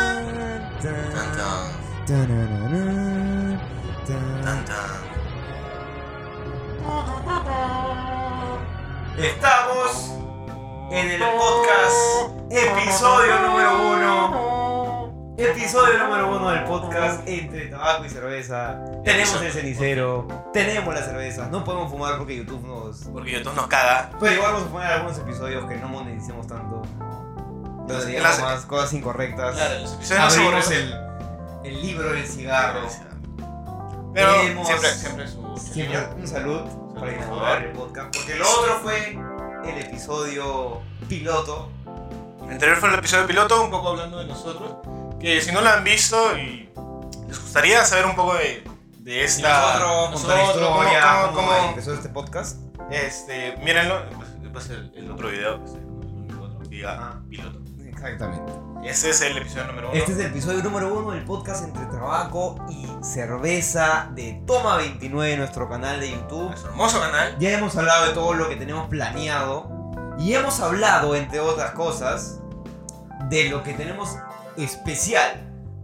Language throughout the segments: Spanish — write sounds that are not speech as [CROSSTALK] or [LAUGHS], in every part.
Tan, tan, tan, tan. Estamos en el podcast episodio número uno. Episodio número uno del podcast entre tabaco y cerveza. Tenemos el cenicero, tenemos las cervezas, no podemos fumar porque YouTube nos... Porque YouTube nos caga. Pero igual vamos a poner algunos episodios que no moneticemos tanto. Donde digamos Las- más cosas incorrectas. Claro, los episodios no son Abrimos borrosos. el, el libro del cigarro. Pero Tenemos- siempre, siempre su Siempre un salud para por inaugurar favor. el podcast. Porque lo otro fue el episodio piloto. El anterior fue el episodio piloto, un poco hablando de nosotros. Que si no lo han visto y les gustaría saber un poco de, de Y esta. nosotros, contar la nosotros, historia, cómo- cómo cómo- cómo- empezó este podcast. Este, mírenlo. Pues, pues el, el otro video. pues, el otro, diga, Ajá. piloto. Exactamente. Ese es el episodio número uno. Este es el episodio número uno del podcast entre trabajo y cerveza de Toma 29, nuestro canal de YouTube. Nuestro hermoso canal. Ya hemos hablado de todo lo que tenemos planeado y hemos hablado, entre otras cosas, de lo que tenemos especial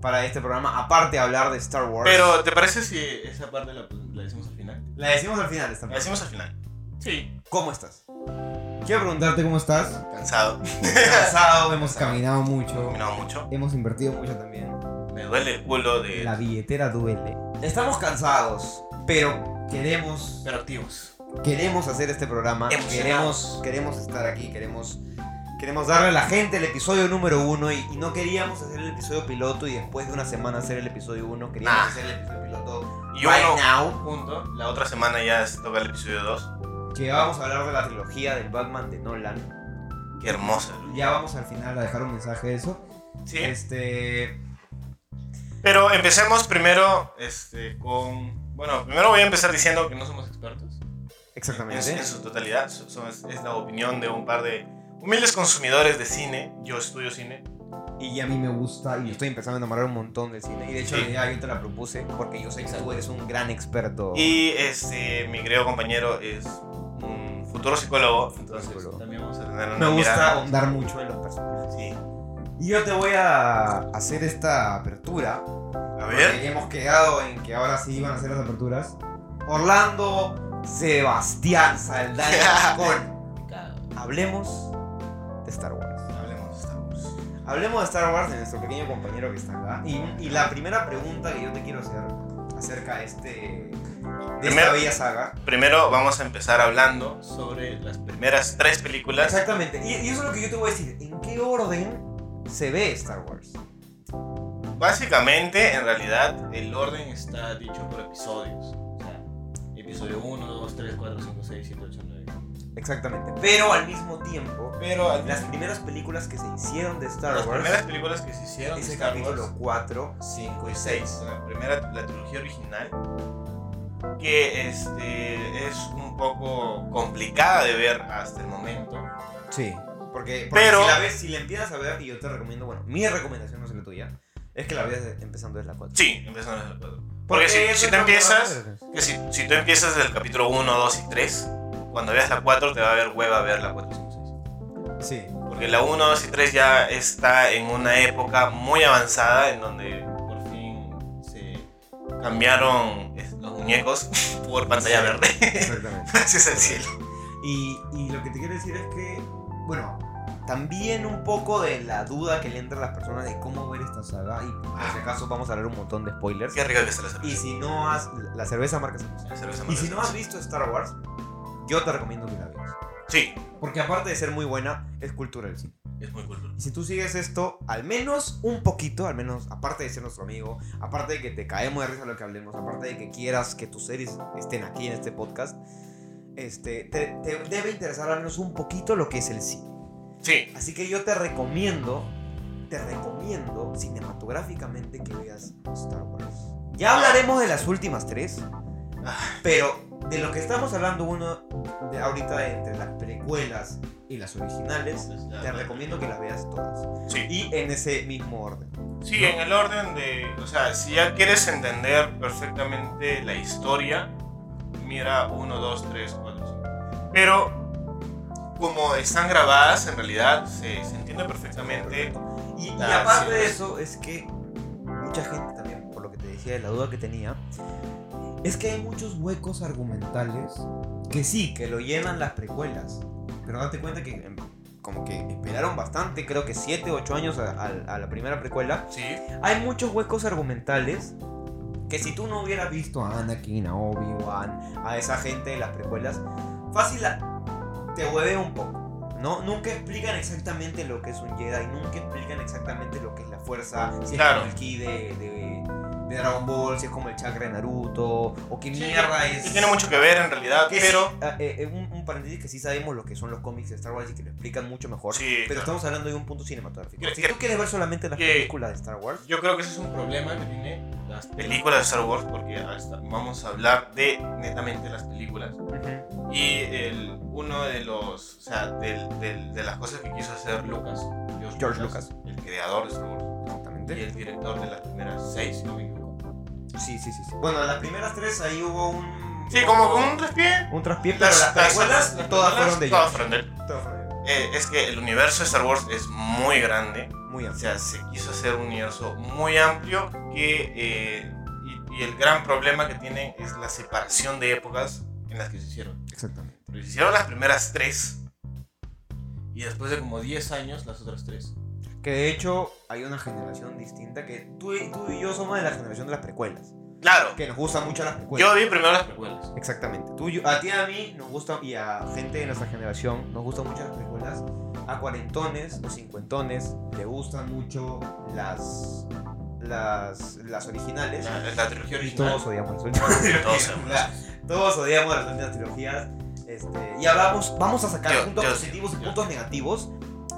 para este programa, aparte de hablar de Star Wars. Pero, ¿te parece si esa parte la, la decimos al final? la decimos al final esta La vez. decimos al final. Sí. ¿Cómo estás? Quiero preguntarte cómo [LAUGHS] estás. Cansado. Cansado, hemos caminado mucho, Combinado mucho. hemos invertido mucho también. Me duele el culo de. La billetera duele. Estamos cansados, pero queremos Pero activos. queremos hacer este programa. Queremos, Emocionados. queremos estar aquí, queremos, queremos darle a la gente el episodio número uno y, y no queríamos hacer el episodio piloto y después de una semana hacer el episodio uno, queríamos Nah. hacer el episodio piloto Ah. Y right uno now. junto. La otra semana ya se toca el episodio 2. Que vamos a hablar de la trilogía del Batman de Nolan. Qué hermosa. Ya vamos al final a dejar un mensaje de eso. Sí. Este. Pero empecemos primero este, con... Bueno, primero voy a empezar diciendo que no somos expertos. En, su- Exactamente. en su totalidad. So- so- es, es la opinión de un par de humildes consumidores de cine. Yo estudio cine. Y a mí me gusta y estoy empezando a enamorar un montón de cine. Y de hecho, Sí. la idea yo te la propuse porque yo sé que tú eres un gran experto. Y este, mi querido compañero es un futuro psicólogo. Entonces Psicólogo. también vamos a tener una me gusta mirada. ahondar mucho en los personajes. Sí. Y yo te voy a hacer esta apertura. A porque ver. ya hemos quedado en que ahora sí iban a hacer las aperturas. Orlando Sebastián Saldaña [LAUGHS] con Hablemos de Star Wars. Hablemos de Star Wars. Hablemos de Star Wars de nuestro pequeño compañero que está acá. Y, y la primera pregunta que yo te quiero hacer acerca de este. de esta Primero- bella saga. Primero vamos a empezar hablando sobre las primeras tres películas. Exactamente. Y, y eso es lo que yo te voy a decir. ¿En qué orden se ve Star Wars? Básicamente, en realidad, el orden está dicho por episodios. O sea, episodio 1, 2, 3, 4, 5, 6, 7, 8, 9. Exactamente. Pero al mismo tiempo. Pero al- Las primeras películas que se hicieron de Star las Wars primeras películas que se hicieron es de el Star capítulo Wars, 4. 5 y 6. La primera, la trilogía original, que este, es un poco complicada de ver hasta el momento. Sí. Porque, porque Pero- si la ves, si la empiezas a ver, y yo te recomiendo, bueno, mi recomendación no sé la tuya, es que la veas empezando desde la 4. Sí, empezando desde el 4. Porque si- si te empiezas- Que si, si tú empiezas del capítulo 1, 2 y 3, cuando veas la 4 te va a ver hueva ver la 4, 5, [LAUGHS] 6. Sí. Porque la 1, 2 y 3 ya está en una época muy avanzada en donde por fin se cambiaron es- los muñecos [LAUGHS] por pantalla Sí. verde. [LAUGHS] [LAUGHS] Exactamente. Gracias al cielo. Y, y lo que te quiero decir es que, bueno, también un poco de la duda que le entra a las personas de cómo ver esta saga. Y por si acaso vamos a hablar un montón de spoilers. Qué rica que está la Y cerveza. si no has. La cerveza marca La cerveza Y si no has maravillosa. visto Star Wars, yo te recomiendo que la veas. Sí, Porque aparte de ser muy buena, es cultura del cine. es muy cool. Y si tú sigues esto, al menos un poquito, al menos, aparte de ser nuestro amigo, aparte de que te caemos de risa lo que hablemos, aparte de que quieras que tus series estén aquí en este podcast, este, te, te debe interesar al menos un poquito lo que es el cine. Sí, Así que yo te recomiendo, te recomiendo cinematográficamente que veas Star Wars. Ya hablaremos de las últimas tres, pero de lo que estamos hablando uno de ahorita entre las precuelas y las originales, te recomiendo que las veas todas. sí. Y en ese mismo orden. Sí, en el orden de. O sea, si ya quieres entender perfectamente la historia, mira 1, 2, 3, 4, 5. Pero como están grabadas, en realidad se, se entiende perfectamente. Y, y Ah, aparte sí. de eso, es que mucha gente también, por lo que te decía de la duda que tenía, es que hay muchos huecos argumentales que sí, que lo llenan las precuelas. Pero date cuenta que em, como que esperaron bastante, creo que 7, 8 años a, a- a la primera precuela. Sí, Hay muchos huecos argumentales que si tú no hubieras visto a Anakin, a Obi-Wan, a esa gente de las precuelas, fácil la- te hueve un poco. ¿no? Nunca explican exactamente lo que es un Jedi, nunca explican exactamente lo que es la fuerza, si es Claro. como el ki de, de- de Dragon Ball, si es como el chakra de Naruto, o qué Sí, mierda que- es. que tiene mucho que ver en realidad, Que sí, pero ah, eh, eh, un, un paréntesis que sí sabemos lo que son los cómics de Star Wars y que lo explican mucho mejor. Sí, pero claro. estamos hablando de un punto cinematográfico. Que- Si que- tú quieres ver solamente las que- películas de Star Wars, yo creo que ese es un problema que tiene las películas de Star Wars, porque hasta vamos a hablar de netamente las películas. Y el, uno de los, o sea, del- del- de las cosas que quiso hacer Lucas, George el creador de Star Wars y exactamente. el director de las primeras seis, si no me equivoco. Sí, sí, sí, sí. Bueno, las primeras tres ahí hubo un. Sí, como con un traspié. Un traspié, pero pues, las precuelas las todas precuelas, fueron de todas ellos. fueron de él. Eh, es que el universo de Star Wars es muy grande. Muy O amplio. sea, se quiso hacer un universo muy amplio que, eh, y, y el gran problema que tienen es la separación de épocas en las que se hicieron. Exactamente. Porque se hicieron las primeras tres y después de como 10 años las otras tres. Que de hecho hay una generación distinta que tú y, tú y yo somos de la generación de las precuelas. Claro, Que pues, nos gustan mucho las precuelas. yo vi primero las precuelas. Exactamente. Tú, y yo- a ti, a mí nos gusta, y a gente de nuestra generación, nos gustan mucho las precuelas. A cuarentones o cincuentones le gustan mucho las, las, las originales. La, la trilogía Y original. todos odiamos las últimas [LAUGHS] Todos trilogías. odiamos. [LAUGHS] La- Todos odiamos las últimas trilogías. Este, y hablamos, vamos a sacar Yo- puntos yo- positivos y yo- puntos negativos.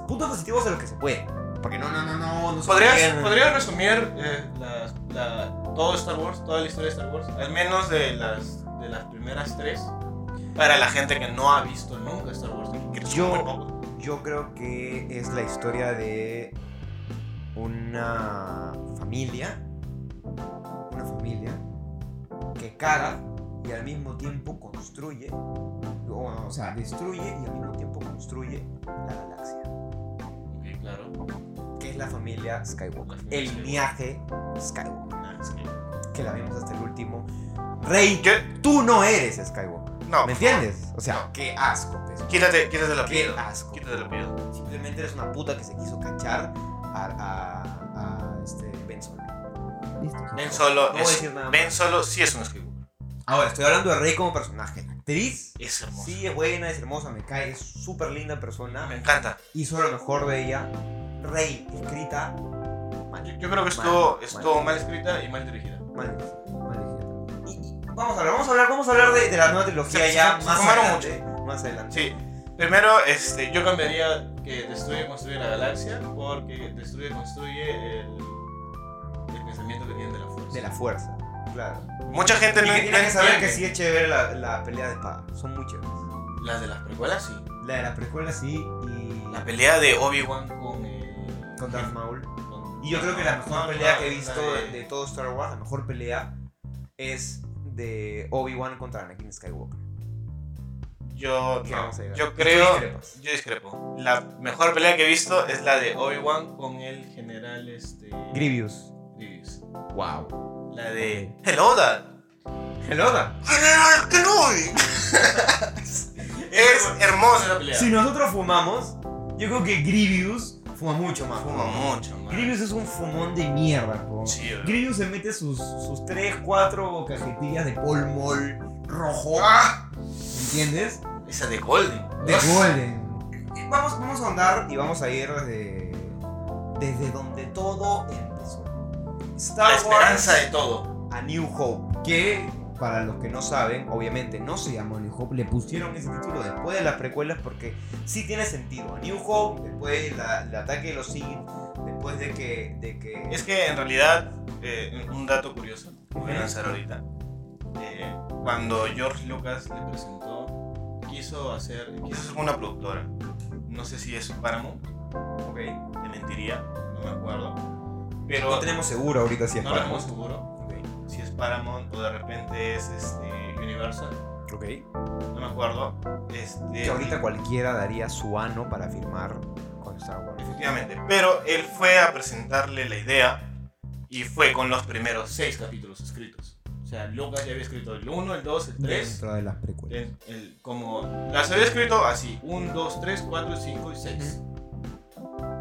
Puntos positivos de lo que se puede. Porque no, no, no, no. no se ¿Podrías, pueden- podrías resumir eh, la- la- todo Star Wars, toda la historia de Star Wars, al menos de las, de las primeras tres, para la gente que no ha visto nunca Star Wars? que son Yo- muy pocos. Yo creo que es la historia de una familia. Una familia que caga y al mismo tiempo construye. O, o sea, destruye y al mismo tiempo construye la galaxia. Ok, claro. Que es la familia La Skywalker. familia El Skywalker. linaje Skywalker. Nah, es que- que la vimos hasta el último. Rey, Yo- tú no eres Skywalker. no, ¿Me entiendes? O sea, No. qué asco, pues. Quítate, quítate la Qué piel. Ah, asco. Quítate la piel. Simplemente eres una puta que se quiso cachar a, a, a este Ben Solo. Listo. Ben Solo No voy a es. decir nada Ben más. Solo sí es un Skywalker. Ahora, estoy hablando de Rey como personaje. La actriz, Es hermoso. sí, es buena, es hermosa, me cae, es súper linda Me persona. encanta. Hizo lo mejor de ella. Rey, escrita mal. Yo, yo creo que estuvo, Mal, estuvo mal escrita y mal dirigida. Mal, mal elegida. Y- y Vamos a hablar, vamos a hablar, vamos a hablar de, de la nueva trilogía Se- ya se- se más, fumaron adelante, más adelante. Sí. Primero, este, yo cambiaría que destruye construye la galaxia porque destruye construye el, el pensamiento que tienen de la fuerza. de la fuerza. Claro. Mucha gente Y no que entiende tienes que saber que sí es chévere la, la pelea de espada. Son muy chéveres. Las de las precuelas sí. La de la precuela sí y La pelea de Obi Wan con eh, con Darth Maul. con- Y yo creo que la mejor Darth pelea que he Maul, visto la de, de- de todo Star Wars, la mejor pelea es de Obi-Wan contra Anakin Skywalker. Yo, ¿Qué no, vamos a llegar? yo Tú creo. discrepas. Yo discrepo. La mejor pelea que he visto es la de Obi-Wan con el general este, Grievous. Grievous. Wow. La de. ¡Hello, Dad! Helada. ¡General Kenobi! es hermosa la pelea. Si nosotros fumamos, yo creo que Grievous fuma mucho más. Fuma mucho, man. Grievous es un fumón de mierda, bro. Sí, bro. Grievous se mete sus, sus 3, 4 cajetillas de polmol rojo. Ah. ¿Entiendes? Esa de Golden. De Golden. Vamos, vamos a andar y vamos a ir desde, desde donde todo empezó. Star La esperanza Wars de todo. a New Hope. Que, para los que no saben, obviamente no se llamó New Hope. Le pusieron ese título después de las precuelas porque sí tiene sentido. A New Hope, después la- el ataque de los Sith, después de que... De que Es que en realidad, eh, un dato curioso que voy a lanzar ahorita. Eh, cuando George Lucas le presentó, quiso hacer, quiso hacer una productora. No sé si es Paramount, Ok. te mentiría, no me acuerdo. Pero No tenemos seguro ahorita si es no lo para- tenemos seguro Ok. si es Paramount o de repente es este, Universal. Ok. no me acuerdo. Este, Que ahorita cualquiera daría su ano para firmar con Star Wars. Efectivamente, pero él fue a presentarle la idea y fue con los primeros seis capítulos escritos. O sea, Lucas ya había escrito el 1, el 2, el 3, Dentro de las precuelas. como las había escrito así, 1, 2, 3, 4, 5 y 6.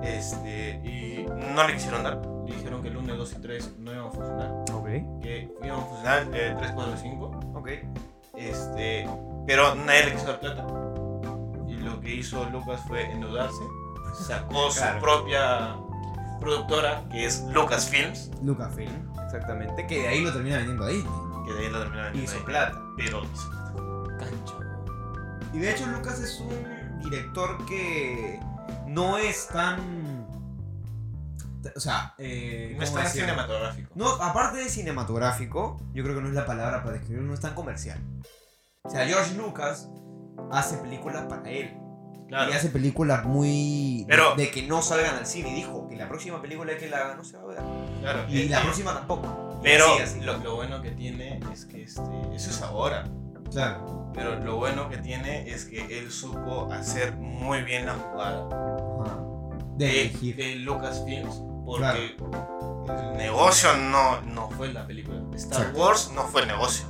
Este, y no le quisieron dar, le dijeron que el 1, el 2 y 3 no iban a funcionar, Ok. que iban a funcionar eh, el 3, 4 y 5, Ok. este, pero nadie le quiso dar plata. Y lo que hizo Lucas fue endeudarse, sacó Claro. su propia productora, que es Lucas Films, Lucasfilm. Exactamente. Que de ahí lo termina vendiendo ahí. que de ahí lo terminó vendiendo. ahí. plata. Pero hizo plata. Cancha. Y de hecho Lucas es un director que no es tan... O sea, eh, No es ¿cómo tan decirlo? cinematográfico. No, aparte de cinematográfico, yo creo que no es la palabra para describirlo, no es tan comercial. O sea, George Lucas hace películas para él. Claro. Y hace películas muy... de- Pero- de, que no salgan al cine. Y dijo que la próxima película que él haga no se va a ver. claro. Y Eh, la eh, próxima tampoco. Y pero así, así. Lo, lo bueno que tiene es que este, eso es ahora. Claro. Pero lo bueno que tiene es que él supo hacer muy bien la jugada Ajá. De de, elegir. de Lucas Films. Porque el negocio no, no fue la película. Star Exacto. Wars no fue el negocio.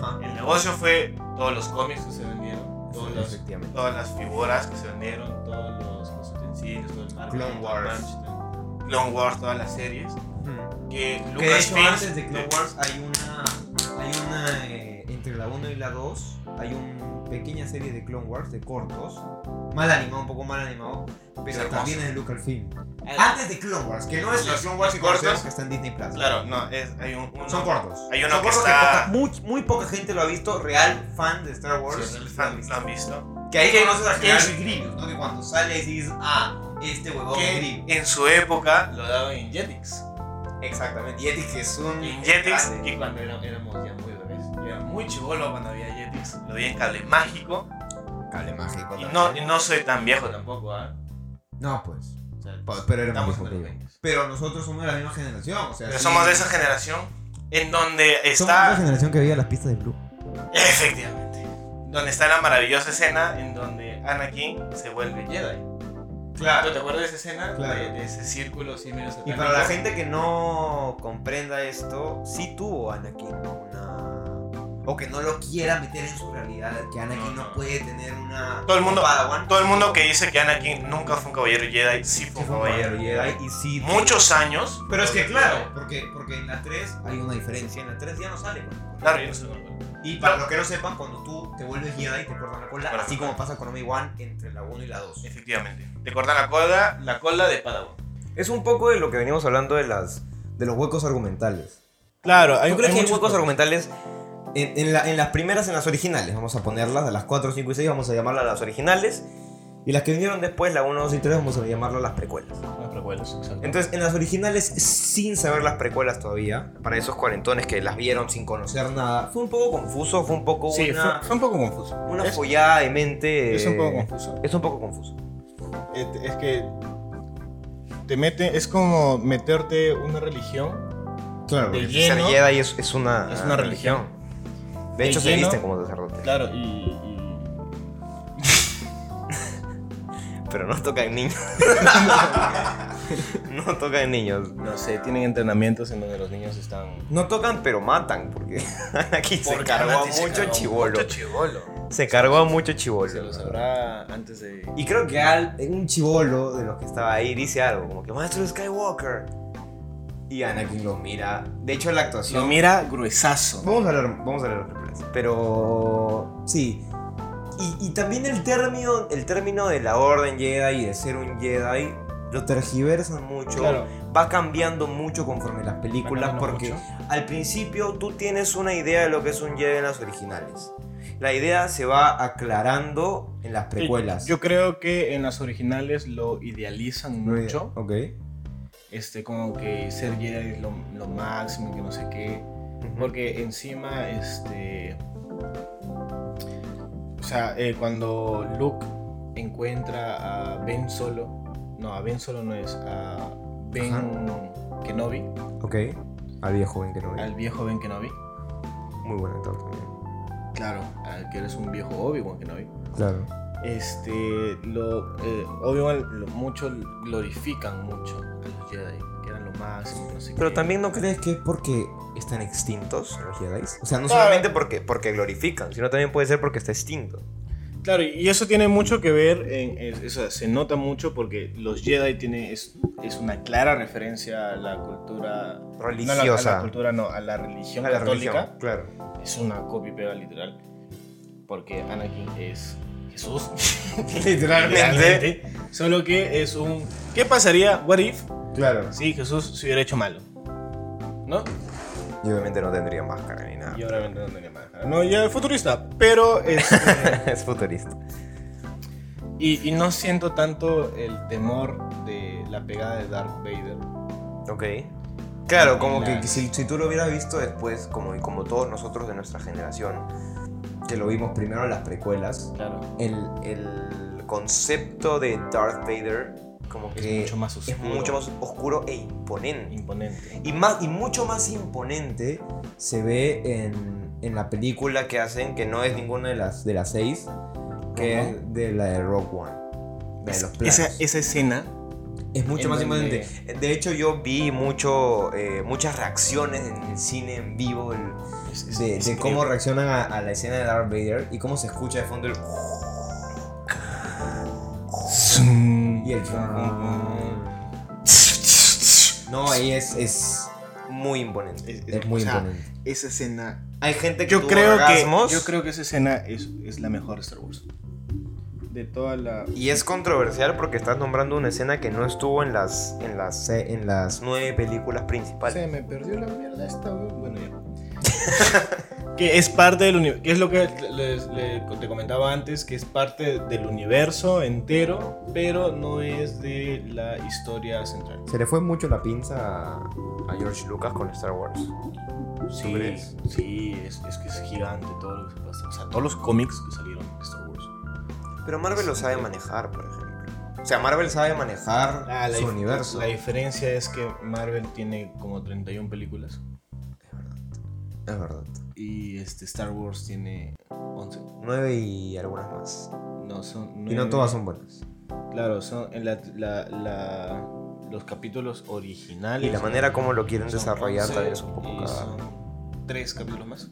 Ajá. El negocio fue todos los cómics que se vendieron, todos los- Efectivamente. todas las figuras que se vendieron, todos los, los utensilios, todo el marketing, Clone todo el Wars. merch, Clone Wars, todas las series. Que eh, Que de Lucas hecho antes de Clone Wars hay una... Hay una... eh, entre la 1 y la 2 hay una pequeña serie de Clone Wars de cortos. Mal animado, un poco mal animado. Es Pero hermoso. Eh, también es de Lucasfilm. Antes de Clone Wars, que no es los Los Clone Wars que cortos. conocemos que está en Disney Plus. Claro, no, es, hay un, uno- Son cortos. Hay uno Son que cortos está- poca- muy, muy poca gente lo ha visto, real fan de Star Wars. Sí, el fan lo han visto. Que ahí Que- conoces a que General es- Grievous, ¿no? Que cuando sale dices, ah, este huevón es Que Grievous. en su época lo daban en Jetix. Exactamente. Y Ethic es un... En Jetix, grande. y cuando era- éramos ya muy bebés, yo era muy chivolo cuando había Jetix, lo vi en cable mágico. Cable mágico. Y también. no, y no soy tan viejo tampoco, ¿ah? No, pues. O sea, Pa- Pero era más estamos en viejo los que yo. 20. Pero nosotros somos de la misma generación. O sea, Pero sí. somos de esa generación en donde Somos de la está. generación que veía las pistas de Blue. Efectivamente. Donde está la maravillosa escena en donde Anakin se vuelve Jedi. ¿Tú te acuerdas de esa escena? Claro. De, de ese círculo así medio Y satánico. para la gente que no comprenda esto, sí tuvo Anakin una. O que no lo quiera meter en su realidad, que Anakin no, No, no. puede tener una. Todo el mundo- un Padawan. Todo el mundo que dice que Anakin nunca fue un caballero Jedi, sí fue Sí un fue un caballero caballero Jedi. Jedi y sí. Muchos años. Pero es que claro, porque, porque en la 3 hay una diferencia. En la 3 ya no sale. con- Claro, yo no sé cómo. Y para los que no sepan, cuando tú te vuelves Jedi, te cortan la cola, Correcto. así como pasa con Obi-Wan entre la 1 y la 2. Efectivamente. Te cortan la cola, la cola de Padawan. Es un poco de lo que veníamos hablando de las de los huecos argumentales. Claro, Yo creo que hay huecos argumentales en, en la- en las primeras, en las originales. Vamos a ponerlas, de las 4, 5 y 6, vamos a llamarlas las originales. Y las que vinieron después, la 1, 2 y 3, vamos a llamarlas las precuelas. Las precuelas, exacto. Entonces, en las originales, sin saber las precuelas todavía, para esos cuarentones que las vieron sin conocer nada, fue un poco confuso, fue un poco Sí, una, fue, fue un poco confuso. una es, follada de mente. es un poco eh, confuso. Es un poco confuso. Es, es que te mete, es como meterte una religión. Claro, porque ser lleno- Jedi es, es una, es una religión. De De hecho, se lleno- visten como sacerdotes. Claro, y, y- Pero no tocan [LAUGHS] niños. no tocan niños. no sé, tienen entrenamientos en donde los niños están. No tocan, pero matan, porque [LAUGHS] aquí se cargó a mucho chivolo. Mucho chivolo. Se cargó a mucho Se los chivolo. sabrá antes de. Y creo que Al, un chivolo de los que estaba ahí, dice algo, como que Maestro Skywalker. Y Anakin los mira. De hecho, la actuación. mira gruesazo. Vamos a hablar, vamos a hablar de películas. Pero sí. Y, y también el término, el término de la orden Jedi y de ser un Jedi lo tergiversan mucho. Claro, Va cambiando mucho conforme las películas Van ganando porque mucho. al principio tú tienes una idea de lo que es un Jedi en las originales. La idea se va aclarando en las precuelas. Yo creo que en las originales lo idealizan mucho. Ok. Este, como que ser Jedi es lo, lo máximo, que no sé qué. Porque encima, este. O sea, eh, cuando Luke encuentra a Ben solo. No, a Ben solo no es. A Ben Kenobi. Ok. Al Ah, viejo joven que no Al viejo Ben Kenobi. Muy buen actor también. Claro, ah, que eres un viejo Obi-Wan Kenobi. Claro. Este, lo, eh, Obi-Wan lo- mucho glorifican mucho a los Jedi, que eran lo máximo, no sé Pero qué. también no crees que es porque están extintos los Jedi. O sea, no Claro. solamente porque, porque glorifican, sino también puede ser porque está extinto. Claro, y eso tiene mucho que ver, en, en- o sea, se nota mucho porque los Jedi tiene, es, es una clara referencia a la cultura... no, a la- a la Religiosa. cultura no, a la religión A la católica. religión, claro. Es una copy pega literal. Porque Anakin es Jesús. [LAUGHS] Literalmente. Solo que es un. ¿Qué pasaría? What if? Claro. Si Jesús se hubiera hecho malo. ¿No? Y obviamente no tendría máscara ni nada. Y obviamente no tenía más. No, ya es futurista. Pero este, [LAUGHS] es futurista. y, y no siento tanto el temor de la pegada de Darth Vader. Ok. Claro, como Nah. que, que si, si tú lo hubieras visto después, como, como todos nosotros de nuestra generación, que lo vimos primero en las precuelas, Claro. el, el concepto de Darth Vader como Es que mucho más es oscuro. mucho más oscuro e imponente. imponente. Y, más, y mucho más imponente se ve en, en la película que hacen, que no es ninguna de las, de las seis, que Rogue es de la de Rock One. La de los planos. Esa, esa escena. Es mucho en más donde- importante. De hecho, yo vi mucho, eh, muchas reacciones en el cine en vivo el- es- es- de, es de cómo increíble. reaccionan a, a la escena de Darth Vader y cómo se escucha de fondo el. Mm. Y el. Ah. No, ahí es, es muy imponente. Es- Es, es- muy o sea, imponente. Esa escena Hay gente que Yo tuvo creo, que, orgasmos yo creo que esa escena es, es la mejor de Star Wars. De toda la. Y es controversial porque estás nombrando una escena que no estuvo en las, en las, en las nueve películas principales. Se me perdió la mierda esta, weón. Bueno, ya. [LAUGHS] que es parte del universo. Que es lo que les- le- te comentaba antes, que es parte del universo entero, pero no es de la historia central. Se le fue mucho la pinza a, a George Lucas con Star Wars. Sí, crees? sí, es, es que es gigante todo lo que se pasa. O sea, todos los cómics que salieron de Star Wars. Pero Marvel lo sabe manejar, por ejemplo. O sea, Marvel sabe manejar Ah, la su dif- universo. La diferencia es que Marvel tiene como 31 películas. Es verdad. Y este Star Wars tiene 11. Nueve y algunas más. No, son Y no nueve. todas son buenas. Claro, son en la, la- la- los capítulos originales. Y la manera como lo quieren son desarrollar 11 también es un poco y cagada. son Tres capítulos más.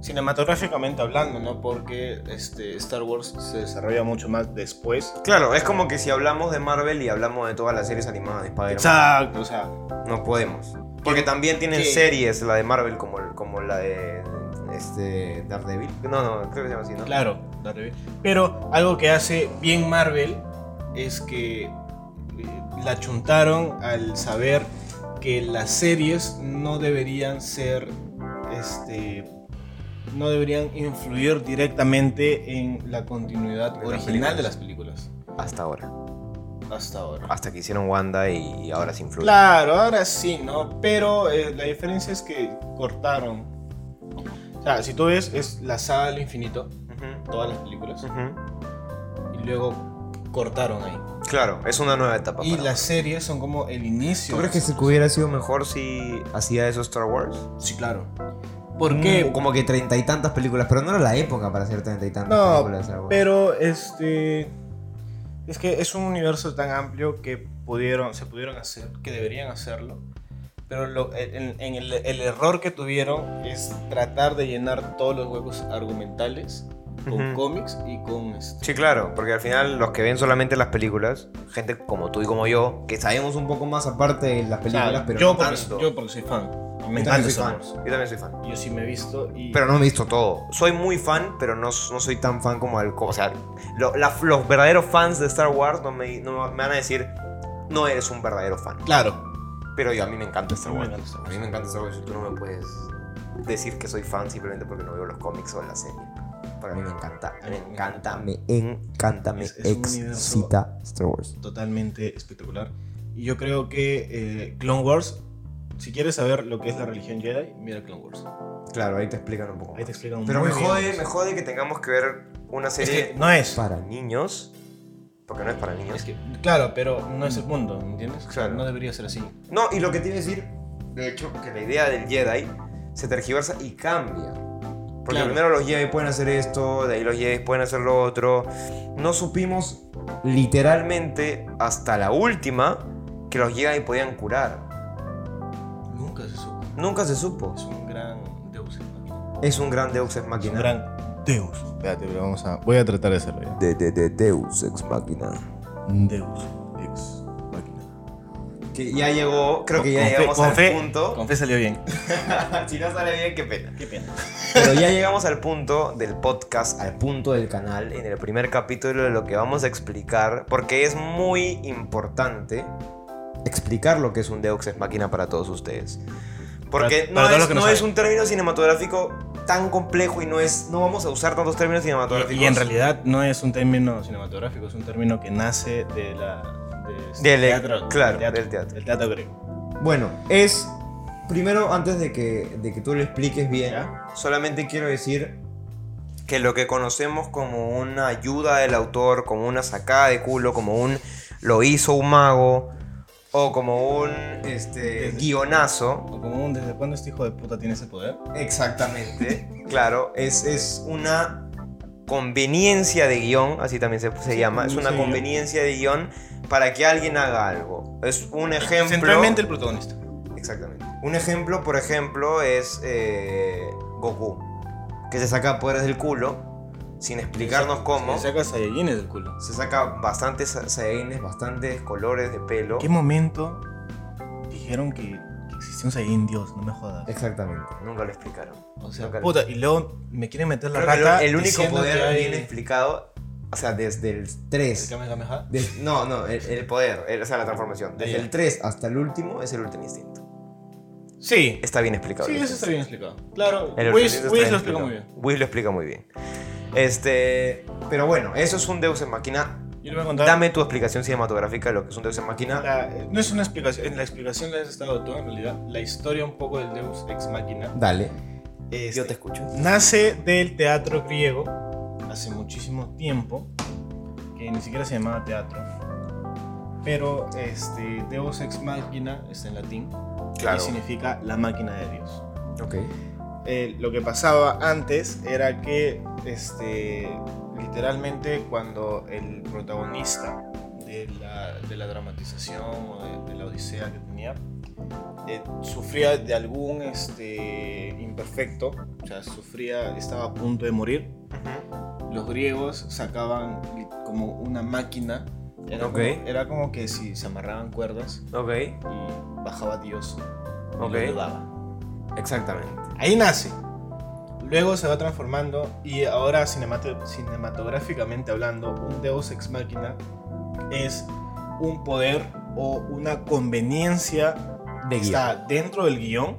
Cinematográficamente hablando, ¿no? Porque este, Star Wars se desarrolla mucho más después. Claro, es como que si hablamos de Marvel y hablamos de todas las series animadas de Spider-Man, Exacto, o sea, no podemos. Porque también tienen ¿Qué? series, la de Marvel, como, el- como la de este, Daredevil. No, no, creo que se llama así, ¿no? Claro, Daredevil. Pero algo que hace bien Marvel es que eh, la chuntaron al saber que las series no deberían ser este no deberían influir directamente en la De continuidad las original de películas. Ah, las películas Hasta ahora. hasta ahora. Hasta que hicieron Wanda y ahora se influye. Claro, ahora sí, ¿no? Pero eh, la diferencia es que cortaron. O sea, si tú ves, es la saga del infinito, Ujú, todas las películas. ujú. y luego cortaron ahí. Claro, es una nueva etapa. Y para las series son como el inicio. ¿Tú crees que se hubiera sido mejor si hacía eso Star Wars? Sí, claro. ¿Por qué? Mm, Como que treinta y tantas películas, pero no era la época para hacer treinta y tantas No, películas de Star Wars. Pero este es que es un universo tan amplio que pudieron se pudieron hacer, que deberían hacerlo. Pero lo- en, en el, el error que tuvieron es tratar de llenar todos los huecos argumentales con Ujú. cómics y con este, Sí, claro, porque al final los que ven solamente las películas, gente como tú y como yo, que sabemos un poco más aparte de las o películas, sea, pero yo, no porque, tanto. yo porque soy fan. y Me Yo encanta también soy Star fan. Wars. Yo también soy fan. Yo sí me he visto y Pero no me he visto todo. Soy muy fan, pero no, no soy tan fan como el... O sea, lo- la- los verdaderos fans de Star Wars no me, no me van a decir, no eres un verdadero fan. claro, Pero yo, a mí me encanta Star A mí me Wars. encanta Star A mí me encanta Star Wars. Tú no me puedes decir que soy fan simplemente porque no veo los cómics o la serie. Para mí me encanta, A me mí me encanta, me encanta, me Es- es un universo- excita Star Wars. totalmente espectacular. Y yo creo que eh, Clone Wars, si quieres saber lo que es la religión Jedi, mira Clone Wars. Claro, ahí te explican un poco. Ahí te explican Pero muy me bien jode, eso. me jode que tengamos que ver una Es serie que no es. para niños. Porque no es para niños. Es que- claro, pero no es el punto, ¿entiendes? O sea, Claro. no debería ser así. No, y lo que te iba a decir, de hecho, que la idea del Jedi se tergiversa y cambia. Porque Claro. primero los Jedi pueden hacer esto, de ahí los Jedi pueden hacer lo otro. No supimos literalmente hasta la última que los Jedi podían curar. Nunca se supo. Nunca se supo. Es un gran Deus Ex Machina. Es un gran Deus Ex Es Machina. un gran Deus. Espérate, pero vamos a. Voy a tratar de hacerlo ya. de, de- de Deus Ex Machina. Deus ex máquina. Que ya llegó, creo que ya Con fe- llegamos con al fe- punto. Con fe salió bien. [LAUGHS] si no sale bien, qué pena. Qué pena. Pero ya llegamos al punto del podcast, al punto del canal, en el primer capítulo de lo que vamos a explicar, porque es muy importante explicar lo que es un Deux Ex Máquina para todos ustedes. Porque Para- no, para todos es, los que no no es saben. un término cinematográfico tan complejo y no es no vamos a usar tantos términos cinematográficos. Y en realidad no es un término cinematográfico, es un término que nace de la. de- este Del- e- teatro. claro, del teatro, del teatro. del teatro griego. Bueno, es. Primero, antes de que, de que tú lo expliques bien, ¿Ya? solamente quiero decir que lo que conocemos como una ayuda del autor, como una sacada de culo, como un lo hizo un mago, o como un este, guionazo, O como un, ¿desde cuándo este hijo de puta tiene ese poder? Exactamente. [LAUGHS] claro, es, es una conveniencia de guión, así también se, se Sí, llama, es sí, una yo- conveniencia de guión para que alguien haga algo. Es un ejemplo... Centralmente el protagonista. Exactamente. Un ejemplo, por ejemplo, es eh, Goku, que se saca poderes del culo, sin explicarnos cómo. Se saca Saiyajines del culo. Se saca bastantes sa- Saiyajines, bastantes colores de pelo. ¿En qué momento dijeron que, que existía un Saiyajin Dios? No me jodas. Exactamente, nunca lo explicaron. O sea, Nunca lo- puta, y luego me quieren meter la Creo que pata. el, el único diciendo poder que hay- bien explicado, o sea, desde el ¿El 3. Kamehameha? des- no, no, el, el poder, el- o sea, la transformación. Desde Ya. el 3 hasta el último es el último instinto. Sí. Está bien explicado. Sí, el eso instinto. está bien explicado. Claro, El Whis, Orfeonito Whis está lo explica muy bien. Whis lo explica muy bien. Este, pero bueno, eso es un Deus en máquina. Yo le voy a contar. Dame tu explicación cinematográfica de lo que es un Deus en máquina. la- no es una explicación, en la explicación la has estado tú en realidad, la historia un poco del Deus Ex Machina. Dale, Este, yo te escucho. Nace del teatro griego hace muchísimo tiempo, que ni siquiera se llamaba teatro. Pero este, Deus Ex Machina está en latín y significa la máquina de Dios. Ok. eh, lo que pasaba antes era que este, literalmente cuando el protagonista de la, de la dramatización o de, de la odisea que tenía eh, sufría de algún este, imperfecto, o sea, sufría, estaba a punto de morir, los griegos sacaban li- como una máquina, era, Ok. como, era como que si se amarraban cuerdas Ok, y bajaba Dios y lo Ok. ayudaba. exactamente. Ahí nace. Luego se va transformando y ahora cinemate- cinematográficamente hablando, un Deus Ex Machina es un poder o una conveniencia De que está dentro del guión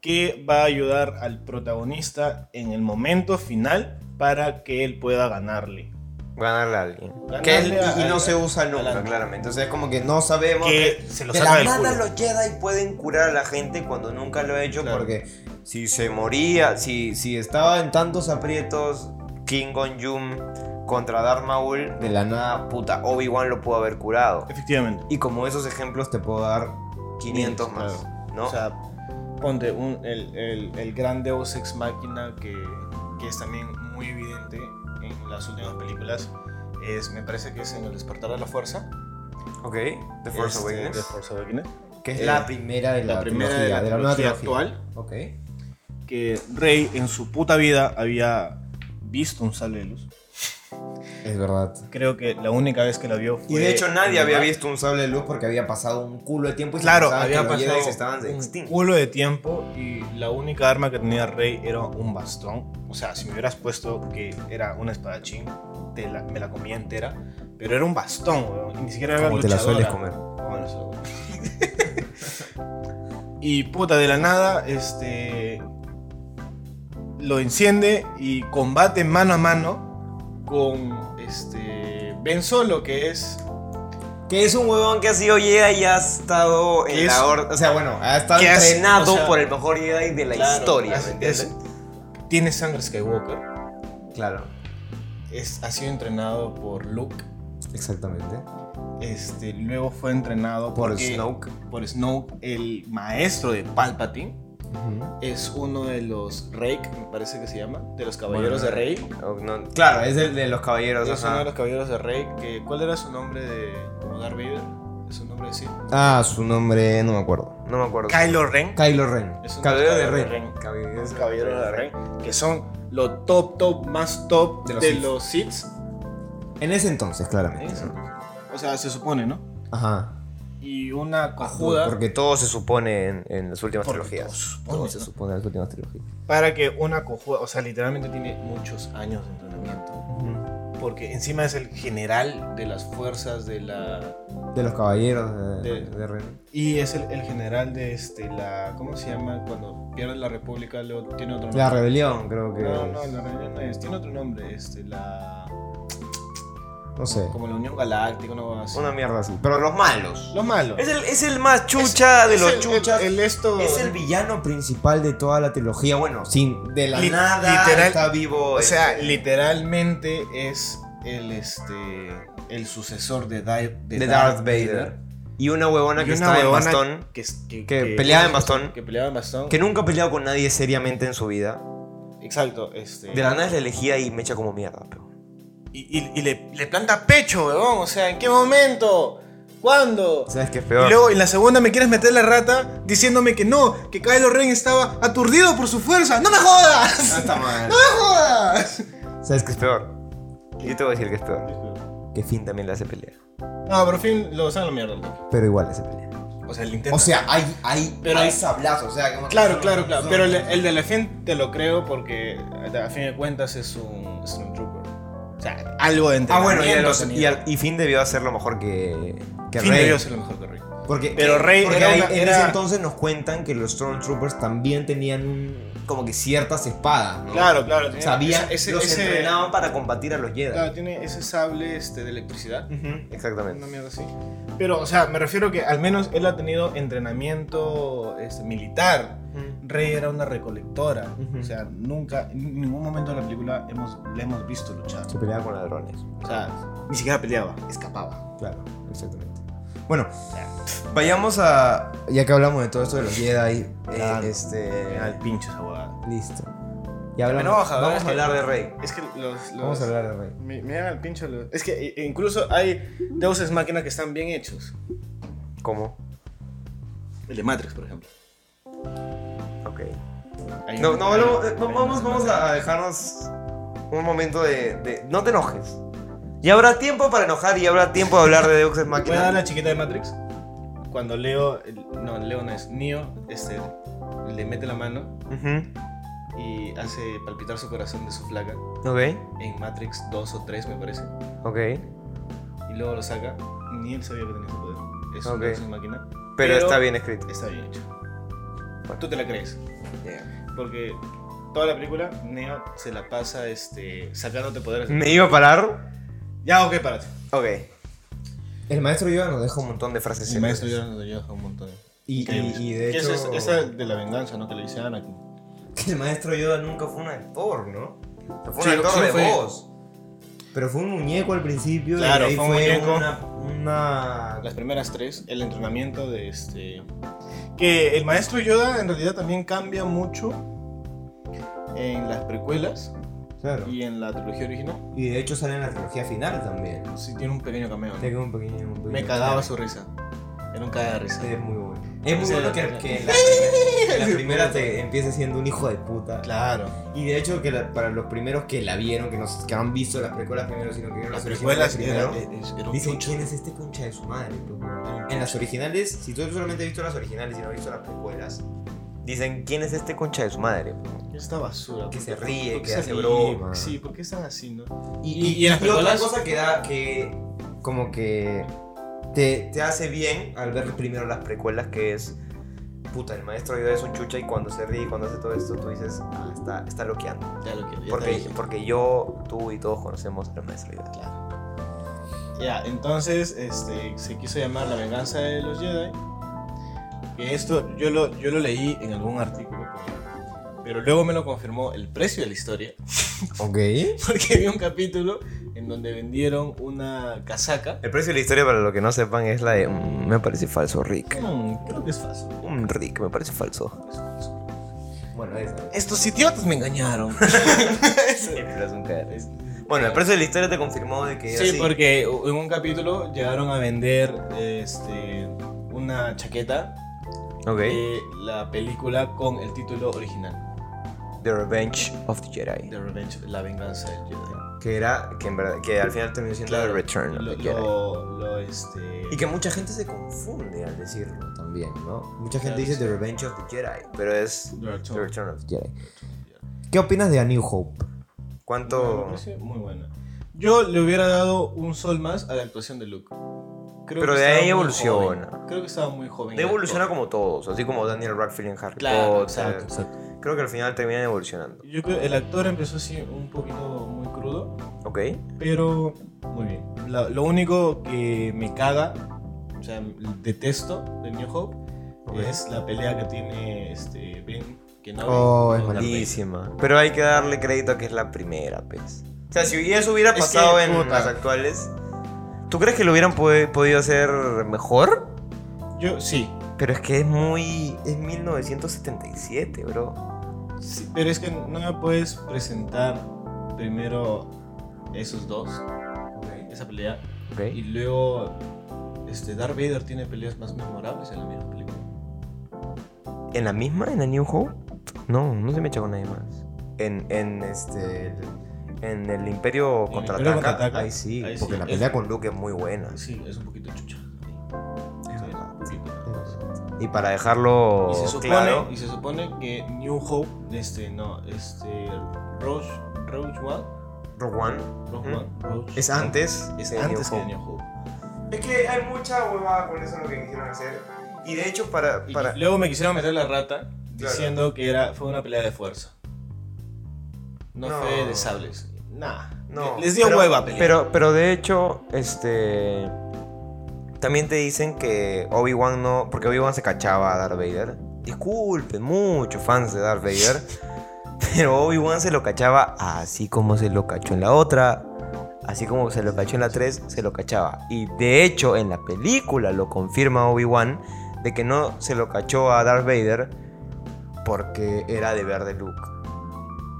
que va a ayudar al protagonista en el momento final para que él pueda ganarle. Ganarle a alguien. Ganarle que él- y- y, a- no a- se usa nunca, a la- claramente. O sea, es como que no sabemos. Que se lo de saca la del nada culo. los Jedi pueden curar a la gente cuando nunca lo he hecho Claro. porque si se moría, si, si estaba en tantos aprietos King Gon Jum contra Darth Maul, de la nada, puta, Obi-Wan lo pudo haber curado. Efectivamente. Y como esos ejemplos te puedo dar 500 más, ¿no? O sea, ponte un- el, el- el gran Deus Ex Máquina que, que es también muy evidente en las últimas películas. Es, me parece que es en El Despertar de la Fuerza. ok, The Force Este, Awakens. The Force Awakens. que es eh, la primera de la, La, primera trilogía, de la, nueva trilogía trilogía. actual. Ok. Que Rey en su puta vida había visto un sable de luz. Es verdad. Creo que la única vez que la vio fue. Y de hecho nadie en había Mar- visto un sable de luz porque había pasado un culo de tiempo y se Claro, pensaba que había los Jedi pasado se estaban un extintos. culo de tiempo y la única arma que tenía Rey era un bastón. O sea, si me hubieras puesto que era un espadachín, te la- me la comía entera. Pero era un bastón, weón, y ni siquiera era Como te la sueles luchadora. comer. Como la suelo. [LAUGHS] y puta, de la nada, este... Lo enciende y combate mano a mano con este... Ben Solo, que es Que es un huevón que ha sido Jedi y ha estado Que en es- la orden. O sea, bueno, ha estado que has- entrenado o sea, por el mejor Jedi de la Claro, historia. es- ¿me entiendes? es- tiene sangre Skywalker. Claro, es, ha sido entrenado por Luke. exactamente. Este, luego fue entrenado Por porque- Snoke. por Snoke, el maestro de Palpatine. es uno de los Reik, me parece que se llama, de los Caballeros de Reik. Oh, no, Claro, es el de los caballeros. Es ajá. uno de los Caballeros de Reik. que- ¿Cuál era su nombre de como Darth Vader? ¿Es su nombre de sí? Ah, su nombre no me acuerdo. No me acuerdo. Kylo Ren. Pues, Kylo Ren. Es un Caballero de caballero Ren. de Ren. Los Caballeros de Reik, que son los top, top, más top De de los los, Sith. Sith. En ese entonces, claramente. O sea, se supone, ¿no? Ajá. Y una cojuda. Porque todo se supone en, en las últimas Porque trilogías. todo se supone, Todo se ¿no? supone en las últimas trilogías. para que una cojuda, o sea, literalmente tiene muchos años de entrenamiento. Porque encima es el general de las fuerzas de la. De los caballeros de, De- de Ren. Y es el, el general de este, la. ¿Cómo se llama? Cuando pierde la república, luego tiene otro nombre. La rebelión, creo que. no, no, es. la rebelión no es, tiene otro nombre. Este, la. No sé. Como la Unión Galáctica, una cosa así. Una mierda así. Pero los malos. Los malos. Es el, es el más chucha de Es los el- chuchas. El, el esto. Es El villano principal de toda la trilogía. Bueno, sin. De la Li- nada. nada literal- está vivo. O sea, este, literalmente es el este. El sucesor de, Di- de Darth Vader. Y una huevona que Y una estaba en huevona bastón. que, que- Que que- peleaba en bastón. Que peleaba en bastón. Que nunca ha peleado con nadie seriamente en su vida. Exacto, este. De la nada es la elegía y me echa como mierda. pero- Y, y- y le, le planta pecho, weón. O sea, ¿en qué momento? ¿Cuándo? ¿Sabes qué es Y peor? luego en la segunda me quieres meter la rata diciéndome que no, que Kylo Ren estaba aturdido por su fuerza. ¡No me jodas! Está mal. [LAUGHS] ¡No me jodas! Ah, ¿Sabes qué es peor? Yo te voy a decir que es peor. Que Finn también le hace pelea. No, pero fin, lo saben la mierda. loco. Pero igual ese pelea. O sea, el intento. O sea, hay, hay, Pero hay hay- sablazos. O sea, como que claro, son- claro, claro. son- Pero el, el de la fin te lo creo porque a fin de cuentas es un Stormtrooper. O sea, algo de Ah, entrenamiento. bueno, y, a los- tenía. y, al- y Finn debió hacerlo mejor que, que Finn Rey. debió ser lo mejor que Rey. Porque, eh, Pero Rey porque era ahí- una- en ese era- entonces nos cuentan que los Stormtroopers también tenían un- como que ciertas espadas. ¿no? Claro, claro. tenía- Sabían, ese, los ese- entrenaban para combatir a los Jedi. claro, tiene ese sable este, de electricidad. Ujú, Exactamente. Una mierda así. Pero, o sea, me refiero que al menos él ha tenido entrenamiento este, militar. Rey era una recolectora. Ujú. O sea, nunca, en ningún momento de la película hemos, la hemos visto luchar. Se peleaba con ladrones. O sea, ni siquiera peleaba, escapaba. Claro, exactamente. Bueno, vayamos a. Ya que hablamos de todo esto de los Jedi, eh, Claro. este. Era el pinche esa huevada. Listo. Ya hablamos. Pero vamos a Vamos a hablar- hablar de Rey. Es que los. los- Vamos a hablar de Rey. Me, me llegan al pincho los- Es que i- incluso hay deuses máquinas que están bien hechos. ¿Cómo? El de Matrix, por ejemplo. Ok. Hay No, un- no, hay- no, hay eh, un vamos, Deus vamos Ex Machina. a dejarnos un momento de, de- No te enojes. Y habrá tiempo para enojar y habrá tiempo de hablar de Deux Ex Voy a dar Machina. la chiquita de Matrix. Cuando Leo, el- no, Leo no es Neo, este, le mete la mano Ujú, y hace palpitar su corazón de su flaca Ok, en Matrix 2 o 3, me parece. ok. Y luego lo saca. Ni él sabía que tenía ese poder. Es Ok. una de sus máquinas. Pero, está bien escrito. Está bien hecho. Tú te la crees. Porque toda la película, Neo se la pasa este, sacándote poderes. ¿Me iba a parar? Ya, ok, párate. Ok. El maestro Yoda nos deja Un un montón. montón de frases. El maestro célebres. ya nos lleva un montón. Y, y- y de Que hecho. esa es esa de la venganza, ¿no? Que le dice a Anakin. Que [LAUGHS] el maestro Yoda nunca fue un actor, ¿no? Fue Sí, un actor sí de fue. voz. Pero fue un muñeco al principio. y Claro, de ahí fue un muñeco. Una, una- las primeras tres, el entrenamiento de este... Que el maestro Yoda en realidad también cambia mucho en las precuelas Claro. y en la trilogía original. Y de hecho sale en la trilogía final también. Sí, tiene un pequeño cameo. ¿no? Te queda un pequeño. un pequeño Me cagaba su risa. Era un caga de risa. Es muy bueno. Es muy Sí, bueno que, claro. que [LAUGHS] en la primera, en la primera te empiece siendo un hijo de puta. Claro. Y de hecho, que la- para los primeros que la vieron, que, nos, que han visto las precuelas primero, sino que vieron Las las, precuelas eh, era, primero, es- era un dicen: chucho. ¿Quién es este concha de su madre? pues, weón?". En las originales, si tú solamente has visto las originales y no has visto las precuelas, Dicen, ¿quién es este concha de su madre? Esta basura. Que ¿por se qué- ríe, por qué que se hace ríe? broma. Sí, ¿por qué están así, no? Y, Y- y en las y otra precuelas- cosa que da que como que te, te hace bien al ver primero las precuelas que es Puta, el maestro Yoda es un chucha y cuando se ríe y cuando hace todo esto, tú dices, ah, está, está loqueando. Ya lo que ya te Porque, dije. porque yo, tú y todos conocemos al maestro Yoda. Ya, entonces este, se quiso llamar La venganza de los Jedi. Que esto yo lo, yo lo leí en algún artículo. por ahí, Pero luego me lo confirmó el precio de la historia. [LAUGHS] ok Porque vi un capítulo en donde vendieron una casaca. El precio de la historia, para lo que no sepan, es Hmm, la de. "Mm, me parece falso, Rick. Mm, creo que es fácil. Un Rick, me parece falso. bueno, eso. Estos idiotas me [LAUGHS] engañaron. Siempre es un cagadero. Bueno, el precio de la historia te confirmó de que era Sí, así. porque en un capítulo llegaron a vender este, una chaqueta Ok. de la película con el título original, The Revenge of the Jedi. The Revenge, La Venganza del Jedi. Que era, que en verdad, que al final terminó siendo Claro, The Return of Lo, the Jedi. lo- lo, este... Y que mucha gente se confunde al decirlo también, ¿no? Mucha Claro, gente dice sí. The Revenge of the Jedi, pero es The Return. The Return of the Jedi. ¿Qué opinas de A New Hope? Me ¿Cuánto...? parece muy buena. Yo le hubiera dado un sol más a la actuación de Luke. Creo Pero que de estaba ahí muy evoluciona. joven. Creo que estaba muy joven. el Evoluciona actor. como todos, así como Daniel Radcliffe en Harry Claro, Potter. exacto, Creo que al final terminan evolucionando. Yo creo que el actor empezó así un poquito muy crudo, ¿Ok? pero muy bien. La- lo único que me caga, o sea, detesto de New Hope, Ok. es la pelea que tiene este Ben Kenobi. Oh, con es Darth Vader. malísima. Pero hay que darle crédito a que es la primera, pues. O sea, si eso hubiera Es pasado que, en puta. las actuales, ¿tú crees que lo hubieran pod- podido hacer mejor? Yo, sí, Pero es que es muy. Es 1977, bro. Sí, pero es que no me puedes presentar primero esos dos, esa pelea, y luego este, Darth Vader tiene peleas más memorables en la misma película. ¿En la misma? ¿En la New Hope? No, no se me echa con nadie más. En, en este. En el Imperio Imperio contraataca. Contraataca. Ahí sí, Ahí porque sí, la es- pelea con Luke es muy buena. Sí, es un poquito chucha. Sí, Ah, Es es un verdad. poquito. Y para dejarlo Y se supone, Oh, claro. y se supone que New Hope, este, no, este, Rogue, Rogue One, Rogue One Rogue Ujú. One, Rogue es One, antes. es de New antes que Hope. New Hope. Es que hay mucha huevada con eso lo que quisieron hacer. Y de hecho, para. Y para... luego me quisieron meter la rata diciendo que era, fue una pelea de fuerza. No, No. fue de sables. Nah. No. Les dio pero- hueva pelear. Pero, pero de hecho, este. También te dicen que Obi-Wan no. Porque Obi-Wan se cachaba a Darth Vader. Disculpen, muchos fans de Darth Vader. [LAUGHS] pero Obi-Wan se lo cachaba así como se lo cachó en la otra. Así como se lo cachó en la 3, se lo cachaba. Y de hecho, en la película lo confirma Obi-Wan de que no se lo cachó a Darth Vader porque era deber de Luke.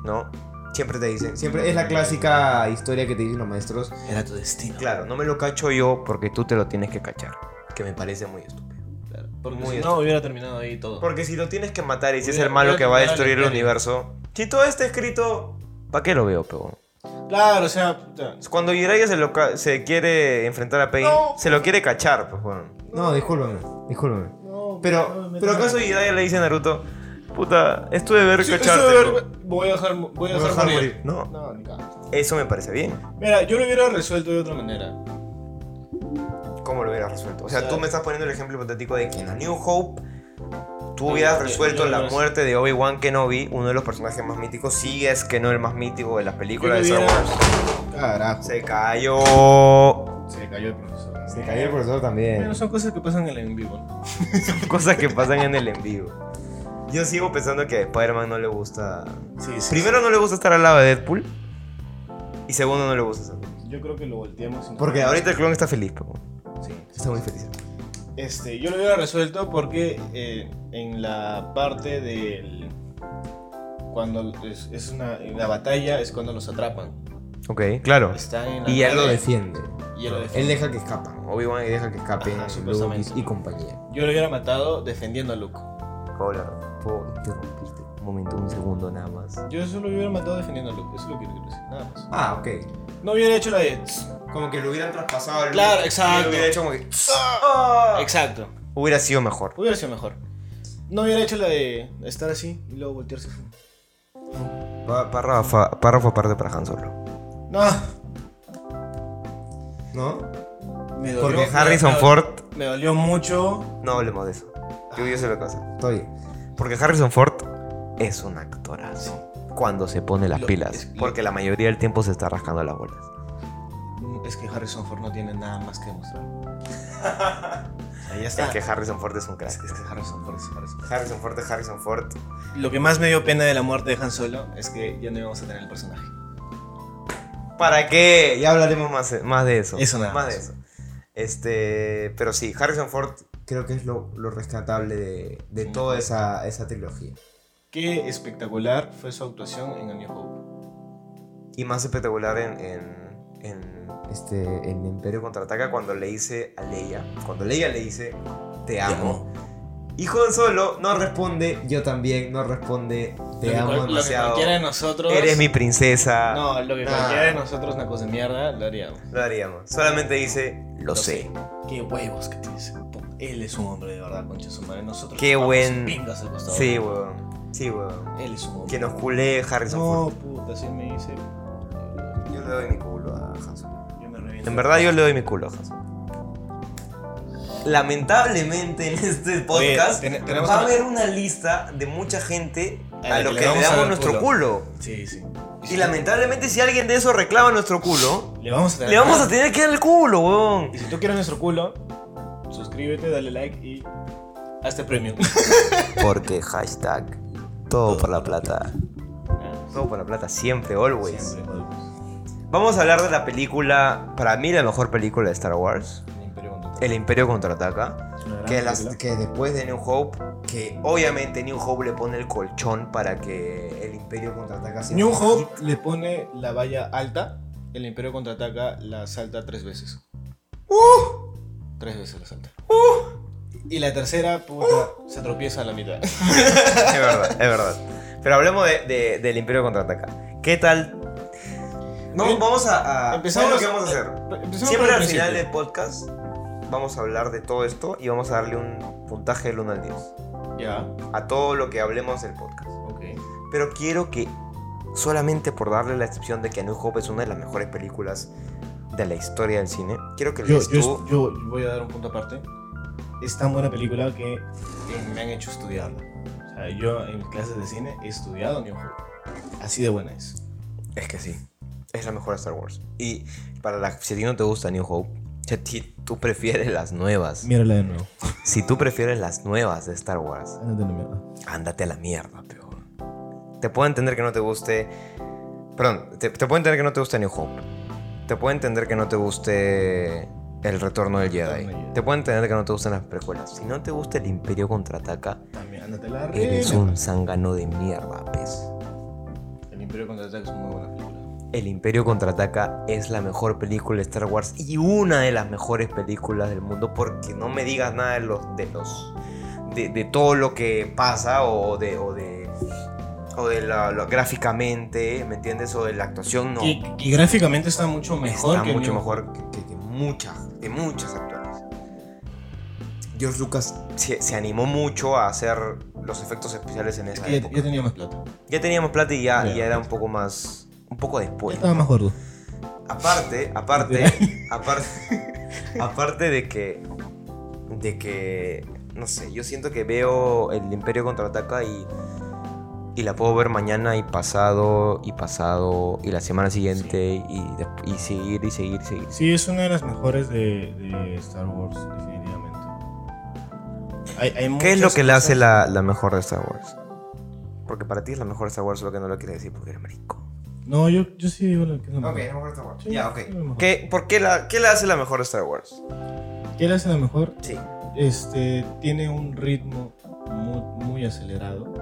¿No? Siempre te dicen. Siempre es la clásica historia que te dicen los maestros. era tu destino. Claro, no me lo cacho yo porque tú te lo tienes que cachar. Que me parece muy estúpido. Claro, Porque Muy si esto. no hubiera terminado ahí todo. Porque si lo tienes que matar y si es Hubiera- el malo hubiera que va a terminado destruir el el imperio. universo. Si todo está escrito, ¿para qué lo veo, pegón? Claro, o sea, puta, Cuando Jiraiya se, lo ca- se quiere enfrentar a Pain, No. se lo quiere cachar, pues, weón. No, discúlpame, discúlpame. no, no Pero, me pero metas- ¿acaso Jiraiya le dice a Naruto? Puta, es tu deber Sí, cacharte. eso de ver- weón"? voy a dejar, voy a dejar morir. No, No, ni cago. eso me parece bien. Mira, yo lo hubiera resuelto de otra manera. ¿Cómo lo hubieras resuelto? O sea, Claro. tú me estás poniendo el ejemplo hipotético de que en A New Hope tú hubieras yo- resuelto yo lo la hubiera- muerte de Obi-Wan Kenobi, uno de los personajes más míticos. Sí, es que no el más mítico de las Yo películas lo de Star hubiera- Wars. Carajo. Se cayó. Se cayó el profesor. Se cayó el profesor también. Bueno, son cosas que pasan en el en vivo. Cosas que pasan en el en vivo. Yo sigo pensando que a Spider-Man no le gusta. Sí, Primero, no le gusta estar al lado de Deadpool. Y segundo, no le gusta eso. Yo creo que lo volteamos. y no- Porque ahorita el clon está feliz, pero Sí. Está muy feliz. Este, yo lo hubiera resuelto porque eh, en la parte del. Cuando es, es una, en la batalla es cuando los atrapan. Ok, claro. Están en la Y él nave lo Defiende. y él lo defiende. Él deja que escapan. Obi-Wan deja que escape. Ajá, Luke supuestamente. y compañía. Yo lo hubiera matado defendiendo a Luke. Hola, puedo interrumpirte un momento, un segundo nada más. Yo solo lo hubiera matado defendiendo a Luke. Eso es lo que quiero decir, nada más. Ah, ok. No hubiera hecho la de. Como que lo hubieran traspasado al. Claro, exacto. Y lo hubiera hecho como que. ¡Ah! Exacto. Hubiera sido mejor. ah, Hubiera sido mejor. No hubiera hecho la de estar así y luego voltearse. Pa- Párrafo, párrafo aparte para Han Solo. No. ¿No? Me dolió, Porque me- Harrison me- Ford. Me dolió mucho. No hablemos de eso. Yo, yo sé lo que pasa. Estoy. Porque Harrison Ford es un actorazo. Cuando se pone las Lo- pilas. es- lo- porque la mayoría del tiempo se está rascando las bolas. Mm, Es que Harrison Ford no tiene nada más [LAUGHS] que demostrar. Ahí está. Es que Harrison Ford es un Es crack. que es Harrison Ford, es Harrison Ford. Harrison Ford es Harrison Ford. Lo que más me dio pena de la muerte de Han Solo es que ya no íbamos a tener el personaje. ¿Para qué? Ya hablaremos más, más de eso. Eso nada Más más. de eso. Este, pero sí, Harrison Ford Creo que es lo, lo rescatable de, de toda esa, esa trilogía. Qué espectacular fue su actuación en A New Hope. Y más espectacular en, en, en, este, en Imperio Contraataca cuando le dice a Leia, cuando Leia le dice, te amo. Y Han Solo no responde, yo también, no responde, te Lo que amo cual- lo que demasiado. cualquiera de nosotros. Eres mi princesa. No, lo que Nah. cualquiera de nosotros, una cosa de mierda, lo haríamos. Lo haríamos. Solamente dice, lo sé. Qué huevos que tienes. Pum, Él es un hombre de verdad, concha su madre. Nosotros Qué vamos buen- pingas al costado. Sí, weón. Sí, weón. Él es un hombre. Que nos culé Harrison No, Ford. puta, sí me dice. Yo le doy mi culo a Han Solo. Yo me reviento. En verdad yo le doy mi culo a Han Solo. Lamentablemente en este podcast ten- tenemos va a una- haber una lista de mucha gente A la a, lo que que le vamos le a damos dar nuestro culo. culo. Sí, sí. Y lamentablemente si alguien de esos reclama nuestro culo, Le vamos a tener. le vamos a tener que dar el culo, weón. Y si tú quieres nuestro culo, suscríbete, dale like y. [LAUGHS] Hazte premium. Porque hashtag todo por la plata. Todo por la plata, siempre, always. Ah, Siempre, always. Vamos a hablar de la película, para mí la mejor película de Star Wars, El Imperio Contraataca. El Imperio Contraataca, Es una gran que, las- película. que después de New Hope, que obviamente New Hope le pone el colchón para que el Imperio Contraataca sea... New Hope le pone la valla alta, el Imperio contraataca la salta tres veces. ¡Uh! Tres veces la salta. Y la tercera, puta, se tropieza a la [LAUGHS] mitad. [LAUGHS] Es verdad, es verdad. Pero hablemos de, de- del Imperio Contraataca. ¿Qué tal? No, Bien. vamos a... a Empezamos- ¿sabes lo que vamos a hacer? Empecemos Siempre por al el final del principio. podcast vamos a hablar de todo esto y vamos a darle un puntaje del 1 al 10 Ya, a todo lo que hablemos del podcast. ok. Pero quiero que, solamente por darle la excepción de que A New Hope es una de las mejores películas de la historia del cine, quiero que Yo, lees yo- tú. yo voy a dar un punto aparte. Es tan buena película que eh, me han hecho estudiarla. O sea, yo en mis clases de cine he estudiado New Hope. Así de buena es. Es que sí, es la mejor de Star Wars. Y para la, si a ti no te gusta New Hope, si a ti tú prefieres las nuevas, Mírala de nuevo. si tú prefieres las nuevas de Star Wars, Ándate a la mierda. Ándate a la mierda, peor. Te puedo entender que no te guste. Perdón, te, te puedo entender que no te guste New Hope. Te puedo entender que no te guste El Retorno del Jedi. Retorno del Jedi. Te puedo entender que no te gusten las precuelas. Si no te gusta el Imperio contraataca, También, ándate a la eres remierda. un zángano de mierda, pez. El Imperio Contraataca es muy buena película. El Imperio contraataca es la mejor película de Star Wars y una de las mejores películas del mundo porque no me digas nada de los de los de, de todo lo que pasa o de o de o de la- lo- gráficamente, ¿me entiendes? O de la actuación no. Y, y gráficamente está mucho mejor Está que mucho New- mejor que, que- que muchas de muchas actuales. George Lucas. Se, se animó mucho a hacer los efectos especiales en Es esa que ya, época. ya tenía más plata. Ya teníamos plata y ya, Ya, Ah, ya era un poco más un poco Ya después. estaba más gordo. Aparte, aparte, aparte, aparte de que, de que, no sé, yo siento que veo el Imperio contraataca y, y la puedo ver mañana y pasado y pasado y la semana siguiente y, desp- y seguir y seguir y seguir. Sí, es una de las mejores de, de Star Wars, definitivamente. Hay, hay ¿Qué es muchas lo que le hace cosas- la, la mejor de Star Wars? Porque para ti es la mejor de Star Wars, lo que no lo quieres decir porque eres marico. No, yo, yo sí digo lo que es la Ok, mejor. no me Star Wars. Sí, Ya, es la mejor. ¿Qué? ¿Qué, ¿Por qué la, qué le hace la mejor de Star Wars? le hace la mejor? Sí. Este, tiene un ritmo muy, muy acelerado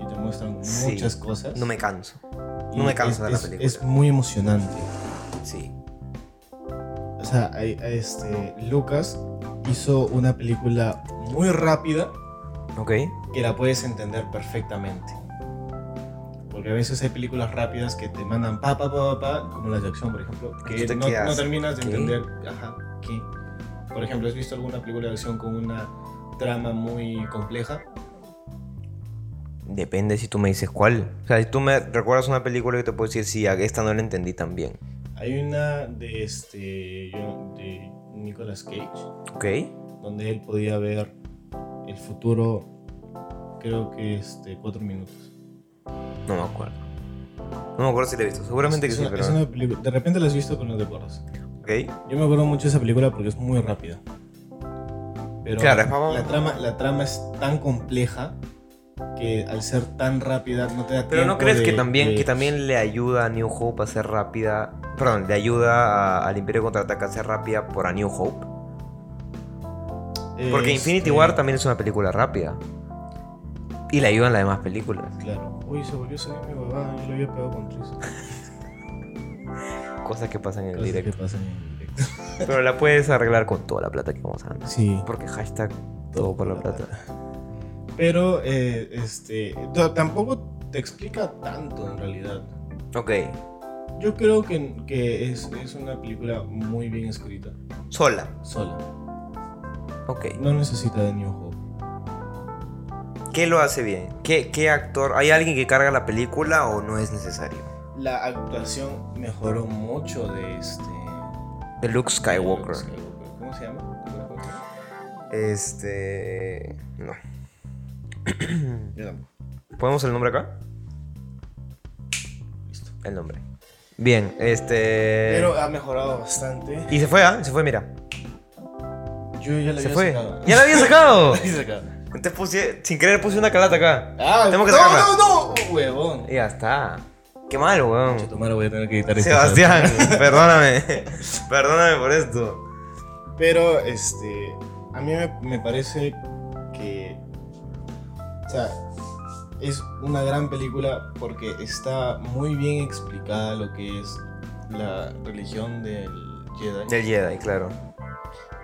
y te muestran Sí. muchas cosas. No me canso. Y no me canso es- de la es- película. Es muy emocionante. Sí. O sea, hay- hay este, Lucas hizo una película muy rápida Ok. que la puedes entender perfectamente. Porque a veces hay películas rápidas que te mandan pa, pa, pa, pa, pa, como las de acción, por ejemplo, Tú que te no, quedas, no terminas de ¿qué? entender, ajá, qué. Por ejemplo, ¿has visto alguna película de acción con una trama muy compleja? Depende si tú me dices cuál. O sea, si tú me recuerdas una película que te puedo decir, sí, a esta no la entendí tan bien. Hay una de este yo- de Nicolas Cage ¿Ok? donde él podía ver el futuro creo que este cuatro minutos. No me acuerdo. No me acuerdo si la he visto. Seguramente que Es sí, una- pero. es una película- de repente la has visto pero no te acuerdas. ¿Ok? Yo me acuerdo mucho de esa película porque es muy rápida. Pero Claro, es más- la, trama, la trama es tan compleja que al ser tan rápida no te da tiempo. Pero no crees que de- también, de- que también le ayuda a New Hope a ser rápida. Perdón, le ayuda a- al Imperio Contraataca a ser rápida por a New Hope. Porque este, Infinity War también es una película rápida. Y le ayudan las demás películas. Claro. Uy, se volvió a salir mi huevada, yo lo había pegado con tris. Cosas que pasan en el Cosas que directo. pasan en el directo. Pero la puedes arreglar con toda la plata que vamos a ganar. Sí. Porque hashtag todo por la plata. Pero, eh, este, t- tampoco te explica tanto en realidad. Ok. Yo creo que, que es, es una película muy bien escrita, Sola. sola. Ok. No necesita de New Hope. ¿Qué lo hace bien? ¿Qué, qué actor? ¿Hay alguien que carga la película o no es necesario? La actuación mejoró mucho de este. De Luke Skywalker. ¿Cómo se llama? Este. No. Yo tampoco. ¿Ponemos el nombre acá? Listo. El nombre. Bien, este. Pero ha mejorado bastante. Y se fue, ¿ah? Se fue, mira. Yo ya la Se había fue. sacado. [LAUGHS] ¡Ya la había sacado! La había sacado. Te puse, sin querer puse una calata acá. Ah, Tengo que no, sacarla. Eh. no, no, huevón. Y ya está. Qué mal, weón. Yo tomar voy a tener que editar esto. Sebastián, [LAUGHS] perdóname. Perdóname por esto. Pero este, a mí me, me parece que, o sea, es una gran película porque está muy bien explicada lo que es la religión del Jedi. Del Jedi, claro.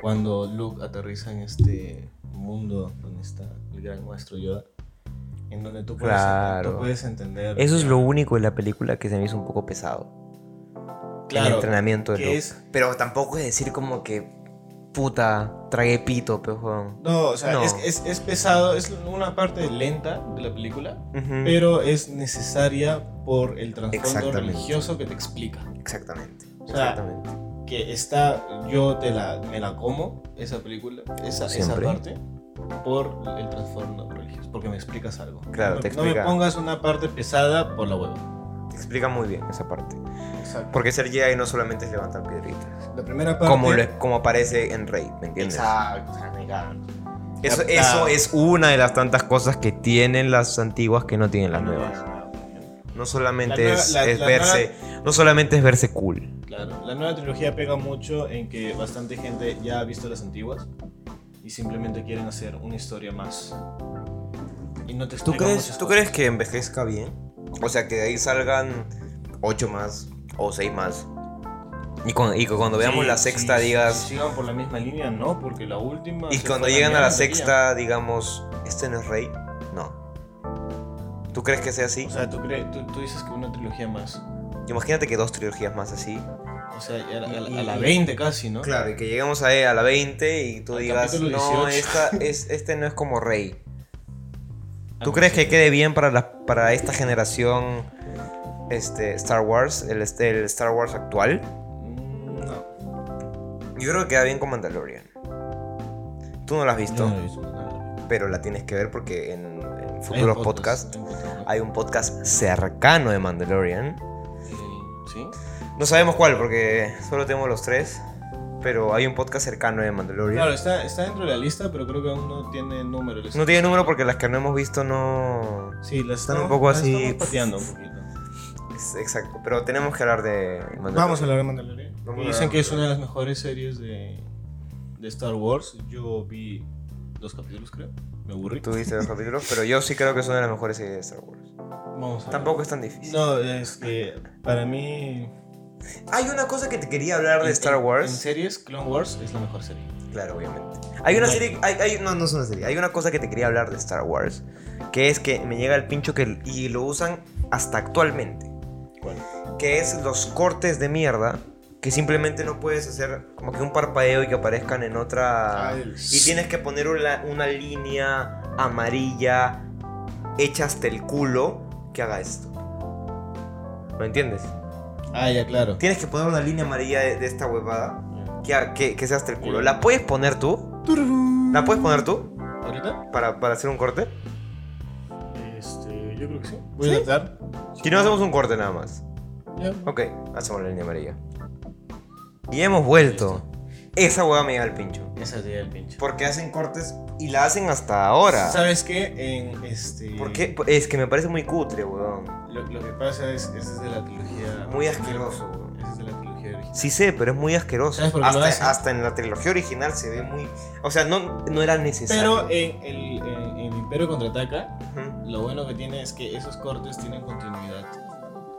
Cuando Luke aterriza en este mundo donde está el gran maestro Yoda, en donde tú puedes, Claro. tú puedes entender. Eso es lo único de la película que se me hizo un poco pesado. el claro, entrenamiento de que Luke. es Pero tampoco es decir como que puta, tragué pito, pero weón. no, o sea, No. Es, es- es pesado, es una parte lenta de la película, pero es necesaria por el trasfondo Exactamente. religioso que te explica. Exactamente. O sea, Exactamente. que está, yo te la, me la como, esa película, esa, esa Siempre. parte, por el trasfondo religioso, porque me explicas algo. Claro, no, te no me explica. pongas una parte pesada por la hueva. Te explica muy bien esa parte. Exacto. Porque ser Jedi no solamente es levantar piedritas. La primera parte... Como, lo- como aparece en Rey, ¿me entiendes? Exacto, o sea, me encanta. Eso, La- eso es una de las tantas cosas que tienen las antiguas que no tienen las nuevas. No solamente La nueva- es, la- es la verse. No solamente es verse cool. Claro, la nueva trilogía pega mucho en que bastante gente ya ha visto las antiguas y simplemente quieren hacer una historia más. Y no te ¿Tú explican crees, muchas ¿Tú cosas. crees que envejezca bien? O sea, que de ahí salgan ocho más o seis más. Y, cuan- y que cuando veamos Sí, la sí, sexta sí, digas... Si sigan por la misma línea, no, porque la última. y se cuando fue llegan a la mierda, ya. sexta digamos, este no es rey. No. ¿Tú crees que sea así? O sea, tú, crees, tú, tú dices que una trilogía más. Imagínate que dos trilogías más así. O sea, a la, a la- Y- a la 20 casi, ¿no? Claro, y que lleguemos a, a la 20 y tú Al digas, capítulo no, 18". esta, es, este no es como rey. A ¿Tú mí crees sí. que quede bien para, la, para esta generación este, Star Wars, el, este, el Star Wars actual? Mm, No. Yo creo que queda bien con Mandalorian. Tú no la has visto, Yo no lo he visto, no. pero la tienes que ver porque en, en Hay un futuros podcasts hay un podcast, ¿no? hay un podcast cercano de Mandalorian. Eh, ¿Sí? No sabemos cuál porque solo tenemos los tres, pero hay un podcast cercano de Mandalorian. Claro, está, está dentro de la lista, pero creo que aún no tiene número. Les- No tiene número porque las que no hemos visto no... Sí, las Están estamos- un poco las así- estamos pateando un poquito. Es- Exacto, pero tenemos que hablar de Mandalorian. Vamos a hablar de Mandalorian. Vamos a Me hablar dicen de que es una de las mejores series de, de Star Wars. Yo vi dos capítulos, creo. Me aburrí. Tú viste los capítulos, pero yo sí creo que es una de las mejores series de Star Wars. Vamos a Tampoco es tan difícil. No, es que para mí. Hay una cosa que te quería hablar de en- Star en- En Wars. series, Clone Wars es la mejor serie. Claro, obviamente. Hay una No. serie. Hay, hay- no, no es una serie. Hay una cosa que te quería hablar de Star Wars. Que es que me llega el pincho que, y lo usan hasta actualmente. ¿Cuál? Que es los cortes de mierda. Que simplemente no puedes hacer como que un parpadeo y que aparezcan en Ah, otra. Y tienes que poner una, una línea amarilla hecha hasta el culo que haga esto. ¿Lo entiendes? Ah, ya, claro. Tienes que poner una línea amarilla de, de esta huevada que, ha- que, que sea hasta el culo. ¿La puedes poner tú? ¿La puedes poner tú ¿Ahorita? para, para hacer un corte? Este, yo creo que sí. Voy a tratar. Si no, hacemos un corte nada más. Ya. Ok, hacemos la línea amarilla. Y hemos vuelto. Esa huevada me llega al pincho. Esa sería el pinche. Porque hacen cortes y la hacen hasta ahora. ¿Sabes qué? En este. ¿Por qué? Es que me parece muy cutre, weón. Lo, lo que pasa es. Esa es de la trilogía. Muy asqueroso, weón. Esa es de la trilogía original. Sí sé, pero es muy asqueroso. ¿Sabes por qué lo Hasta, hacen? hasta en la trilogía original se ve muy... O sea, no, no era necesario. Pero en el, en- en Imperio contraataca. Ujú. lo bueno que tiene es que esos cortes tienen continuidad.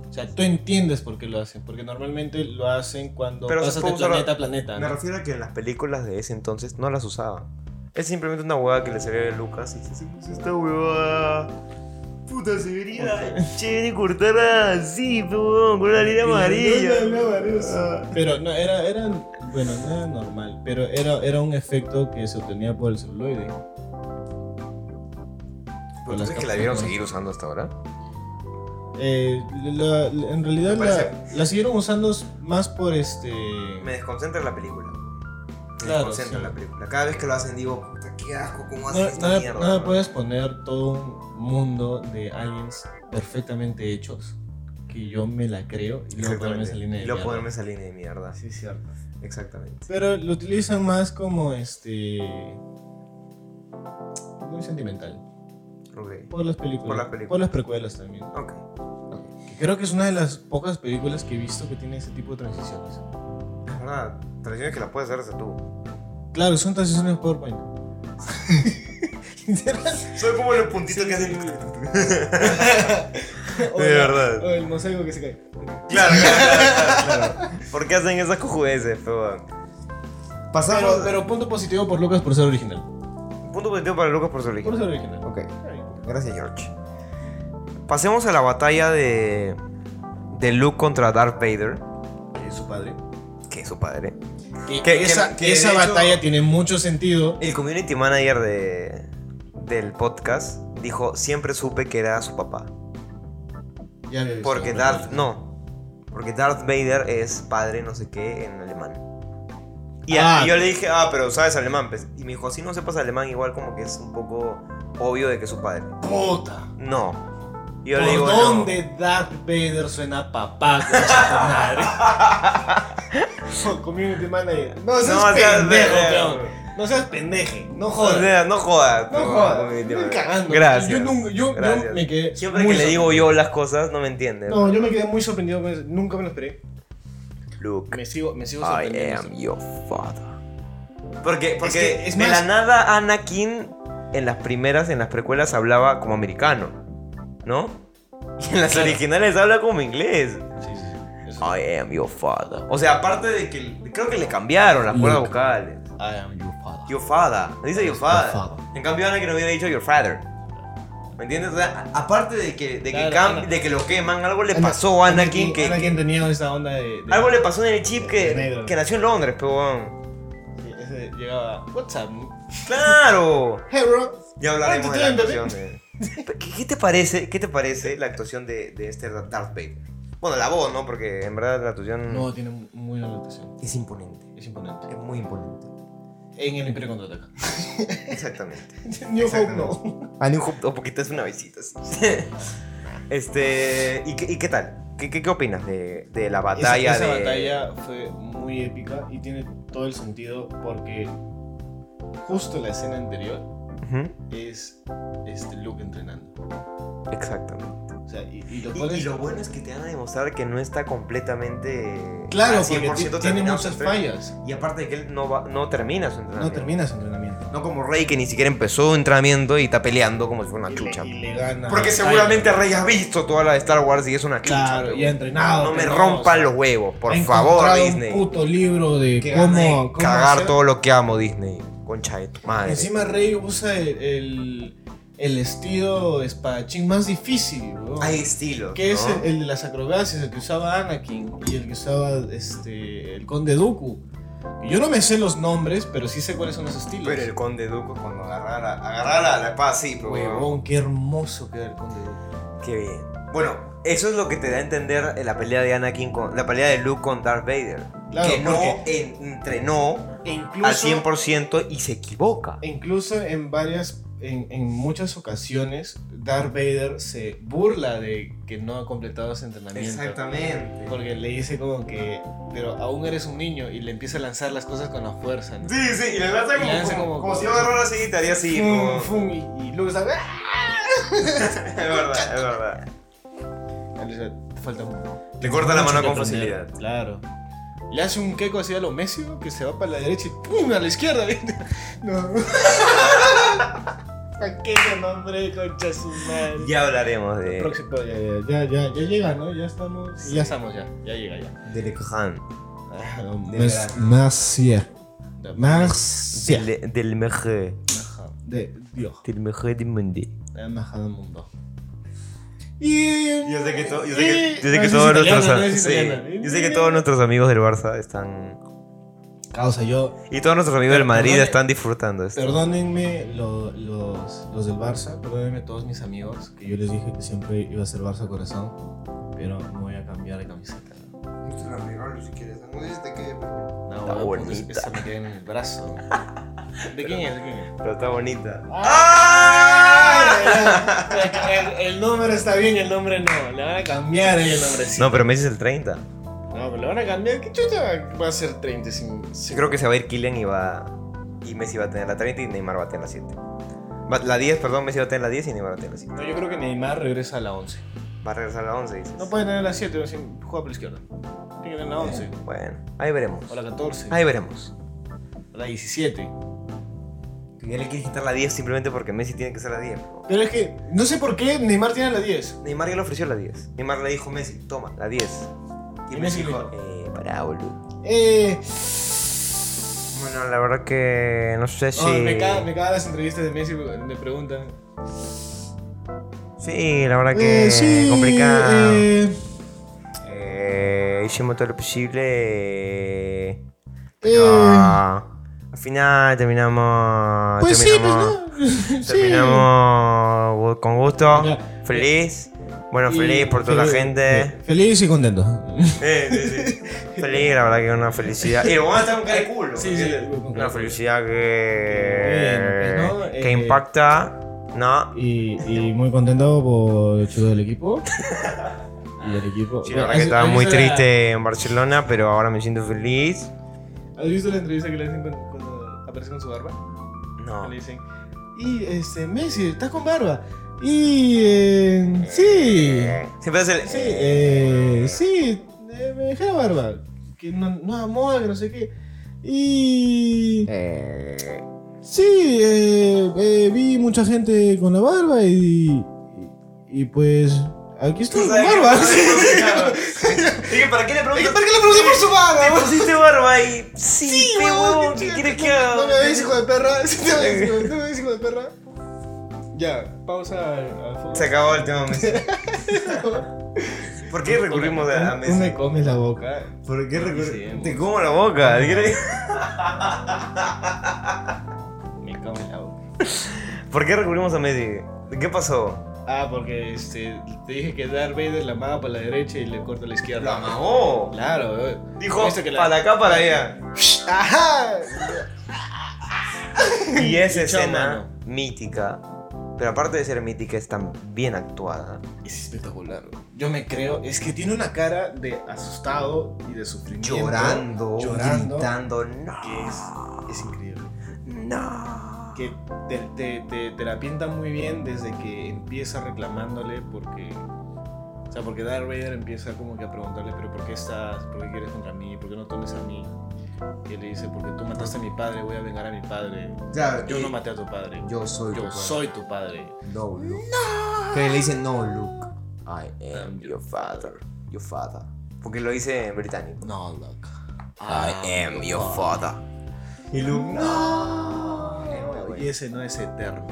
O sea, tú entiendes por qué lo hacen, porque normalmente lo hacen cuando Pero se pasas de puede usar- planeta a planeta. Me ¿no? refiero a que en las películas de ese entonces no las usaban. Es simplemente una huevada que le salió de Lucas y dice, "Sí, pues, esta huevada. Puta, se vería chévere cortarla así, pues, huevón, con una línea amarilla. Ah, Pero no, era, era, bueno, no era normal, pero era, era un efecto que se obtenía por el celuloide. ¿Pero tú crees Pues que la vieron seguir usando hasta ahora? Eh, la- la- en realidad Me la, la siguieron usando más por este... Me desconcentra la película. Me Claro, desconcentra sí. la película. Cada vez que lo hacen digo, puta, qué asco, cómo No, hacen esta no- mierda. no me puedes poner todo un mundo de aliens perfectamente hechos que yo me la creo y luego ponerme esa línea de Y luego mierda. ponerme esa línea de mierda. Sí, cierto. Exactamente. Pero lo utilizan más como este... Muy sentimental. Ok. Por las películas. Por las películas. Por las precuelas también. Ok. Creo que es una de las pocas películas que he visto que tiene ese tipo de transiciones. Es verdad, tradiciones que las puedes hacer hasta tú. Claro, son transiciones [LAUGHS] PowerPoint. Soy como los puntitos que hacen. O De la- verdad. O el mosaico que se cae. Claro, claro, claro, claro. [LAUGHS] ¿Por qué hacen esas cojudeces, weón? Pasamos. Pero, pero punto positivo por Lucas por ser original. Punto positivo para Lucas por su Por origen. ser original. Ok, gracias, George. Pasemos a la batalla de. de Luke contra Darth Vader, su padre. que es su padre. Que, Que- esa, que- que que esa de hecho- batalla tiene mucho sentido. El community manager de, del podcast dijo: Siempre supe que era su papá. Ya había visto Porque la Darth. película. No. Porque Darth Vader es padre no sé qué en alemán. Y, Ah. y yo le dije, ah, pero sabes alemán, pues. Y me dijo, si no sepas alemán, igual como que es un poco obvio de que es su padre. Puta. No. Y Yo ¿Por le digo, no. dónde Darth Vader suena a papá con esa [LAUGHS] madre? Community manager. No seas No, o sea, pendejo, de- de- peón. No seas pendeje. No O jodas. sea, no jodas. No tú, jodas, mi tío. estoy cagando. Gracias. Yo, nunca- yo- yo Gracias. me quedé. Siempre muy que le digo sorprendido. yo las cosas, no me entiendes. No, yo me quedé muy sorprendido con eso. Nunca me lo esperé. Luke, Me sigo, me sigo I sorprendiendo. am your father. Porque, porque que, es de más- la nada Anakin en las primeras, en las precuelas, hablaba como americano. ¿No? Y en las Claro. originales habla como inglés. Sí, sí, sí. Eso. I am your father. O sea, aparte de que creo que le cambiaron las cuerdas Luke. vocales. I am your father. Your father. No dice your father. father. En cambio, Ana que no hubiera dicho your father. ¿Me entiendes? O sea, a- aparte de que, de que, Claro, cam- Ana- de que lo queman, algo le pasó a Anakin que. Anakin tenía esa onda de. de- Algo le pasó en el chip De que, negro. que nació en Londres, pero Sí, ese llegaba. What's up? ¡Claro! Hey, bro. Ya hablaremos de la Ah, tú también, actuación de... ¿Qué, qué te parece, ¿Qué te parece la actuación de, de este Darth Vader? Bueno, la voz, ¿no? Porque en verdad la actuación No, tiene muy buena notación. Es imponente. Es imponente. Es muy imponente. En el Imperio contraataca. exactamente. [LAUGHS] New Hope Exactamente. Oh, no. A New Hope, o poquito es una visita, sí. [LAUGHS] este, ¿y qué, y qué tal? ¿Qué, qué, qué opinas de, de la batalla esa, esa de... batalla fue muy épica y tiene todo el sentido porque justo la escena anterior Ujú, es este Luke entrenando. Exactamente. O sea, y, y lo Y, pones- y lo bueno es que te van a demostrar que no está completamente... Claro, al porque 100% ti- tiene terminado su muchas entreno. fallas. Y aparte de que él no, va- no termina su entrenamiento. No termina su entrenamiento. No como Rey que ni siquiera empezó un entrenamiento y está peleando como si fuera una Y le- chucha. y le gana Porque a seguramente Tyler. Rey ha visto toda la de Star Wars y es una chucha. Claro, pero y ha entrenado. no me pero, rompan o sea, los huevos, por ha favor, encontrado Disney. Un puto libro de Que cómo, gane, cómo Cagar hacer. todo lo que amo, Disney. Concha de tu madre. Encima Rey usa el, el, el estilo espadachín más difícil, weón. Hay estilos. Que es ¿no? el, el de las acrobacias, el que usaba Anakin y el que usaba este, el Conde Dooku. Y Yo no me sé los nombres, pero sí sé cuáles son los estilos. Pero el conde Duco cuando agarrara, agarrara la espada así, pero Huevón, qué hermoso queda el Conde Dooku. Qué bien. Bueno, eso es lo que te da a entender la pelea de Anakin con. La pelea de Luke con Darth Vader. Claro, que no porque- en- entrenó E incluso, al 100% y se equivoca. e incluso en varias, en, en muchas ocasiones, Darth Vader se burla de que no ha completado ese entrenamiento. Exactamente. Porque le dice como que, pero aún eres un niño y le empieza a lanzar las cosas con la fuerza, ¿no? Sí, sí, y le lanza Y le como, lanza como, como- como si yo agarrara así y te haría así. Fum, como- fum, y, y luego está... ¡ah! [LAUGHS] es verdad, es verdad. Te falta un- Le corta la mucho mano que con aprender. facilidad. Claro. Le hace un queco así a lo Messi, [LAUGHS] ¿no? que se va para la derecha y ¡pum! a la izquierda, ¿viste? No. Aquel nombre, concha su madre. Ya hablaremos de Próximo, ya, ya, ya, ya, ya llega, ¿no? Ya estamos. Ya estamos, ya. Ya llega, ya. Del Khan, Ah, Más, más, ya. Más, ya. del, del mejor, De Dios. del mejor del mundo. La mejor del mundo. Y. Yo sé que to- yo sé y- que- Yo sé que no, todos es italiano, nuestros, no es sí. italiano. yo sé que todos nuestros amigos del Barça están Causa, yo. y todos nuestros amigos del Perdón, Madrid eh. están disfrutando esto. Perdónenme lo- los, los del Barça, perdónenme todos mis amigos, que yo les dije que siempre iba a ser Barça corazón, pero me voy a cambiar de camiseta. la regalo si quieres. No sé si te quede, pero- No, Está weón, porque bonita. Esa me queda en el brazo. [LAUGHS] ¿De quién es? ¿De quién es? Pero está bonita. Ah, El, el nombre está bien, el nombre no. Le van a cambiar el nombrecito. No, pero Messi es el 30. No, pero le van a cambiar. ¿Qué chucha va a ser 30 sin.? Yo creo que se va a ir Kylian y va y Messi va a tener la 30 y Neymar va a tener la 7. Va- La 10, perdón, Messi va a tener la 10 y Neymar va a tener la 7. No, yo creo que Neymar regresa a la 11. Va a regresar a la 11 dices. No puede tener la 7, pero si juega por la izquierda. Tiene que tener la 11. Bueno, ahí veremos. O la 14. Ahí veremos. O la 17. Ya le quieres quitar la 10 simplemente porque Messi tiene que ser la 10. Pero es que no sé por qué Neymar tiene la 10. Neymar ya le ofreció la 10. Neymar le dijo Messi, toma, la 10. Y Messi dijo, Eh, pará, boludo. eh. Bueno, la verdad que no sé si. no, me cagan me cagan las entrevistas de Messi, me preguntan. Sí, la verdad que Eh, sí, complicado. eh, Eh, hicimos todo lo posible. eh, eh, ah, al final terminamos. pues sí, pues terminamos, [LAUGHS] no. Sí. terminamos con gusto. Ya. Feliz. Bueno, Y- feliz por toda la feliz- gente. Feliz y contento. [LAUGHS] Eh, sí, sí. Feliz, la verdad que una felicidad. Y vamos a estar con cara de culo. Sí, sí. Una felicidad Bien, que. pues, ¿no? que Eh, impacta. No. Y, y muy contento por el chico del [LAUGHS] equipo. Y el equipo. Sí, la Bueno, verdad que ¿has- estaba has muy visto la- triste en Barcelona, pero ahora me siento feliz. ¿Has visto la entrevista que le hacen cuando, cuando aparece con su barba? No. Que Le dicen, y este, Messi, estás con barba. Y. eh, sí. Siempre es el. Sí, eh, sí, eh, me dejé la barba. Que no, no era moda, que no sé qué. Y. Sí, eh, eh, vi mucha gente con la barba y. Y, y pues. Aquí estoy Pues con barba. [LAUGHS] Dije, ¿para qué le preguntas? ¿Para qué le pregunté por su barba? Te pusiste barba y. Sí, pe, huevón, ¿qué quieres que haga? No me ves, hijo de perra. [LAUGHS] Sí, No me ves, hijo de- no me ves, hijo de perra. Ya, pausa al, al [LAUGHS] fondo. Se acabó el tema Messi. ¿Por qué recurrimos a, a Tú me Messi? comes la boca. ¿Por qué recuerdo? Sí, Te como la boca. ¿qué crees? Me comes la boca. [LAUGHS] ¿Por qué recurrimos a Messi? ¿Qué pasó? Ah, porque este, te dije que Darth Vader la amaba para la derecha y le corta a la izquierda. amagó. Claro, weón. Dijo, Viste que la- para acá, para allá. ¡Ajá! Y esa [LAUGHS] Y chao, escena mano. mítica. Pero aparte de ser mítica, es tan bien actuada. Es espectacular, weón. Yo me creo, es que tiene una cara de asustado y de sufrimiento. Llorando, Llorando. gritando, no, Que es, es increíble. no. Que te, te, te, te la pinta muy bien desde que empieza reclamándole porque. O sea, porque Darth Vader empieza como que a preguntarle, pero ¿por qué estás? ¿Por qué quieres contra mí? ¿Por qué no tomes a mí? Y él le dice, porque tú mataste a mi padre, voy a vengar a mi padre. Ya, Yo eh, no maté a tu padre. Yo soy tu Yo padre. soy tu padre. No, Luke. Pero le dice no, Luke. I am your father, your father. Porque lo dice en británico. No, Luke. Ah, I am your father. Y Luke. Y ese no es eterno.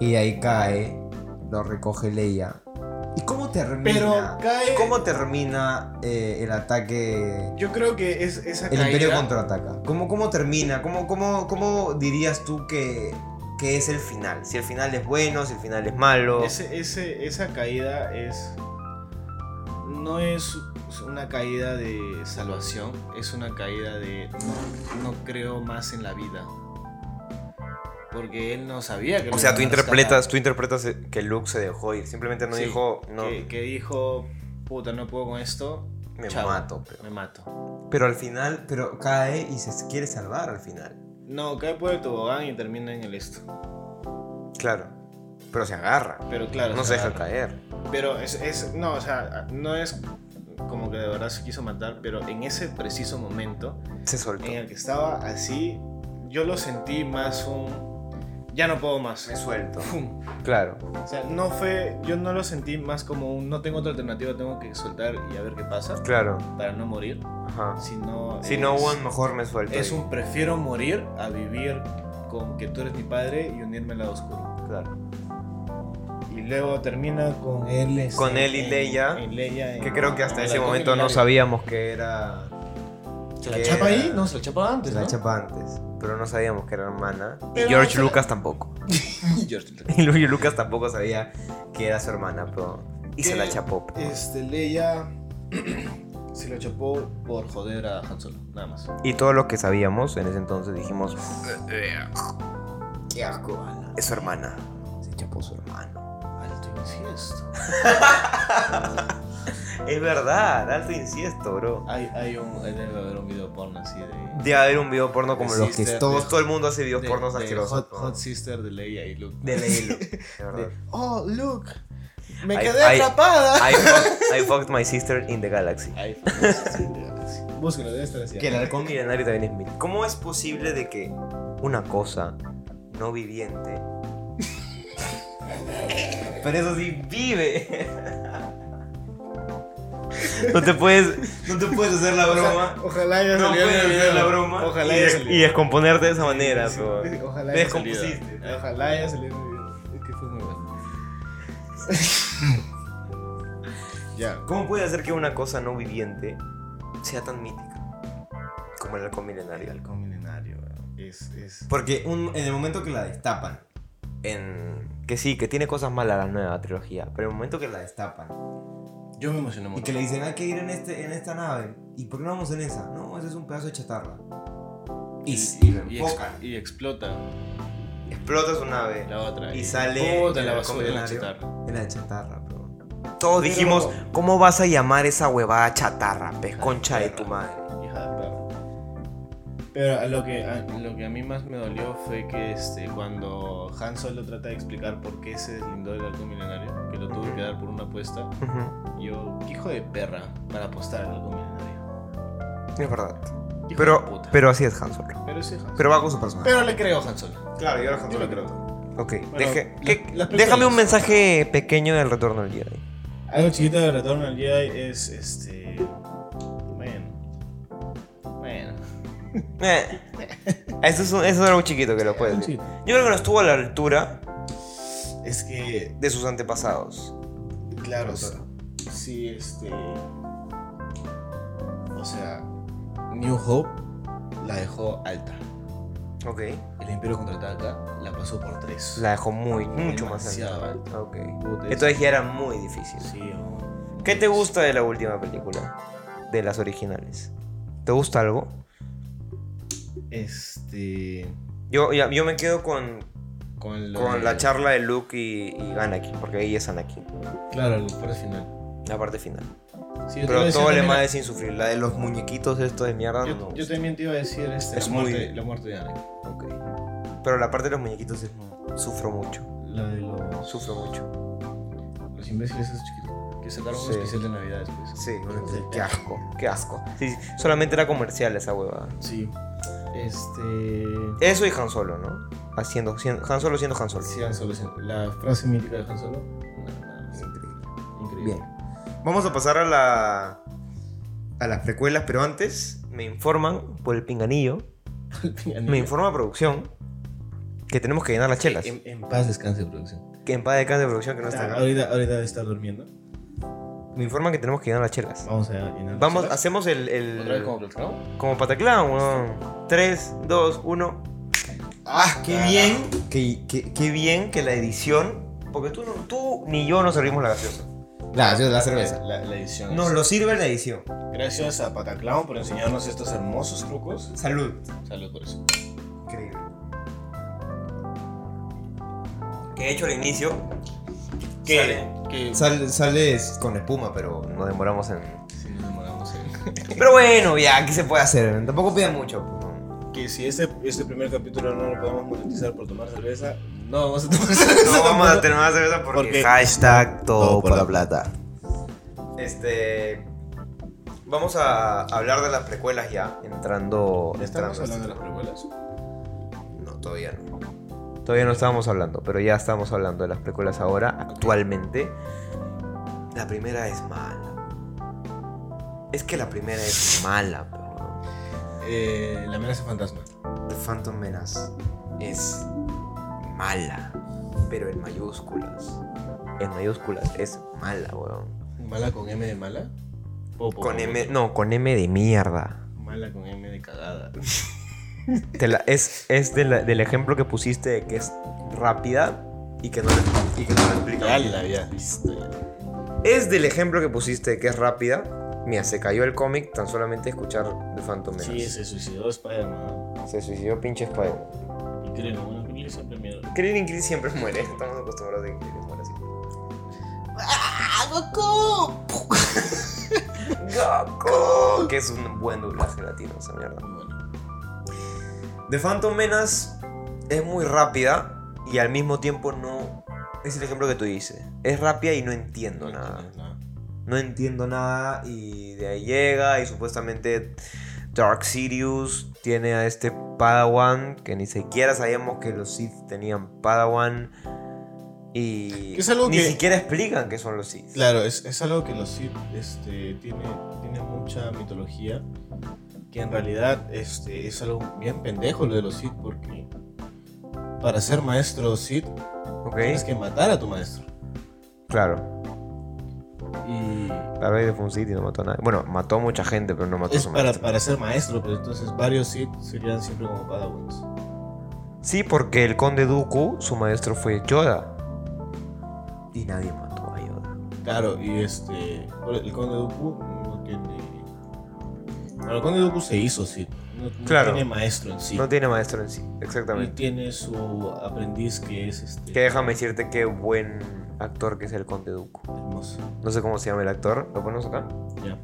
Y de ahí cae, lo recoge Leia. ¿Y cómo Pero termina? cae. ¿Cómo termina eh, el ataque? Yo creo que es esa El caída. Imperio contraataca. ¿Cómo, cómo termina? ¿Cómo, cómo, ¿Cómo dirías tú que, que es el final? Si el final es bueno, si el final es malo. Ese, ese- esa caída es. No es una caída de salvación, es una caída de no, no creo más en la vida. Porque él no sabía que lo O sea, iban tú a interpretas, tú interpretas que Luke se dejó ir. Simplemente no Sí, dijo, no, rescatar. Que, que dijo, puta, no puedo con esto, me chao. mato. Pero, me mato. pero al final, Pero cae y se quiere salvar al final. No, cae por el tobogán y termina en el esto. claro. Pero se agarra. Pero claro. No o se sea, deja caer. Pero es, es- no, o sea, no es como que de verdad se quiso matar, pero en ese preciso momento Se soltó. en el que estaba así, yo lo sentí más un ya no puedo más. Me suelto. Pum. Claro. O sea, no fue, yo no lo sentí más como un, no tengo otra alternativa, tengo que soltar y a ver qué pasa Claro. para no morir, Ajá. sino... Si no, es- one mejor me suelto. Es ahí. un prefiero morir a vivir con que tú eres mi padre y unirme al lado oscuro. Claro. Y luego termina con él. este, Con él y en- Leia, en Leia en- Que creo que hasta en ese la- momento no la- sabíamos que era. ¿Se la que chapa era- ahí? No, se la chapa antes. Se la ¿no? [LAUGHS] chapa antes. Pero no sabíamos que era hermana. Pero y George se la- Lucas tampoco. [LAUGHS] George Lucas. Y George Lucas tampoco sabía que era su hermana, pero. Y se la Que- chapó. Este, Leia [CLEARS THROAT] se la chapó por joder a Han Solo, nada más. Y todo lo que sabíamos en ese entonces dijimos. Qué asco. Es su hermana. Se chapó su hermano. Alto incesto. Es verdad, alto inciesto, bro. Hay, hay un, hay debe haber un video porno así de... De haber un video porno como De los que sister, todos, de- todo el mundo hace videos de- pornos de asquerosos. hot, ¿no? Hot Sister de Leia y Luke. De leerlo. de [LAUGHS] [LAUGHS] De, verdad. oh, Luke, me Ay, quedé ay. atrapada. I fucked, I fucked my sister in the galaxy. Ay, Hot Sister de Galaxy. Búsquenlo, debe estar así. Que el halcón milenario también es mito. ¿Cómo es posible de que una cosa no viviente... [LAUGHS] Pero eso sí, vive. No te puedes, no te puedes hacer la broma. Ojalá haya No salido en puedes el hacer video. la broma Ojalá y, haya des- salido. y descomponerte de esa manera. Sí, pero- sí, Ojalá Te haya salido. descompusiste. Ojalá haya salido en el video. Es que fue muy bueno. ya. ¿Cómo puede hacer que una cosa no viviente sea tan mítica como el halcón milenario? halcón milenario, weón. es, es... Porque un- en el momento que la destapan, En... Que sí, que tiene cosas malas la nueva trilogía, pero en el momento que la... la destapan, Yo me emocioné y mucho. que le dicen hay que ir en, este, en esta nave, ¿y por qué no vamos en esa? No, ese es un pedazo de chatarra. Y, y, lo y, enfocan. ex- y explota Explota su nave. la otra. Y sale Puta, la el basura de la comentario. chatarra. Era de chatarra, bro. Todos dijimos, ¿cómo vas a llamar esa huevada chatarra, pez concha de tu madre? Hija de perro. Pero a lo que, a, lo que a mí más me dolió fue que este, cuando Han Solo trata de explicar por qué se deslindó del halcón milenario, que lo tuvo que dar por una apuesta, yo, qué hijo de perra para apostar al halcón milenario. Es verdad. Hijo de Pero, puta. pero así es Han Solo. Pero sí, Han Pero Solo. va con su personaje. Pero le creo a Han Solo. Claro, yo Yo le creo. Ok, Bueno, deje- la- que- las películas- déjame un mensaje pequeño del retorno del Jedi. Algo chiquito de Retorno al Jedi es este. Bueno. Bueno. Eh, [LAUGHS] Eso es, un- eso es algo chiquito que lo puedes decir. Yo creo que no estuvo a la altura Es que, de sus antepasados. claro, Pues, sí, este. O sea, New Hope la dejó alta. Ok. El Imperio contraataca la pasó por tres. La dejó muy, mucho más Demasiado alta. alta. Ok. Puta, Pues, es- Entonces ya era muy difícil. Sí, o- ¿Qué te gusta de la última película? De las originales. ¿Te gusta algo? Este. Yo, ya- yo me quedo con, Con, lo con de- la charla de Luke y, y Anakin, porque ahí es Anakin, Claro, el por final. la parte final. Sí, yo te iba a Pero decir todo lo también demás la- es insufrible. La de los muñequitos estos de mierda no me Yo, yo gusta. también te iba a decir este, Es la, muy- muerte, la muerte de Anakin. Ok. Pero la parte de los muñequitos es... Sufro mucho, La de los, sufro mucho. los imbéciles esos chiquitos. Que sacaron Sí. un especial de pues. Navidad después. Sí, bueno, sí, qué asco, qué asco. Sí, sí, solamente era comercial esa huevada. Sí. Este. Eso y Han Solo, ¿no? Haciendo, siendo- Han Solo siendo Han Solo. Sí, Han Solo. sí. La frase mítica de Han Solo. nada, nada más. Increíble. Bien. [LAUGHS] Vamos a pasar a la. a las precuelas, pero antes me informan por el pinganillo. Me Bien. informa producción que tenemos que llenar las chelas. en, en paz descanse, producción. Que en paz de de producción que no está Está- acá. ahorita, ahorita debe estar durmiendo. Me informan que tenemos que llenar las chelas. Vamos a llenar. las Vamos, chelas. hacemos el. ¿Otra vez como el platicamos? como pataclán, weón. 3, 2, 1. ¡Ah! ¡Qué bien! Qué, qué- qué bien que la edición. Porque tú, no, tú ni yo no servimos la gaseosa. La, la cerveza. La, la edición. Nos es- lo sirve la edición. Gracias a Pataclown por enseñarnos estos hermosos trucos. Salud. Salud por eso. Increíble. Que he hecho al inicio. ¿Qué? Sale. Que Sal- sales con espuma, pero Nos demoramos en. si nos demoramos [LAUGHS] en- Pero bueno, ya, que ¿qué se puede hacer? Tampoco piden mucho. pues, que si este, este primer capítulo no lo podemos monetizar por tomar cerveza, no vamos a tomar cerveza. [LAUGHS] No vamos a tampoco. tener más cerveza porque, Porque- hashtag Todo por la plata. Este. Vamos a hablar de las precuelas ya. Entrando. ¿Estamos entrando hablando de las precuelas? No, todavía no. Todavía no estábamos hablando, pero ya estamos hablando de las películas ahora, actualmente. La primera es mala. Es que la primera es mala, pero Eh, la amenaza fantasma. The Phantom Menace es mala, pero en mayúsculas. En mayúsculas es mala, weón. ¿Mala con M de mala? O por- Con M, no, con M de mierda. Mala con M de cagada. Te la- es es de la- del ejemplo que pusiste de que es rápida y que no la, y que no la explica. Ya la habías visto. ya. Es del ejemplo que pusiste de que es rápida. Mira, se cayó el cómic tan solamente escuchar The Phantom Menace. Sí, se suicidó Spider-Man. Se suicidó pinche Spider. Y creen, bueno, que le siempre miedo. Krillin Krill siempre muere. Estamos acostumbrados a que Krillin muera así. ¡Ah, Goku! Que es un buen doblaje latino esa mierda. Muy bueno. The Phantom Menace es muy rápida y al mismo tiempo no. Es el ejemplo que tú dices. Es rápida y no entiendo nada. entiendes nada. no entiendo nada y de ahí llega y supuestamente Dark Sirius tiene a este Padawan que ni siquiera sabíamos que los Sith tenían Padawan y Que es algo ni que- siquiera explican que son los Sith. Claro, es, es algo que los Sith este, tiene, tiene mucha mitología. Que en realidad este, es algo bien pendejo lo de los Sith, porque para ser maestro Sith ¿Ok? tienes que matar a tu maestro. Claro. Y Darth Vader fue un Sith y no mató a nadie. Bueno, mató a mucha gente, pero no mató a es su para, maestro. para ser maestro, pero entonces varios Sith serían siempre como Padawans. Sí, porque el conde Dooku, su maestro fue Yoda. Y nadie mató a Yoda. Claro, y este. El Conde Dooku no tiene. Bueno, el Conde Dooku se hizo Sith. No, no Claro. tiene maestro en sí. No tiene maestro en sí, y exactamente. tiene su aprendiz que es este. Que déjame decirte qué buen actor que es el conde Dooku. Hermoso. No sé cómo se llama el actor. Lo ponemos acá. Ya.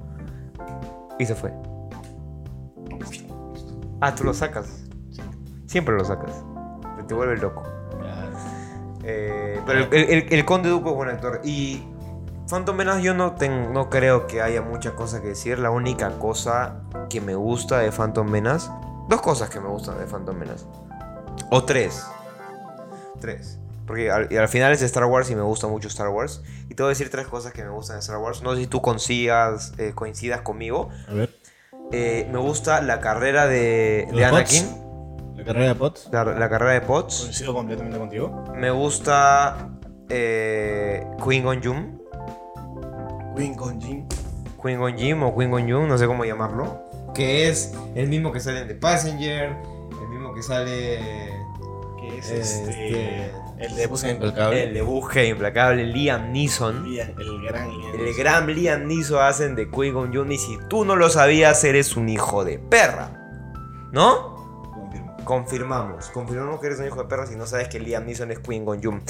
Y se fue. Ah, tú lo sacas. Siempre lo sacas. Te, te vuelve loco. Claro. Eh, pero el, el- el- el Conde Duco es buen actor. Y Phantom Menace yo no, ten- no creo que haya mucha cosa que decir. La única cosa que me gusta de Phantom Menace... Dos cosas que me gustan de Phantom Menace. O tres. Tres. Porque al, y al final es Star Wars y me gusta mucho Star Wars. Y te voy a decir tres cosas que me gustan de Star Wars. No sé si tú consigas, eh, coincidas conmigo. A ver. Eh, me gusta la carrera de, Los de Pots. Anakin. La carrera de Potts. La, la carrera de Potts. Pues Coincido completamente contigo. Me gusta eh, Queen Gon Jum. Queen con Jin. Queen Gon Jim o Queen Gon Jum, no sé cómo llamarlo. Que es el mismo que sale en The Passenger, el mismo que sale. Que es Este- este. El de Busca Impalcable. eh, El de Busca Implacable, Liam Neeson. Lian- el gran Lian. El gran Liam Neeson hacen de Queen Gon Jum y si tú no lo sabías, eres un hijo de perra. ¿No? Confirmo. Confirmamos. Confirmamos que eres un hijo de perra si no sabes que Liam Neeson es Queen Gon Jum.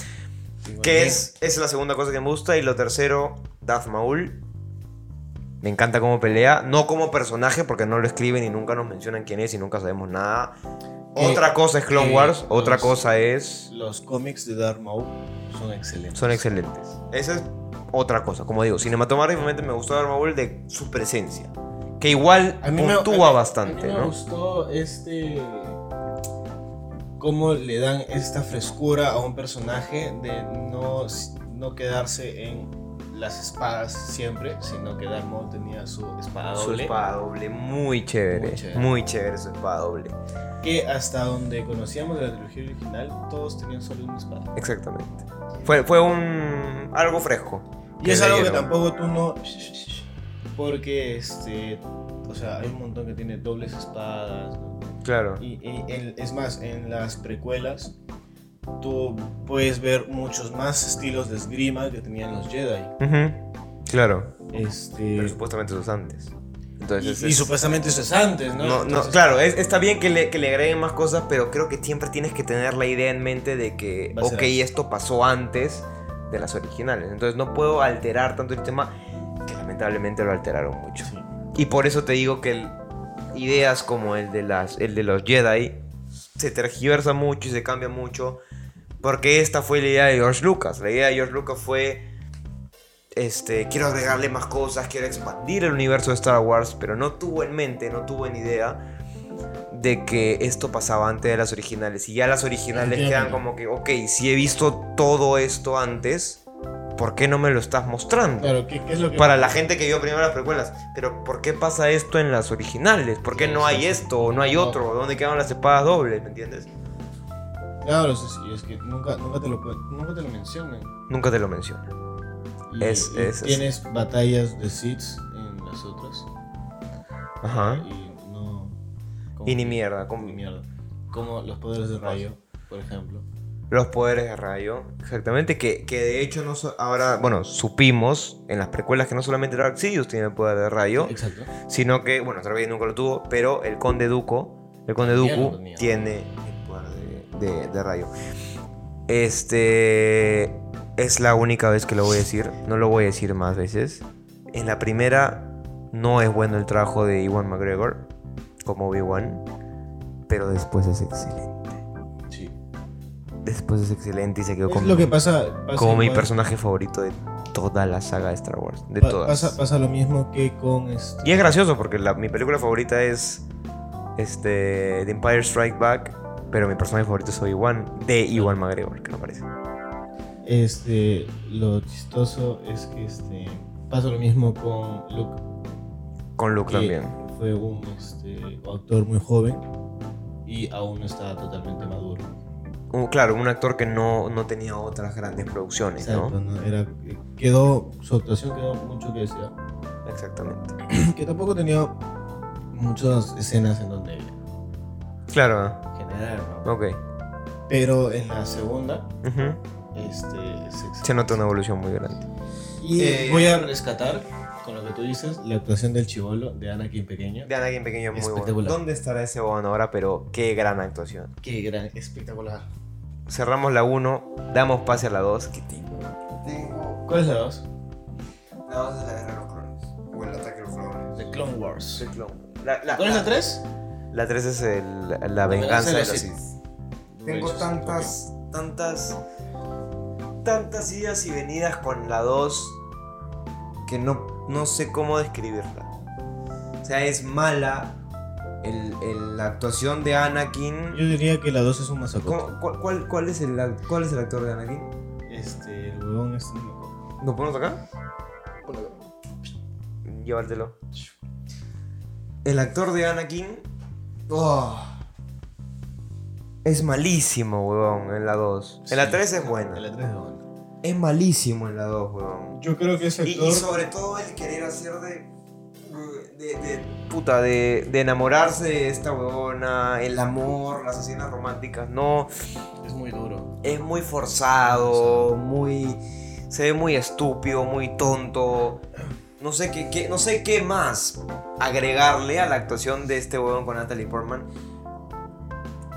Queen Que Gon es, esa es la segunda cosa que me gusta. Y lo tercero, Darth Maul. Me encanta cómo pelea. No como personaje, porque no lo escriben y nunca nos mencionan quién es y nunca sabemos nada. Eh, otra cosa es Clone eh, Wars, otra los- cosa Jin. es... Los cómics de Darth Maul son excelentes. Son excelentes. Esa es otra cosa. Como digo, cinematográficamente me gustó Darth Maul de su presencia. Que igual puntúa a mí- bastante, a mí me ¿no? gustó este. cómo le dan esta frescura a un personaje de no, no quedarse en las espadas siempre, sino que Darth Maul tenía su espada Su doble. espada doble, muy chévere. Muy Muy chévere, chévere. su espada doble. Que hasta donde conocíamos de la trilogía original, todos tenían solo una espada. Exactamente. Fue, fue un... algo fresco. Y es algo que leyeron. tampoco tú no. Porque este. O sea, hay un montón que tiene dobles espadas, ¿no? Claro. Y, y en- es más, en las precuelas tú puedes ver muchos más estilos de esgrima que tenían los Jedi. Ujú, Claro. Este, Pero supuestamente eso es antes. y, Entonces y es- supuestamente eso es antes, ¿no? no, no, Entonces, claro, es- está bien que le, que le agreguen más cosas, pero creo que siempre tienes que tener la idea en mente de que, Va a ser ok, así. esto pasó antes de las originales. Entonces no puedo alterar tanto el tema, que lamentablemente lo alteraron mucho. sí. Y por eso te digo que el- ideas como el de, las, el de los Jedi se tergiversa mucho y se cambia mucho. Porque esta fue la idea de George Lucas. La idea de George Lucas fue. Este, quiero agregarle más cosas, quiero expandir el universo de Star Wars, pero no tuvo en mente, no tuvo en idea de que esto pasaba antes de las originales. Y ya las originales Entiendo. quedan como que, ok, si he visto todo esto antes, ¿por qué no me lo estás mostrando? Claro, ¿qué, qué es lo que Para la gente que vio primero las precuelas, pero ¿por qué pasa esto en las originales? ¿Por qué Sí, no sí, hay sí. esto o no hay No. otro? ¿Dónde quedaron las espadas dobles? ¿Me entiendes? Claro, sí, sí, es que nunca, nunca, te, lo, pu- nunca te lo mencionan. Nunca te lo menciono. Y- Es- y es- es- tienes batallas de Sith en las otras. Ajá. Y no. como ¿Ah? Y ni que- mierda, como Ni mierda. Como los poderes de rayo, por ejemplo. Los poderes de rayo, exactamente, que, que de hecho no so- ahora, bueno, supimos en las precuelas que no solamente Dark Sidious tiene el poder de rayo, Exacto. sino que, bueno, Darth Vader nunca lo tuvo, pero el Conde Duco, el Conde También Dooku lo tenía. tiene el poder de, de- de rayo. Este es la única vez que lo voy a decir, no lo voy a decir más veces. En la primera no es bueno el trabajo de Iwan McGregor como Obi-Wan, pero después es excelente. Sí. Después es excelente y se quedó Es con lo que pasa. pasa como mi igual- personaje favorito de toda la saga de Star Wars. De pa- todas. Pasa, pasa lo mismo que con este. Y es gracioso porque la- mi película favorita es este, The Empire Strike Back, pero mi personaje favorito es Obi-Wan, de Iwan McGregor, que no parece. Este, lo chistoso es que este, pasa lo mismo con Luke. Con Luke que también. Fue un este, actor muy joven y aún no está totalmente maduro. Un- claro, un actor que no, no tenía otras grandes producciones, Exacto, ¿no? ¿no? Era, quedó, su actuación quedó mucho que desear. [CLEARS THROAT] Exactamente. Que tampoco tenía muchas escenas en donde Claro, generar, ¿no? ok. Pero en la segunda, Ujú. este, es excelente. Se nota una evolución muy grande. Y Eh, voy a rescatar, con lo que tú dices, la actuación del chivolo de Anakin pequeño. De Anakin pequeño es muy bueno. Espectacular. ¿Dónde estará ese Boban ahora? Pero qué gran actuación. Qué gran, espectacular. Cerramos la 1, damos pase a la 2. Tengo. ¿Cuál es la dos? La voz de la guerra de los clones. O el ataque de los clones. The Clone Wars. La, la, ¿Cuál es la 3? La 3 es el- la, venganza de los Sith. Tengo tantas. Tantas. Tantas ideas y venidas con la 2. que no, no sé cómo describirla. O sea, es mala. El, el- la actuación de Anakin. Yo diría que la 2 es un masacre. ¿Cómo- cuál, cuál- cuál es el, act- ¿Cuál es el actor de Anakin? Este, el huevón es ¿Lo ponemos acá? Llevártelo. El actor de Anakin. oh, Es malísimo, huevón, en la 2. En la 3 es En buena. la 3 es bueno. es malísimo en la 2, weón. Yo creo que ese Y, Este actor. y sobre todo el querer hacer de. de, de- Puta, de, de enamorarse de esta huevona, el amor, las escenas románticas. No, Es muy duro. es muy forzado, muy. Se ve muy estúpido, muy tonto. No sé qué, qué- no sé qué más agregarle a la actuación de este huevón con Natalie Portman.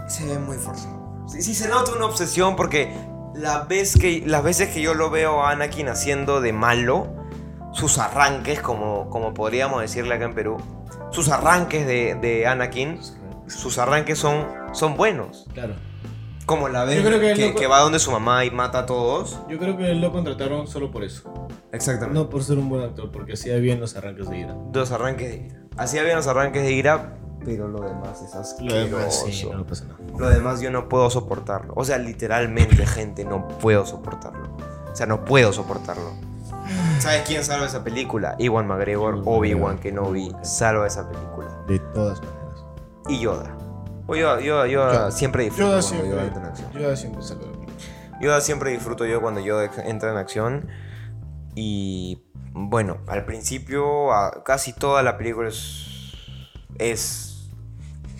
se ve muy forzado. Sí, sí se nota una obsesión porque la vez que, las veces que yo lo veo a Anakin haciendo de malo, sus arranques, como, como podríamos decirle acá en Perú, sus arranques de, de Anakin, sus arranques son, son buenos. Claro. Como la vez Yo creo que que, él no- que va donde su mamá y mata a todos. Yo creo que lo contrataron solo por eso. Exactamente. No por ser un buen actor, porque hacía bien los arranques de ira. Dos arranques de ira. Hacía bien los arranques de ira. Pero lo demás es asqueroso. Lo demás, sí, Asqueroso. no pasa nada. Lo demás yo no puedo soportarlo. O sea, literalmente, gente, no puedo soportarlo. O sea, no puedo soportarlo. ¿Sabes quién salva esa película? Iwan McGregor, Ewan Obi-Wan McGregor. Kenobi, salva esa película. De todas maneras. Y Yoda. O Yoda, Yoda, Yoda Yoda. siempre disfruto Yoda cuando Yoda entra en siempre. acción. Yoda siempre saco la película. Yoda siempre disfruto yo cuando Yoda ex- entra en acción. Y bueno, al principio a- casi toda la película es, es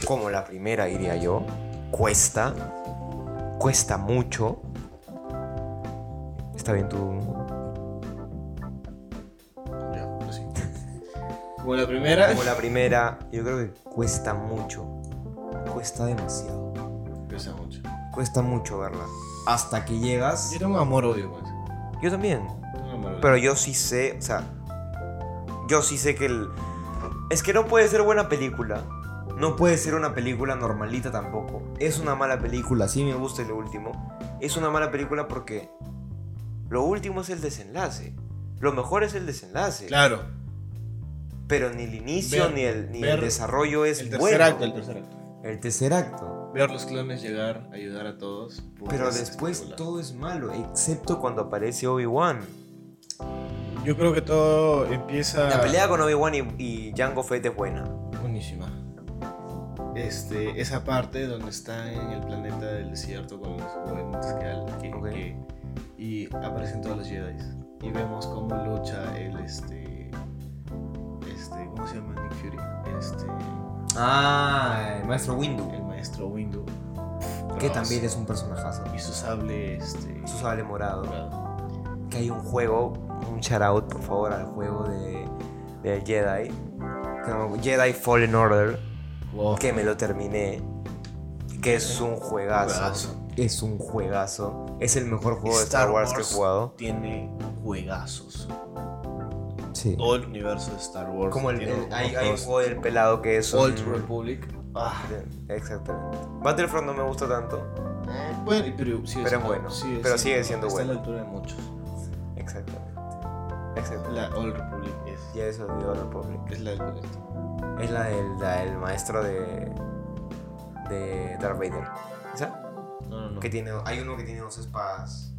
como la primera, diría yo. Cuesta. Cuesta mucho. Está bien tú. Ya, [LAUGHS] pues sí. Como la primera. Como la primera, yo creo que cuesta mucho. Cuesta demasiado. Pesa mucho. Cuesta mucho verla. Hasta que llegas. Yo tengo amor odio con eso. Yo también. Tengo amor odio. Pero yo sí sé, o sea, yo sí sé que el... Es que no puede ser buena película. No puede ser una película normalita tampoco. Es una mala película, sí me gusta lo último. Es una mala película porque lo último es el desenlace. Lo mejor es el desenlace. Claro. Pero ni el inicio Ver- ni el, ni el ver desarrollo es el tercer bueno. acto, el tercer acto. el tercer acto. Ver los clones llegar, ayudar a todos. puta, Pero es después espectacular. todo es malo, excepto Excepto cuando aparece Obi-Wan. Yo creo que todo empieza. La pelea con Obi-Wan y, y Jango Fett es buena. Buenísima. Este, esa parte donde está en el planeta del desierto con los jóvenes que, al- que- Ok. que- y aparecen todos los Jedi y vemos cómo lucha el este este cómo se llama Nick Fury este Ah, el maestro Windu. el maestro Windu Que Bros. también es un personajazo. y su sable este Su sable morado. dorado. Que hay un juego, un shout out por favor al juego de, del Jedi. que no- Jedi Fallen Order. Wow. Que me lo terminé. Que es un juegazo. Juegazo. Es un juegazo. Es el mejor juego de Star Star Wars que he Wars. jugado. tiene juegazos Sí. todo el universo de Star Wars Como el, tiene el- unos hay, hay un juegos. juego del pelado que es. Old un- Republic ah, Exactamente. Battlefront no me gusta tanto. Eh, Bueno, pero, sí es- Pero bueno, sí es- pero sigue siendo está bueno. a la altura de muchos. Exactamente. Exactamente. La Old Republic es, Ya eso dio Republic. es la del colecto. Es la del, la del maestro de. de Darth Vader. ¿Esa? No, no, no. Que tiene, hay uno que tiene dos espadas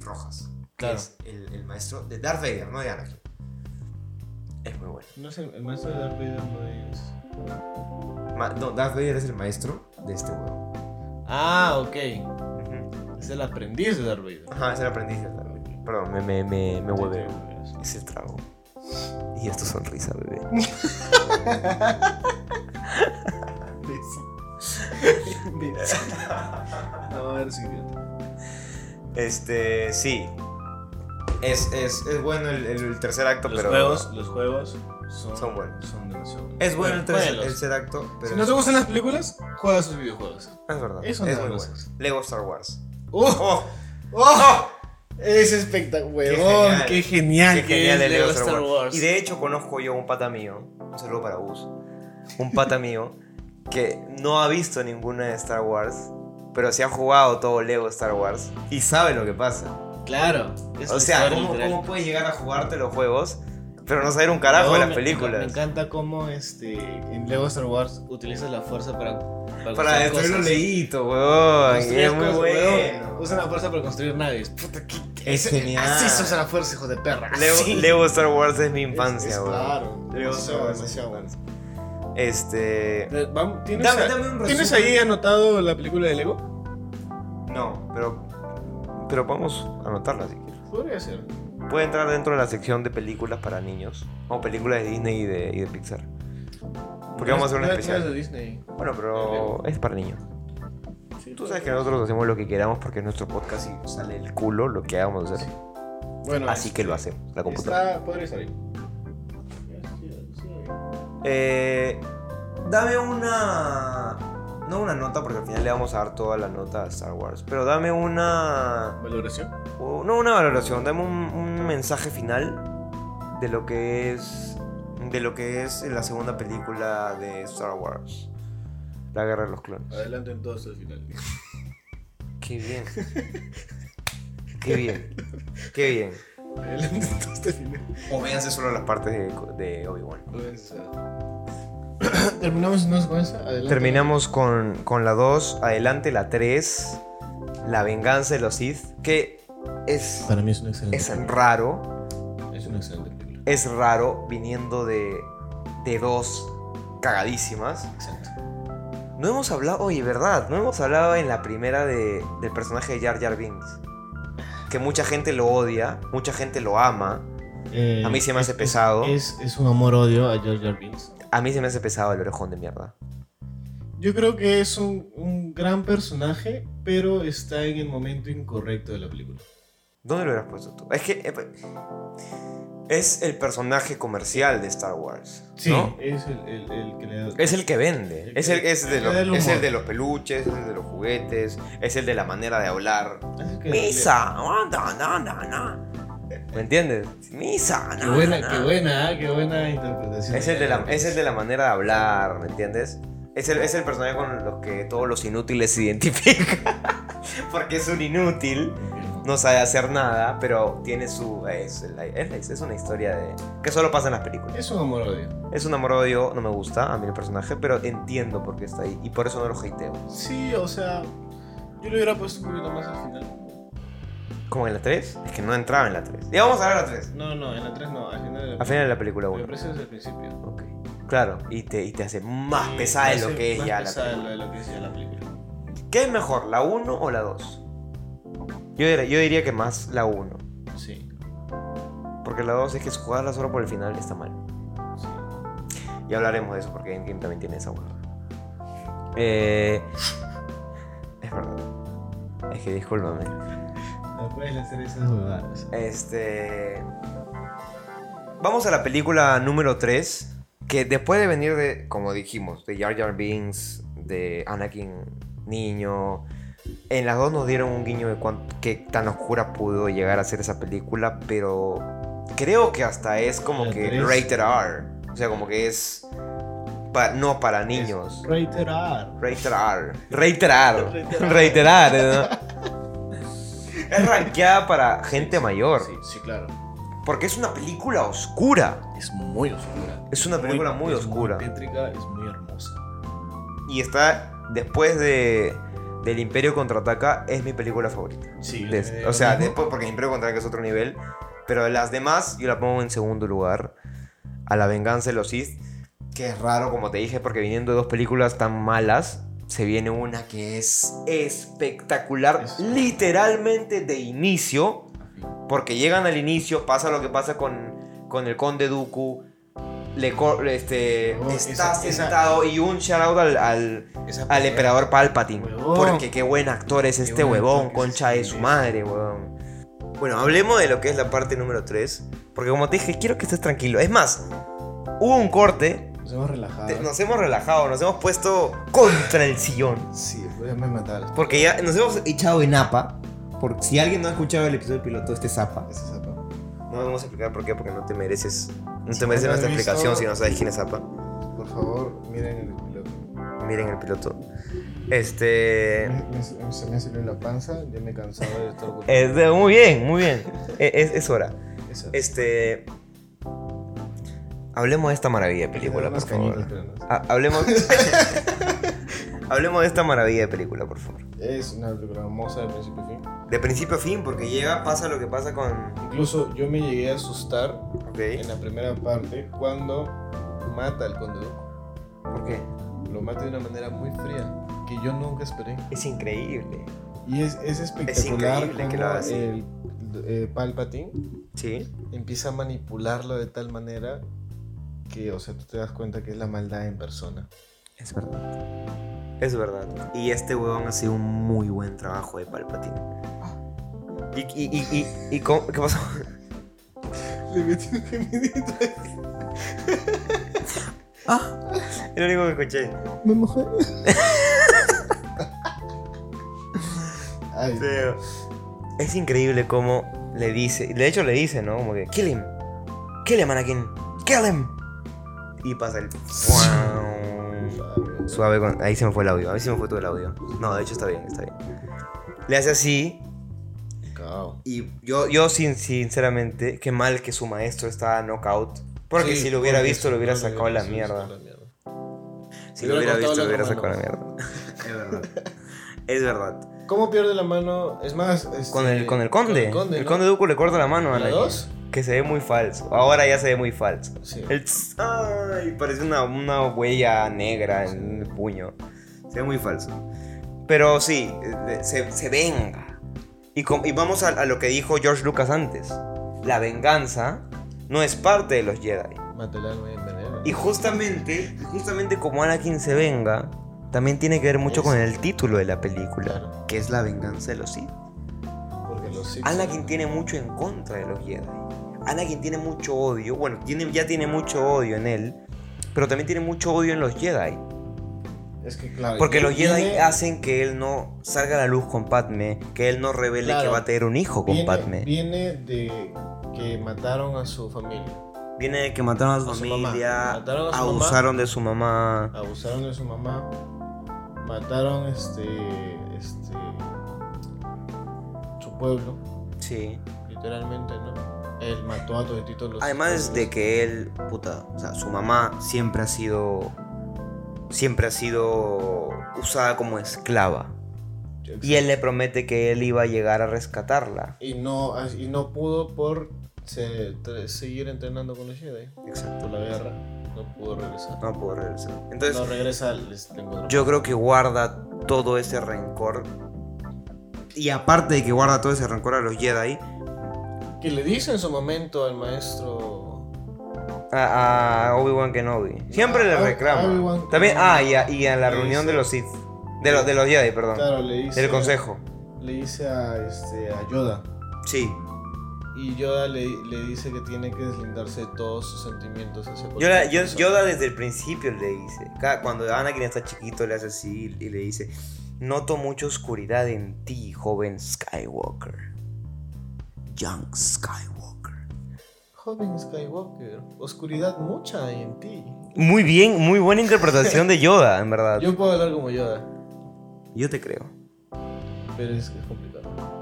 rojas. Que Claro. es el, el maestro de Darth Vader, no de Anakin. Es muy buena. No es el, el maestro de Darth Vader no es. Ma- no, Darth Vader es el maestro de este huevo. Ah, ok. Es el aprendiz de Darth Vader. Ajá, es el aprendiz de Darth Vader. Perdón, me, me, me, me hueve. Es el trago. Y es tu sonrisa, bebé. No, [LAUGHS] a ver si. Yo Este, sí. Es, es, es bueno el, el- el tercer acto, Los pero. juegos, los juegos son, Son buenos. Son demasiado buenos. Es bueno el tercer, el juégalos. tercer acto, pero. Si no te gustan las películas, juega sus videojuegos. Es verdad. Eso es nada muy más. bueno. Lego Star Wars. ¡Oh! ¡Oh! Es espectacular. Qué ¡Qué Qué genial! genial que el Ah, es Lego Star Wars. Y de hecho conozco yo un pata mío, un saludo para Gus, un pata mío que no ha visto ninguna de Star Wars, pero se ha jugado todo Lego Star Wars y sabe lo que pasa. Claro. es O la sea, historia ¿cómo, literal. cómo puedes llegar a jugarte los juegos, pero no saber un carajo de No, las me- Me películas? encanta cómo este, en Lego Star Wars utilizas la fuerza para. Para, Para construir destruir los cosas. leídos, weón. y Construir Es muy cosas, weón. bueno. Usan la fuerza para construir naves. Puta, qué- Es ese- genial. Así se usa la fuerza, hijo de perra. Lego, así. Lego Star Wars es mi Es- infancia, es weón. Claro. Lego Star Wars es mi demasiado bueno. infancia. Este. Eh, vamos, ¿Tienes, Dame- a- dame un ¿tienes resumen. ahí anotado la película de Lego? No, pero. Pero vamos a anotarla si quieres. Podría ser. Puede entrar dentro de la sección de películas para niños. O películas de Disney y de, y de Pixar. Porque vamos a hacer un No es- no es especial. de Disney. Bueno, pero es para niños. Sí, Tú puede sabes que ser. nosotros hacemos lo que queramos porque es nuestro podcast y sale el culo lo que hagamos hacer. Bueno, Así que lo hacemos, la computadora. Está, podría salir. Eh, dame una... No una nota porque al final le vamos a dar toda la nota a Star Wars. Pero dame una... ¿Valoración? o- No una valoración, dame un, un mensaje final de lo que es de lo que es la segunda película de Star Wars, La Guerra de los Clones. Adelante entonces al final. Qué bien, [LAUGHS] qué bien, qué bien. [LAUGHS] Adelante entonces al final. O véanse solo las partes de, de Obi-Wan. Pues, ah. [COUGHS] Terminamos entonces con esa. Adelante. Terminamos con, con la 2, adelante la 3, La Venganza de los Sith, que es, Para mí es una excelente. es película. raro. Es una excelente película. es raro viniendo de, de dos cagadísimas. Exacto. No hemos hablado, oye, verdad, no hemos hablado en la primera de- del personaje de Jar Jar Binks. Que mucha gente lo odia, mucha gente lo ama. Eh, A mí se me hace es- pesado. Es, es un amor-odio a George Jarvis. A mí se me hace pesado el orejón de mierda. Yo creo que es un, un gran personaje, pero está en el momento incorrecto de la película. ¿Dónde lo hubieras puesto tú? Es que eh, es el personaje comercial de Star Wars. Sí, ¿no? es el, el- el que le da. Es el que vende. Es el, es de El los- del es el humor. de los peluches, es el de los juguetes, es el de la manera de hablar. es el que- Misa, anda, anda, anda, anda. ¿Me entiendes? Misa, Qué anda, buena, anda. qué buena, ¿eh? qué buena interpretación. Es el, de la, es el de la manera de hablar, ¿me entiendes? Es el, es el personaje [LAUGHS] con los que todos los inútiles se identifican. Porque es un inútil no sabe hacer nada, pero tiene su... Es, es, es una historia de... que solo pasa en las películas. Es un amor-odio. Es un amor-odio, no me gusta a mí el personaje, pero entiendo por qué está ahí y por eso no lo hateo. Sí, o sea, yo le hubiera puesto un poquito más al final. ¿Como en la 3? Es que no entraba en la 3. Ya vamos a ver la 3. No, no, en la 3 no, al final de la Al final de la película Me 1. parece desde el principio. Ok. Claro, y te, y te hace más Sí, pesada de lo parece que es más ya la pesada película. de lo que es ya la película. ¿Qué es mejor, la 1 o la 2? Yo, dir- yo diría que más la 1. Sí, Porque la 2 es que jugarla solo por el final está mal. sí. Y hablaremos de eso porque Endgame también tiene esa hueá. Eh, es verdad. Es que discúlpame. No puedes hacer esas huevadas. Este. Vamos a la película número 3. Que después de venir de, como dijimos, de Jar Jar Binks, de Anakin Niño. En las dos nos dieron un guiño de cuán- qué tan oscura pudo llegar a ser esa película, pero creo que hasta es como La que tres. rated R. O sea, como que es pa- no para niños. Reiterar. Rated R. Rated R. Rated R. Rated R, ¿no? Es rankeada para gente mayor. Sí, sí, claro. Porque es una película oscura. Es muy oscura. Es una película muy, es oscura. Muy tétrica, es muy hermosa. y está después de del Imperio contraataca es mi película favorita. Sí, yo Des- también digo o sea, lo mismo. después porque el Imperio contraataca es otro nivel, pero las demás yo la pongo en segundo lugar a La venganza de los Sith, que es raro como te dije porque viniendo de dos películas tan malas se viene una que es espectacular, Eso. literalmente de inicio. Porque llegan al inicio, pasa lo que pasa con, con el conde Dooku. Le co- este, Huevón, está esa- esa- sentado y un shout out al, al, Esa al pelea- emperador Palpatine. Huevón. Porque qué buen actor es Qué este buen actor huevón, que es concha este de su imbécil. madre, huevón. Bueno, hablemos de lo que es la parte número 3. Porque como te dije, quiero que estés tranquilo. Es más, hubo un corte, Nos hemos relajado. te- nos hemos relajado, nos hemos puesto contra el sillón. Sí, voy a me matar. Porque ya nos hemos Echado en APA. Por, si alguien no ha escuchado el episodio piloto, este es APA. Ese sapo. No vamos a explicar por qué, porque no te mereces. No te Si mereces no lo nuestra he visto- explicación si no sabes quién es Zappa. Por favor, miren el piloto. Miren el piloto. Este. Me- me- Se me salió la panza, ya me cansaba de estar con este, muy bien, muy bien. E- Es, es hora. esa. Este. Hablemos de esta maravilla de película, por Unas favor. cañitas, pero no. Ha- hablemos. [LAUGHS] [LAUGHS] hablemos de esta maravilla de película, por favor. Es una película hermosa de principio a fin. De principio a fin, porque llega, pasa lo que pasa con. Incluso yo me llegué a asustar Ok. en la primera parte cuando mata al conde Dooku. ¿Por qué? Lo mata de una manera muy fría que yo nunca esperé. Es increíble. Y es, es espectacular increíble que lo cómo haga así. el eh, Palpatine Sí. empieza a manipularlo de tal manera que, o sea, tú te das cuenta que es la maldad en persona. Es verdad. Es verdad. Y este huevón ha sido un muy buen trabajo de Palpatine. Ah. Y, y, y, y- y cómo- ¿Qué pasó? Le metí un gemidito. [LAUGHS] Ah. Es lo único que escuché. Me mojé. Ay, Pero es increíble cómo le dice. De hecho, le dice, ¿no? Como que. Kill him. Kill him, Anakin. Kill him. Y pasa el. padre. Suave con. Ahí se me fue el audio. A ver si me fue todo el audio. No, de hecho está bien, está bien. Le hace así Cao. Y yo, yo sin, sinceramente, qué mal que su maestro estaba knockout. Porque Sí, si lo hubiera porque visto, si lo hubiera no, sacado la sí, mierda. sacado la mierda. Si Le lo hubiera hubiera visto, cortado lo las hubiera sacado la manos. mierda. Es verdad. [LAUGHS] Es verdad. ¿Cómo pierde la mano? Es más, este, Con el, con el conde. El conde, el ¿no? conde Dooku le corta la mano a ¿La Anakin, dos? Que se ve muy falso. Ahora ya se ve muy falso. Sí. El tss, ay, parece una, una huella negra en el puño. Se ve muy falso. Pero sí, eh, se, se venga. Y, com- y vamos a, a lo que dijo George Lucas antes. La venganza no es parte de los Jedi. Mata el alma y envenena. Y justamente, y justamente como Anakin se venga, también tiene que ver mucho con el título de la película, Claro, que es La venganza de los Sith. porque los Sith Anakin son- tiene mucho en contra de los Jedi. Anakin tiene mucho odio. Bueno, tiene, ya tiene mucho odio en él. Pero también tiene mucho odio en los Jedi. Es que claro. Porque ya los Jedi viene- hacen que él no salga a la luz con Padme. Que él no revele que Claro. va a tener un hijo con viene, Padme. Viene de que mataron a su familia. Viene de que mataron a su a su mamá. Ah. familia. Mataron a su abusaron de su mamá. mamá, abusaron de su mamá, mataron este, este, su pueblo. Sí. Literalmente, ¿no? Él mató a todititos los. Además pues. de que él, puta, o sea, su mamá siempre ha sido. Siempre ha sido usada como esclava. Y él le promete que él iba a llegar a rescatarla. Y no, y no pudo por se- tre- seguir entrenando con los Jedi. Exacto. Por la guerra, no pudo regresar. No pudo regresar. Entonces, no regresa, este, les tengo yo creo que guarda todo ese rencor. Y aparte de que guarda todo ese rencor a los Jedi, Que le dice en su momento al maestro. A, a Obi-Wan Kenobi. Siempre le A- Ah, a reclama. Obi-Wan También, ah, Kenobi. y a, y a la Le reunión de dice- los Sith. De, los de los Jedi, perdón. Claro, le dice. Del consejo. Le dice a, este, a Yoda. sí. Y Yoda le, le dice que tiene que deslindarse de todos sus sentimientos hacia Yo la- cualquier yo- persona. Yoda desde el principio le dice, cada- cuando Anakin está chiquito le hace así y le dice, noto mucha oscuridad en ti, joven Skywalker. Young Skywalker. Joven Skywalker, oscuridad mucha hay en ti. Muy bien, muy buena interpretación de Yoda, en verdad. Yo, Yo puedo hablar como Yoda, te creo. pero es, es complicado.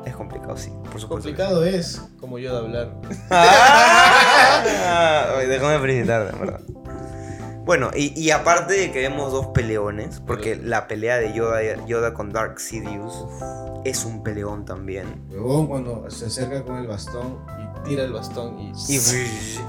Es complicado, sí, por supuesto. [LAUGHS] Complicado es como Yoda hablar. Ah, oye, déjame felicitarte, en verdad. Bueno, y, y aparte de que vemos dos peleones, porque la pelea de Yoda, Yoda con Dark Sidious es un peleón también. Huevón cuando se acerca con el bastón y tira el bastón y... Y,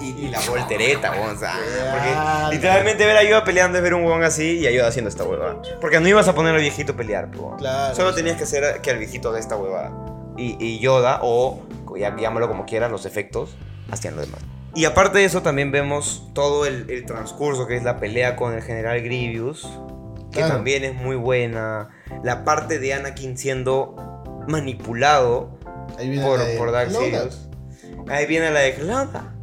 y- y la voltereta, weón, o sea, Ah, porque literalmente ver a Yoda peleando es ver un huevón así y a Yoda haciendo esta huevada. Porque no ibas a poner al viejito a pelear, weón. Claro. Solo tenías que hacer que al viejito haga esta huevada. Y, y Yoda, o ya- llámalo como quieras, los efectos, hacían lo demás. Y aparte de eso, también vemos todo el, el transcurso que es la pelea con el general Grievous, que Claro. también es muy buena. La parte de Anakin siendo manipulado Ahí viene la por, de por Dark Yoda. Sidious. Ahí viene la de Clonda.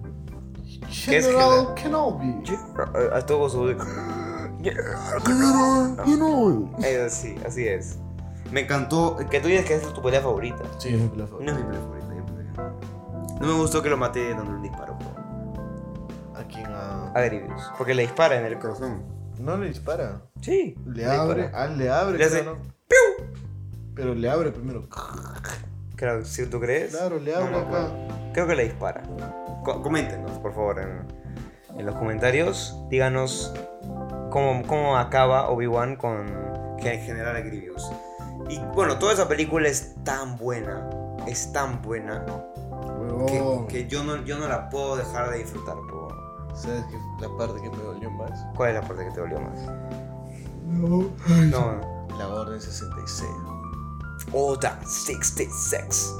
es General Kenobi. Estuvo su. Eh, Sí, así es. Me encantó. Que tú dices que esa es tu pelea favorita. Sí, es mi pelea favorita. No es mi pelea favorita, yo creo que no. No me gustó que lo maté dando un disparo bro. ¿A quién? A- a Grievous. Porque le dispara en el corazón. No le dispara. Sí. Le abre, ah, le abre, Le claro. Pero le abre primero. Creo, si tú crees, Claro, le abre acá. creo que le dispara. Co- coméntenos, por favor, en, en los comentarios. Díganos cómo, cómo acaba Obi-Wan con que- General Grievous. Y bueno, toda esa película es tan buena. Es tan buena que, Huevón. que yo, no, yo no la puedo dejar de disfrutar. pero- ¿Sabes qué? La parte que me dolió más. ¿Cuál es la parte que te dolió más? No. No, La Orden 66. Oda 66.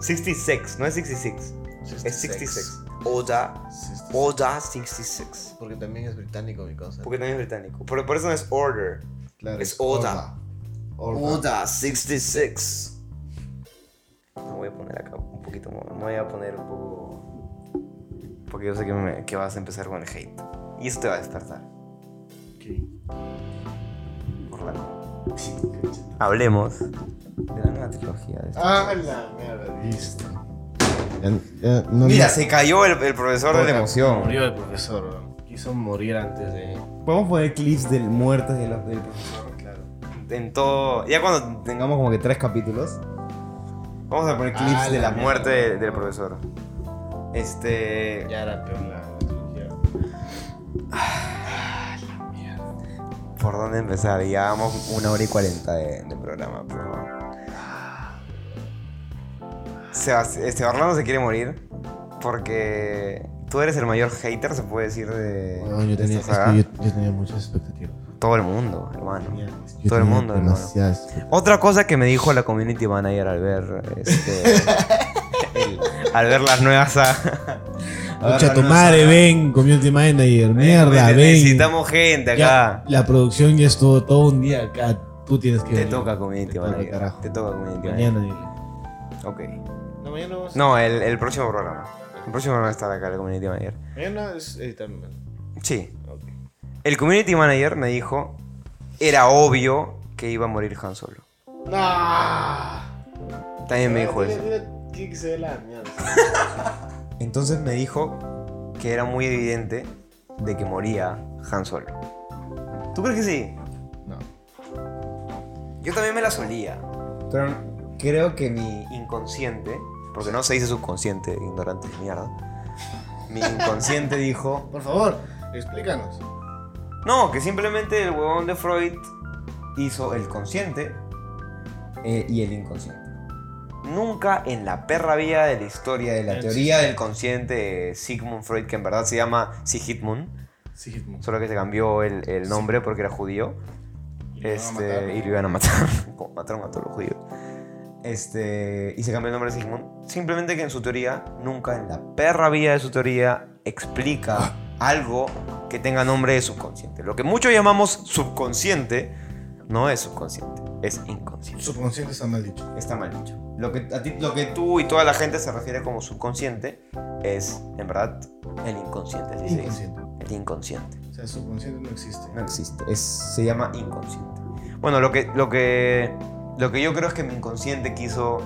66, no es 66. este Es 66. Oda, 66. Oda 66. este Porque también es británico mi cosa. Porque también es británico. Pero por eso no es Order. Claro, es Oda. Orda. Oda 66. Me voy a poner acá un poquito. Me voy a poner un poco. Porque yo sé que, me- que vas a empezar con el hate. Y eso te va a despertar. Por la... Hablemos de la nueva trilogía de Star Ah, la mierda. Listo. Ya- ya- no, Mira, no. se cayó el, el profesor de la emoción. Murió el profesor. weón. Quiso morir antes de. Podemos poner clips del muertes de los del Claro. En todo. Ya cuando tengamos. Tengamos como que tres capítulos. Vamos a poner clips Ah, de la la muerte mierda. de- del profesor. Este. Ya era peor la, la trilogía. ¿Por dónde empezar? Llevamos una hora y cuarenta de, de programa, pero... Sebas- este Orlando se quiere morir porque tú eres el mayor hater, se puede decir, de, Weón, de yo, tenía, es esta saga. que yo, yo tenía muchas expectativas. todo el mundo, hermano. Yo Todo el tenía mundo, hermano. demasiadas expectativas. Otra cosa que me dijo la community manager al ver [LAUGHS] este, el- al ver las nuevas sagas. Al ver Concha las tu nuevas madre, sagas. ven, community manager, mierda, ven. Necesitamos gente acá. Ya, la producción ya estuvo todo un día acá. Tú tienes que Te venir. toca community Te toca, manager. carajo. Te toca community manager. Mañana, dile. Ok. No, mañana vamos. No, el, el próximo programa. El próximo programa estará acá el community manager. Mañana es editarme. Sí. Ok. El community manager me dijo, era obvio que iba a morir Han Solo. No. También me dijo Dile, eso. Ah. dile que se ve la mierda. Entonces me dijo que era muy evidente de que moría Han Solo. ¿Tú crees que sí? No. Yo también me la solía. Pero creo que mi Inconsciente Porque no se dice subconsciente, ignorante de mierda. Mi inconsciente dijo. Por favor, explícanos. No, que simplemente el huevón de Freud hizo el consciente Eh, y el inconsciente. Nunca en la perra vida de la historia de la El teoría del consciente de Sigmund Freud, que en verdad se llama Sigmund, Sigmund. solo que se cambió el, el nombre porque era judío, Y le van a matar, ¿no? este, y lo iban a matar, [LAUGHS] como mataron a todos los judíos. Este, y se cambió el nombre de Sigmund. Simplemente que en su teoría, nunca en la perra vida de su teoría explica algo que tenga nombre de subconsciente. Lo que muchos llamamos subconsciente no es subconsciente, es inconsciente. Subconsciente está mal dicho. Está mal dicho. Lo que, a ti- lo que tú y toda la gente se refiere como subconsciente es, en verdad, el inconsciente. así se dice. Inconsciente. El inconsciente. O sea, subconsciente no existe. No existe. Es, se llama inconsciente. Bueno, lo que, lo, que, lo que yo creo es que mi inconsciente quiso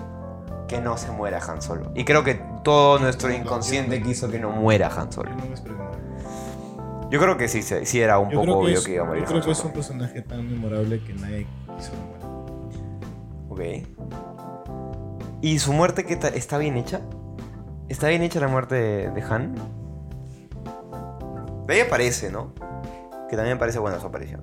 que no se muera Han Solo. Y creo que todo nuestro inconsciente quiso que no muera Han Yo Solo. no me esperaba. Yo creo que sí, se- sí era un Yo poco creo que obvio es- que iba a morir Yo creo Han que es Solo. un personaje tan memorable que nadie quiso nombrar. Ok. ¿Y su muerte qué ta- está bien hecha? ¿Está bien hecha la muerte de, de Han? De ahí aparece, ¿no? Que también parece buena su aparición.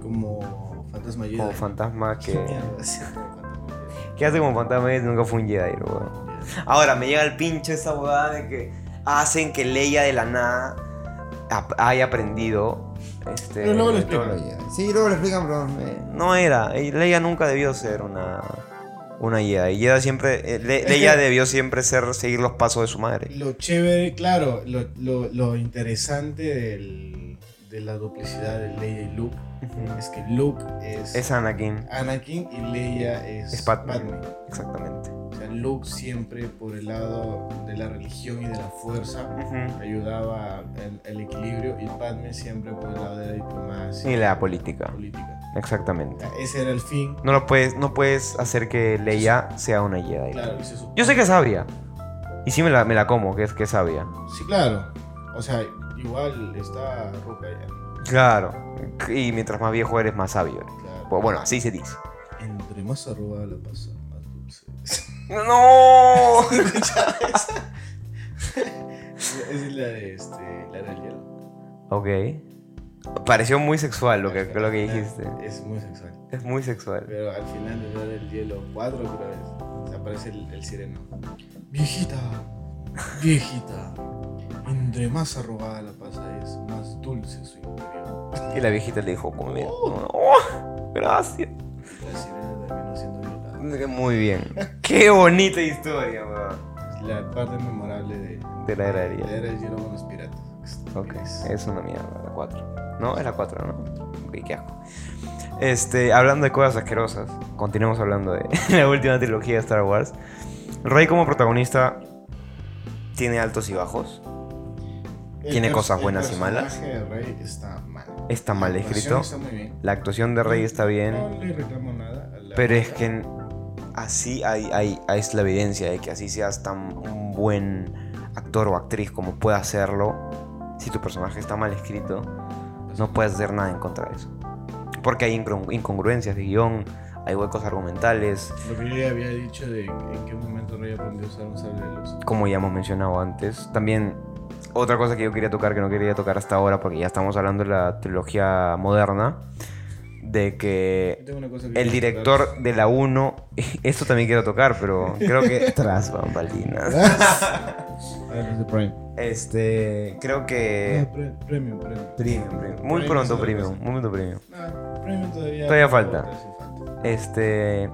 Como fantasma Jedi. Como fantasma que. Mierda, sí, como fantasma Jedi. ¿Qué hace como fantasma y nunca fue un Jedi, weón? Ahora me llega el pincho esa huevada de que hacen que Leia de la nada ap- haya aprendido. Este, Pero luego lo explico. Pero ya- Sí, luego lo explican, pero. eh, No era. eh, Leia nunca debió ser una. Una Jedi. Jedi siempre. eh, Le- Es Leia que- debió siempre ser seguir los pasos de su madre. Lo chévere, claro, lo, lo, lo interesante del, de la duplicidad de Leia y Luke es que Luke es, Es Anakin, Anakin y Leia es, Es Padme. Padme. exactamente. O sea, Luke siempre por el lado de la religión y de la fuerza ayudaba al al equilibrio y Padme siempre por el lado de la diplomacia Y la política, política. O exactamente. sea, ese era el fin. No lo puedes, no puedes hacer que Leia sea una Jedi. Claro, y se supo- Yo sé que es sabia. Y sí me la, me la como, que es que es sabia. Sí, claro. O sea, igual está Ruka ya. Claro. Y mientras más viejo eres, más sabio. Claro. Bu- Pues Bueno, así se dice. Entre más arrugada la pasa, más dulce. [LAUGHS] es. ¡No! Esa es la de este, la del hielo. [LAUGHS] ok. Pareció muy sexual lo que, lo que dijiste. Es muy sexual. Es muy sexual. Pero al final de la del hielo 4, creo es. Se aparece el, el sireno. Viejita, viejita. Entre más arrugada la pasa es, más dulce su interior. Y la viejita le dijo, como bien. Oh, gracias. La sirena terminó siendo violada. Muy bien. Qué bonita historia, weón. Es La parte memorable de De la era de la hielo. era del hielo con los piratas. Ok, Es- es una mierda, la 4. No, es la 4, ¿no? Ok, qué asco. Este, hablando de cosas asquerosas, continuemos hablando de [LAUGHS] la última trilogía de Star Wars. Rey como protagonista tiene altos y bajos. El Tiene pers- cosas buenas y malas. El personaje de Rey está mal. Está mal La escrito. actuación Está muy bien. La actuación de Rey está No bien, le reclamo nada. a la- pero es que así hay, hay, hay- es la evidencia de que así seas tan un buen actor o actriz como pueda hacerlo. Si tu personaje está mal escrito, no puedes hacer nada en contra de eso. Porque hay incongru- incongruencias de guión, hay huecos argumentales, Lo que yo ya había dicho de en qué momento Rey aprendió a usar un sable de luz. como ya hemos mencionado antes. También otra cosa que yo quería tocar, que no quería tocar hasta ahora, porque ya estamos hablando de la trilogía moderna, de Yo que tengo una cosa que el quiero director de la 1, [LAUGHS] esto también quiero tocar, pero creo [LAUGHS] que tras bambalinas. tocar. Ah, es de Prime. Este, creo que... Ah, pre- premium, Muy premium. Premium, pronto esa es la premium, cosa. muy pronto premium. Ah, premium todavía. Todavía falta. sí, falta. este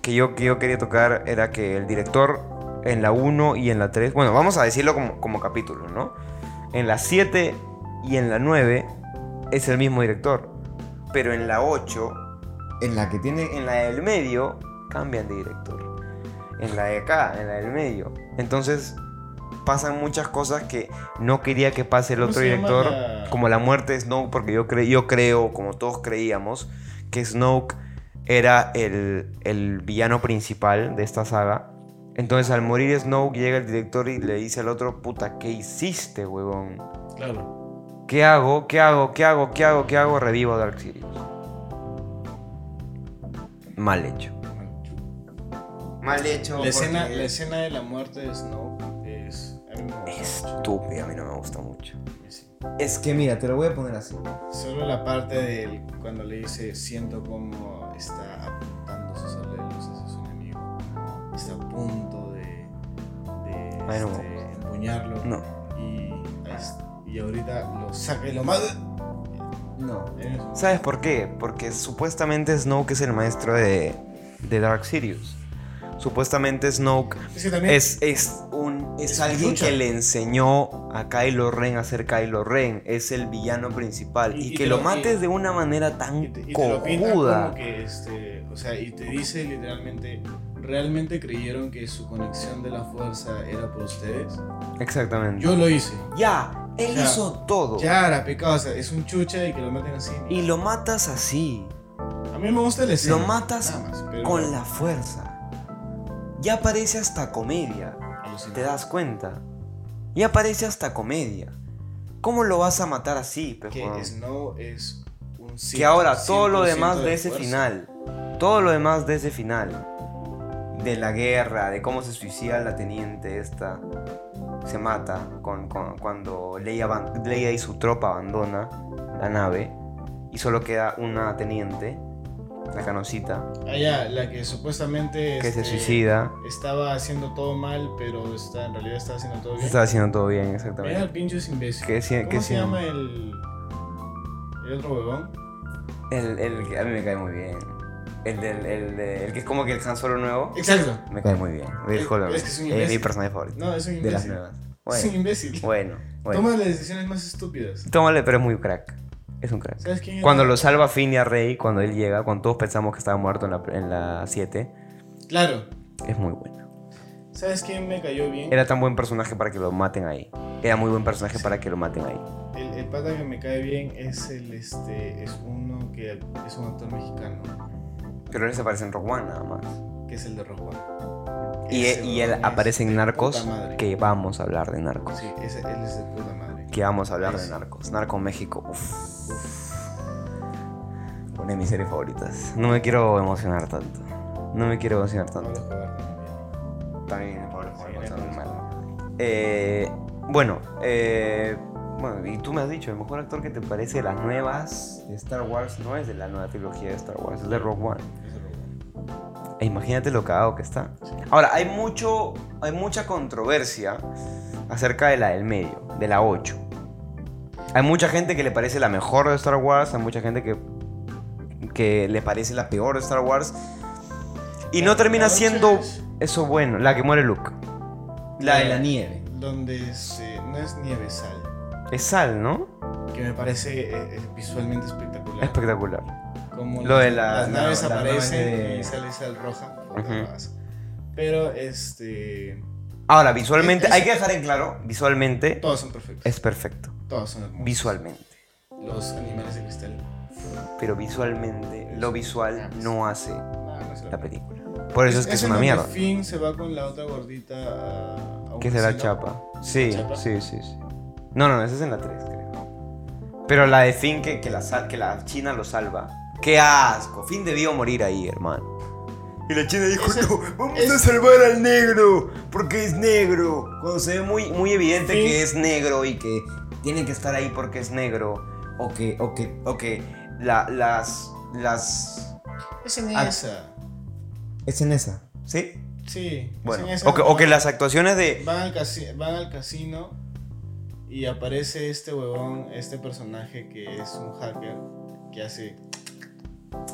que yo, que yo quería tocar era que el director en la 1 y en la 3, bueno, vamos a decirlo como, como capítulo, ¿no? En la 7 y en la 9 es el mismo director, pero en la 8, en la que tiene, en la del medio, cambian de director. En la de acá, en la del medio. Entonces pasan muchas cosas que no quería que pase el ¿Cómo otro se llama director, la- como la muerte de Snow, porque yo, cre- yo creo, como todos creíamos, que Snoke era el, el villano principal de esta saga. Entonces al morir Snoke llega el director y le dice al otro, puta, ¿qué hiciste, huevón? Claro. ¿Qué hago? ¿Qué hago? ¿Qué hago? ¿Qué hago? ¿Qué hago? Revivo a Dark Sirius. Mal hecho. Mal hecho. La escena, porque- la escena de la muerte de Snow es. a mí me gusta mucho. Estúpida, a mí no me gusta mucho. Sí. Es que mira, te lo voy a poner así. Solo la parte del cuando le dice siento como está apuntando su sable de luz hacia su enemigo. Está a punto de, de, Ay, no. este, empuñarlo. No. Y, es- y ahorita lo saca y lo mata. No. En ese ¿Sabes por qué? Porque supuestamente Snoke es el maestro de, de Dark Sirius. Supuestamente Snoke Es que también es, es un, es Es un alguien lucha. que le enseñó a Kylo Ren a ser Kylo Ren. Es el villano principal. Y- Y, y que te lo, lo- mates de una manera tan y te, y te lo pintan como cojuda. que este, o sea, y te dice literalmente, realmente creyeron que su conexión de la fuerza era por ustedes. Exactamente. Yo lo hice. Ya, él Ya. hizo todo. Ya era pecado, o sea, es un chucha y que lo maten así. Y lo matas así. a mí me gusta el escena. Lo matas nada más, pero con la fuerza. Ya parece hasta comedia. alucinante. ¿Te das cuenta? Ya parece hasta comedia. ¿Cómo lo vas a matar así, pe, que huevón? Snow es un Que ahora todo lo demás de ese final, todo lo demás de ese final, de la guerra, de cómo se suicida la teniente esta, se mata con, con- cuando Leia, aban- Leia y su tropa abandona la nave y solo queda una teniente, la canocita, Allá, Ah, la que supuestamente que se este, suicida. estaba haciendo todo mal, pero está, en realidad estaba haciendo todo Se bien. está haciendo todo bien, Mira exactamente. el pincho es imbécil. Que sí- ¿Cómo que se sí. llama el, el otro huevón? El, el que a mí me cae muy bien. El, del- el de- el que es como que el Han Solo nuevo. Exacto. Me cae muy bien. Bill Es- Holloway. es que es un mi imbécil. personaje favorito. No, es un de las imbécil. nuevas. es un Bueno, imbécil. bueno, bueno. Toma las decisiones más estúpidas. Tómale, pero es muy crack. Es un crack. ¿Sabes quién era? Cuando lo salva Finn y a Rey, cuando él llega, cuando todos pensamos que estaba muerto en la, en la 7, Claro. es muy bueno. ¿Sabes quién me cayó bien? Era tan buen personaje para que lo maten ahí. Era muy buen personaje para que lo maten ahí. El, el pata que me cae bien es el este es uno que es un actor mexicano, Pero él se aparece en Rogue One nada más. que es el de Rojo. Y, e, y él aparece en Narcos, que vamos a hablar de Narcos. Sí, ese, él es de puta madre. Que vamos a hablar de Sí. Narcos. Narco México. Uf. Una de mis series favoritas. No me quiero emocionar tanto. No me quiero emocionar Pablo tanto. Escobar también. También Escobar, Pablo Escobar. Eh, bueno, eh, bueno, y tú me has dicho, el mejor actor que te parece de las nuevas de Star Wars no es de la nueva trilogía de Star Wars, es de Rogue One. Es de Rogue One. E imagínate lo cagado que está. Ahora, hay, mucho, hay mucha controversia acerca de la del medio, de la 8. Hay mucha gente que le parece la mejor de Star Wars, hay mucha gente que, que le parece la peor de Star Wars. Y no termina La ocho siendo es eso bueno, la que muere Luke. La de la nieve. Donde se- no es nieve sal, Es Sal, ¿no? que me parece eh, eh, visualmente espectacular. Espectacular. Como Lo de la- las la- naves la nave aparecen de- y sale sal roja. puta Ujú. pasa. Pero este Ahora, visualmente, Es- hay que dejar en claro, visualmente todos son perfectos. es perfecto. Todos son hermosos. Visualmente. Los animales de cristal. Pero visualmente, lo visual no hace No, Ah, no se lo la creo. película. Por eso es que es en una donde mierda. Finn se va con la otra gordita a, a un Que será casino. Chapa. Sí, Chapa. sí, sí, sí. No, no, esa es en la 3, creo. Pero la de Finn que, que la, sal- que la China lo salva. ¡Qué asco! Finn debió morir ahí, hermano. Y la China dijo, Ese- "No, vamos ese- a salvar al negro, porque es negro. Cuando se ve muy, muy evidente Finn- que es negro y que tiene que estar ahí porque es negro. O que, o que, o que la- las, las... Es en Ah. esa. Es en esa. ¿Sí? Sí. es Bueno. en esa O que, o que las actuaciones de... Van al, casi- van al casino y aparece este huevón, este personaje que es un hacker que hace.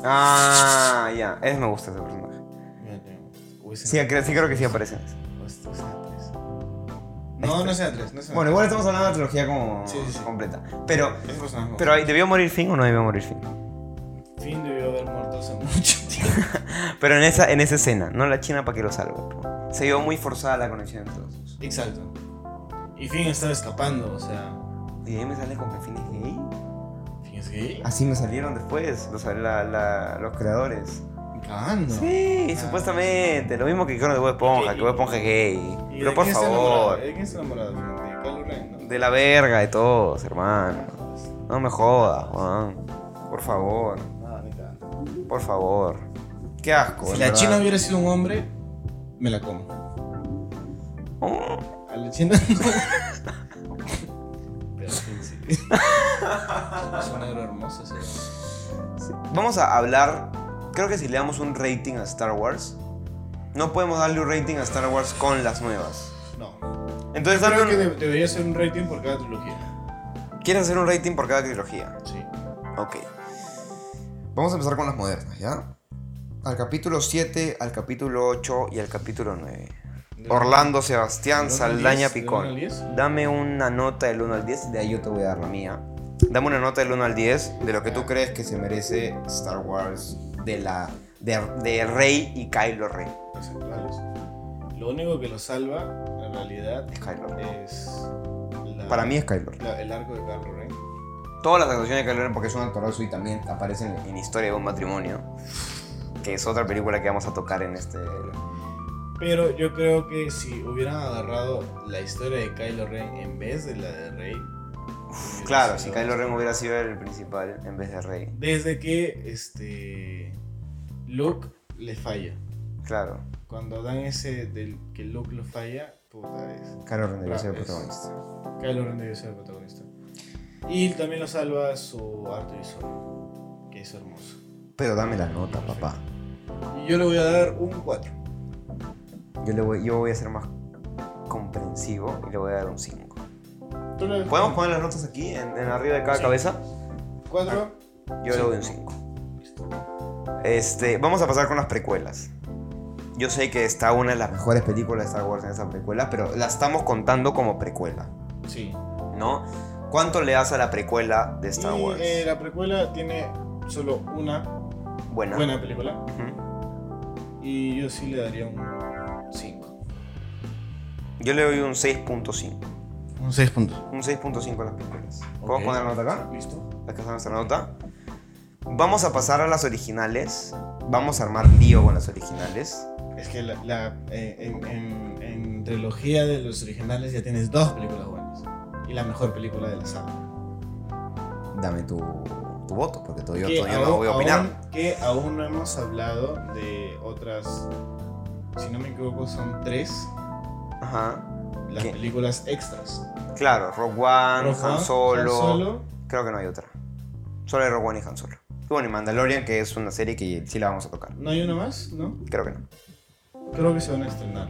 Ah, ya. Ese me gusta ese personaje. Mira, tengo- uy, se Sí, me- cre- sí creo que sí aparecen. O esto Pues, este es en la tres. No, no es en la tres, no es en la Este. Bueno, igual estamos hablando de la trilogía como Sí, sí, sí. completa. Pero, tres. Es un personaje pero ahí, ¿debió morir Finn o no debió morir Finn? nuevo. Finn debió haber muerto hace mucho [LAUGHS] tiempo. Pero en esa, en esa escena, no la china para que lo salva. po. Se vio muy forzada la conexión entre los dos. Exacto. Y Finn estaba escapando, o sea. Y ahí me sale con que Finn es gay. Finn es gay. Así me salió. Salieron después los, la- la- los creadores. Cagando. Sí, Ah. supuestamente. Lo mismo que dijeron de Bob Esponja, ¿Y- que Bob Esponja es gay. ¿Y de Pero por quién está enamorado? favor, ¿De quién está enamorado? De Kylo Ren, ¿no? de la verga de todos, hermano. No me jodas, Juan. Por favor, Ah, No, ni cagando. por favor. Qué asco, Si en la verdad. China hubiera sido un hombre, me la como. A la china [LAUGHS] no. Pero sí. Es un negro hermoso ese. Vamos a hablar. Creo que si le damos un rating a Star Wars, no podemos darle un rating a Star Wars con las nuevas. No. Entonces, dale Creo que un- de- debería ser un rating por cada trilogía. ¿quieres hacer un rating por cada trilogía? Sí. Ok. Vamos a empezar con las modernas, ¿ya? Al capítulo 7, al capítulo 8 y al capítulo 9. Orlando Sebastián del uno al Saldaña diez, del uno Picón. al diez. Dame una nota del 1 al 10, de ahí yo te voy a dar la mía. Dame una nota del 1 al 10 de lo que tú crees que se merece Star Wars de la de, de Rey y Kylo Ren. Los actuales. Lo único que lo salva, en realidad, Es Kylo Ren. es. la- Para mí es Kylo Ren. la- el arco de Carlo Ren. Todas las actuaciones de Kylo Ren, porque es un actorazo y también aparece en, en Historia de un matrimonio, que es otra película que vamos a tocar en este... Pero yo creo que si hubieran agarrado la historia de Kylo Ren en vez de la de Rey. hubiera Claro, si sido- Kylo Ren hubiera sido el principal en vez de Rey. Desde que este. Luke le falla. Claro, Cuando dan ese del que Luke lo falla, puta es. Kylo Ren debió Ah, ser el es- protagonista. Kylo Ren debió ser el protagonista. Y también lo salva su arte visual, que es hermoso. Pero dame la nota, papá. Y yo le voy a dar un 4. Yo, le voy, yo voy a ser más comprensivo y le voy a dar un 5. ¿Podemos poner las notas aquí, en, en arriba de cada cabeza? 4. Yo le doy un 5. Este, vamos a pasar con las precuelas. Yo sé que está una de las mejores películas de Star Wars en esa precuela, pero la estamos contando como precuela, Sí. ¿no? ¿Cuánto le das a la precuela de Star Y, Wars? eh, la precuela tiene solo una Buena. buena película. Ujú. Y yo sí le daría un 5. Yo le doy un 6.5. Un 6 puntos. Un 6.5 a las películas. ¿Podemos Ok. poner la nota acá? Listo. Acá está nuestra nota. Vamos a pasar a las originales. Vamos a armar lío con las originales. Es que la, la- eh, en, en- en trilogía de los originales ya tienes dos películas buenas. Y la mejor película de la saga. Dame tu, tu voto, porque todavía, Que todavía no aún- voy a opinar. aún- que aún no hemos hablado de otras. Si no me equivoco, son tres Ajá. las ¿Qué? películas extras. Claro, Rock One, Rogue One, Han, Solo, Han Solo Creo que no hay otra. Solo hay Rock One y Han Solo. Y bueno, y Mandalorian, que es una serie que sí la vamos a tocar. ¿No hay una más? ¿No? Creo que no. Creo que se van a estrenar.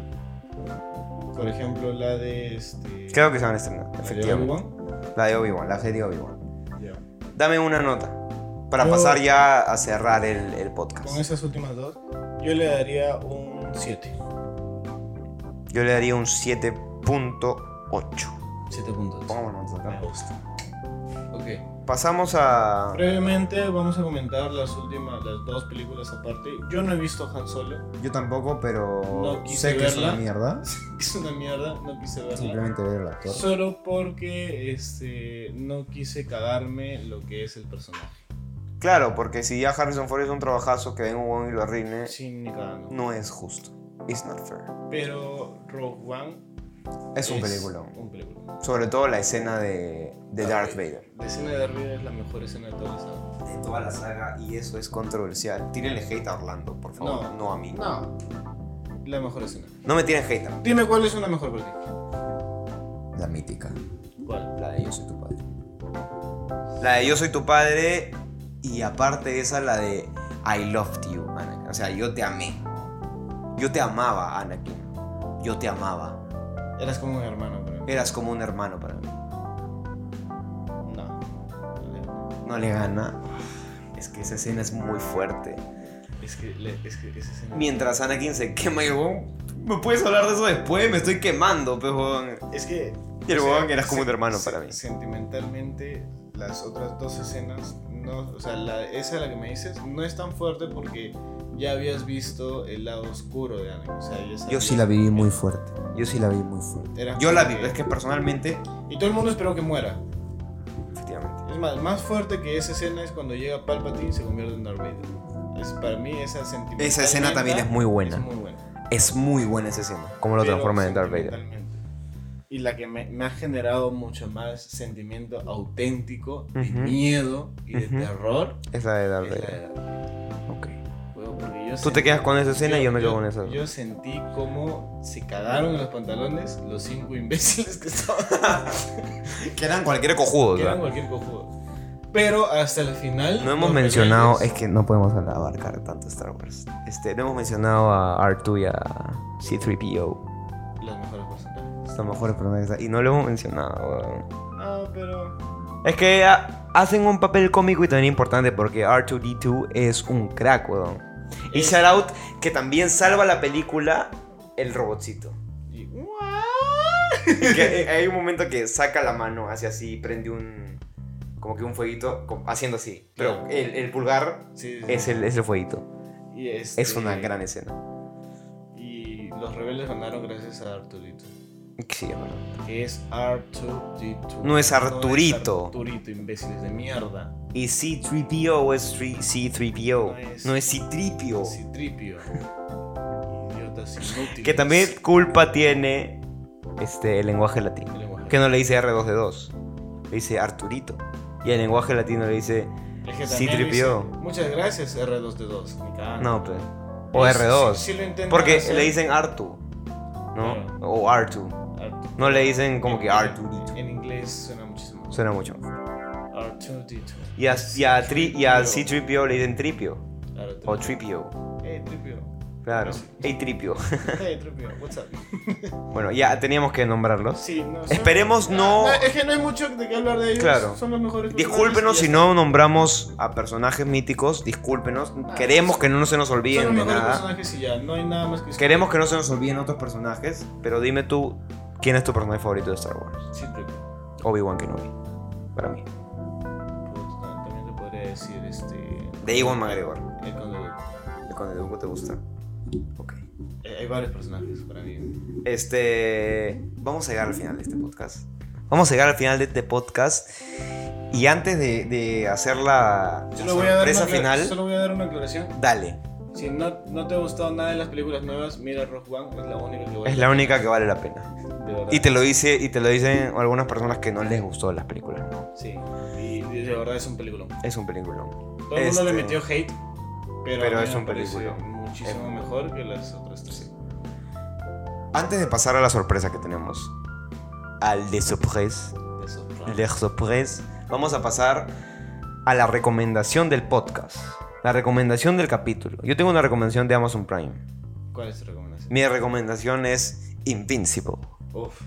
Por ejemplo, la de este. Creo que se van a estrenar, la de efectivamente. Obi-Wan. La de Obi-Wan, la serie Obi-Wan. Ya. Dame una nota. Para Yo- pasar ya a cerrar el, el podcast. Con esas últimas dos, yo le daría un 7. Yo le daría un 7.8. 7.2. Pongamos notas acá. Me gusta. Ok. Pasamos a. Brevemente vamos a comentar las últimas, las dos películas aparte. Yo no he visto Han Solo. [LAUGHS] Yo tampoco, pero No quise sé que es una verla. [LAUGHS] mierda. Es una mierda, no quise verla. Simplemente ver el actor. Solo porque este, no quise cagarme lo que es el personaje. Claro, porque si ya Harrison Ford es un trabajazo que venga un huevón y lo arruine, Sin ni cagando. no es justo. It's not fair. Pero Rogue One Es un peliculón. Un película. Sobre todo la escena de, de Darth Vader. La escena de Darth Vader es la mejor escena de toda la saga. De toda la saga, y eso es controversial. Tírenle hate a Orlando, por favor, no, No. a mí. No. No. La mejor escena. me tiren hate a mí. Dime cuál es una mejor para ti. La mítica. ¿Cuál? La de Yo soy tu padre. La de Yo soy tu padre, y aparte de esa, la de I loved you, Anakin. O sea, yo te amé. Yo te amaba, Anakin. Yo te amaba. Eras como un hermano para mí. Eras como un hermano para mí. No. no le gana. Es que esa escena es muy fuerte. Es que, le- es que esa escena. Mientras Anakin se quema y el huevón, ¿me puedes hablar de eso después? Me estoy quemando, pues, huevón". Es que. Y el o sea, huevón eras como se- un hermano se- para mí. Sentimentalmente, las otras dos escenas. No, o sea, la, esa de la que me dices no es tan fuerte porque ya habías visto el lado oscuro de Anakin. O sea, ya Yo sabías- sí la viví muy fuerte. Yo sí la vi muy fuerte. Era Yo la vi, como es que personalmente. Y todo el mundo esperó que muera. Efectivamente. Es más, más fuerte que esa escena es cuando llega Palpatine y se convierte en Darth Vader. Es, para mí esa sentimentalmente Esa escena también es muy Es buena. muy buena. Es muy buena esa escena. Cómo lo pero transforman en Darth Vader. sentimentalmente. Y la que me, me ha generado mucho más sentimiento auténtico, de Ujú. miedo y de Ujú. terror Es la de Darth es la de Vader. Darth Vader. Ok. Huevón, porque Tú yo te sentí- quedas con esa escena y yo me quedo con esa. Yo sentí cómo se cagaron en los pantalones los cinco imbéciles que [LAUGHS] estaban. Que eran cualquier cojudo, que eran cualquier cojudo. Pero hasta el final. No hemos los mencionado, rebeldes- es que no podemos abarcar tanto Star Wars. Este, no hemos mencionado a R2 y a C3PO. Los mejores personajes. Son mejores personajes. Y no lo hemos mencionado, weón. No, pero. Es que ah, hacen un papel cómico y también importante porque R2D2 es un crack, weón. Y shout out que también salva la película el [LAUGHS] robotcito. y- Que, eh, hay un momento que saca la mano hacia así y prende un. como que un fueguito como haciendo así. Pero Claro. el, el pulgar Sí, sí, sí. es el, es el fueguito. Y este- Es una gran escena. Y los rebeldes ganaron gracias a Arturito. Sí, weón. Que es R2D2. No es Arturito. Arturito, imbéciles de mierda. Y C3PO es 3 C3PO. No es- No es C3PO. Citripio. Idiotas inútiles. Que también culpa tiene este, el lenguaje latino. El lenguaje. Que no le dice R2D2. Le dice Arturito. Y el lenguaje latino le dice. Es que Sí, también tripió. dice, Muchas gracias, R2D2. ni cagando". No, pe. O Es- R2. sí- sí lo intentan porque hacer. le dicen Artu. ¿No? Claro. O R2. Artu- No le dicen como que en- Arturito. En inglés suena muchísimo. Suena mucho. R2D2. Y a, y a, tri- y a Tripio. C3PO le dicen Tripio. Claro, O tripio. Tripio. Eh, tripio. Claro. Sí. Hey, Tripio. [LAUGHS] Eh, tripio. What's up? Bueno, ya teníamos que nombrarlos. Sí, no, son- Esperemos no- Ah, es que no hay mucho de qué hablar de ellos. Claro. Son los mejores. Discúlpenos si personajes no nombramos a personajes míticos. Discúlpenos. Queremos que no se nos y ya está. Son olviden de los mejores nada. personajes y ya. No hay nada más que Queremos que no se nos olviden otros personajes. Pero dime tú, ¿quién es tu personaje favorito de Star Wars? Sí, tripio. Obi-Wan Kenobi. Para mí. Puta, También te podría decir este. De Iwan McGregor. El Conde De Conde Dooku te gusta. Ok. Eh, Hay varios personajes para mí. Este. Vamos a llegar al final de este podcast. Vamos a llegar al final de este podcast. Y antes de, de hacer la, la Solo voy, a dar una sorpresa acla- final, solo voy a dar una aclaración. dale. Si no, no te ha gustado nada de las películas nuevas, mira Rogue One, es la única que voy a Es la única que vale la pena. De verdad. Y te lo dice, y te lo dicen algunas personas que no les gustó las películas. ¿no? Sí, y y de verdad es un peliculón. Es un peliculón. Todo el mundo Este- le metió hate, pero, Pero a mí es me un parece peliculón. Muchísimo mejor que las otras tres. Antes de pasar a la sorpresa que tenemos. Al de sorpresa. Eso, Les sorpresa. Vamos a pasar a la recomendación del podcast. La recomendación del capítulo. Yo tengo una recomendación de Amazon Prime. ¿Cuál es tu recomendación? Mi recomendación es Invincible. Uf,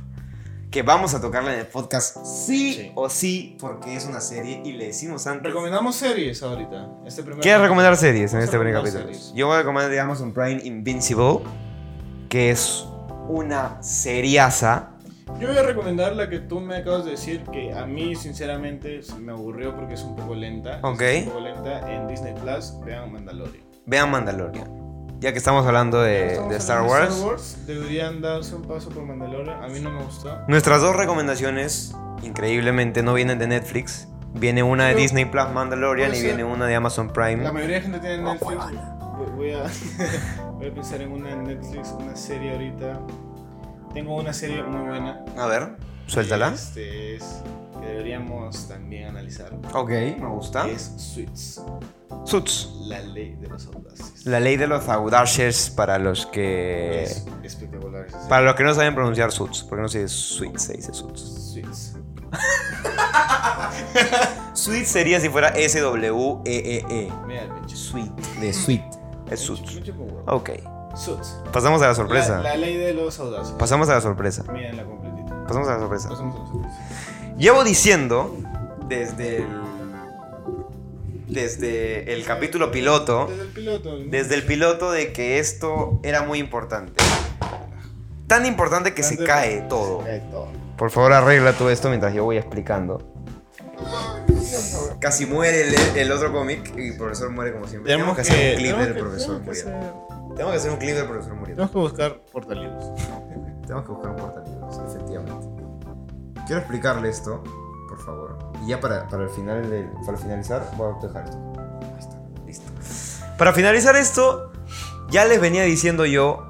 Que vamos a tocarla en el podcast sí, Sí. o sí, porque es una serie y le decimos antes. recomendamos series ahorita. Este primer ¿Quieres recomendar series en Vamos a este primer recomendar capítulo? series. Yo voy a recomendar de Amazon Prime Invincible, que es una seriaza. Yo voy a recomendar la que tú me acabas de decir, que a mí sinceramente se me aburrió porque es un poco lenta. Ok. Es un poco lenta en Disney Plus, vean Mandalorian. Vean Mandalorian. Ya que estamos hablando de, Estamos de hablando Star, Wars, Deberían darse un paso por Mandalorian, a mí no me gustó. nuestras dos recomendaciones, increíblemente, no vienen de Netflix. Viene una de Pero- Disney Plus Mandalorian puede y ser. viene una de Amazon Prime. La mayoría de gente tiene Netflix. Voy- Voy a, [LAUGHS] voy a pensar en una en Netflix, una serie ahorita. Tengo una serie muy buena. A ver, suéltala. Este es, que deberíamos también analizar. Ok, me gusta. Es Suits, Suits. la ley de los audaces. La eh, ley de los audaces para los que. Es espectacular. esa serie. Para los que no saben pronunciar suits, porque no se dice suits, se dice suits. Suits. Suits sería si fuera S-W-E-E-E. Mira el pinche. Suite. E De suite. Es suits. Me chupa un huevo. Ok. Suits. Pasamos a la sorpresa. La, la ley de los audaces. Pasamos a la sorpresa. Miren la completita. Pasamos a la sorpresa. Pasamos a la sorpresa. Llevo diciendo desde el. Desde el capítulo piloto. Desde el piloto. ¿no? Desde el piloto de que esto era muy importante. Tan importante que se Tanto- cae todo. Se cae todo. Por favor, arregla todo esto mientras yo voy explicando. Casi muere el, el otro cómic y el profesor muere como siempre. Tenemos, que, hacer un clip tenemos del que- profesor tenemos que muriendo. hacer- Tenemos que hacer un clip del profesor muriendo. Tenemos que buscar portalitos. Tenemos que buscar un portalibros, efectivamente. Quiero explicarle esto, por favor. Y ya para, para el final del- para finalizar, voy a dejar esto. Ahí está, listo. Para finalizar esto, ya les venía diciendo yo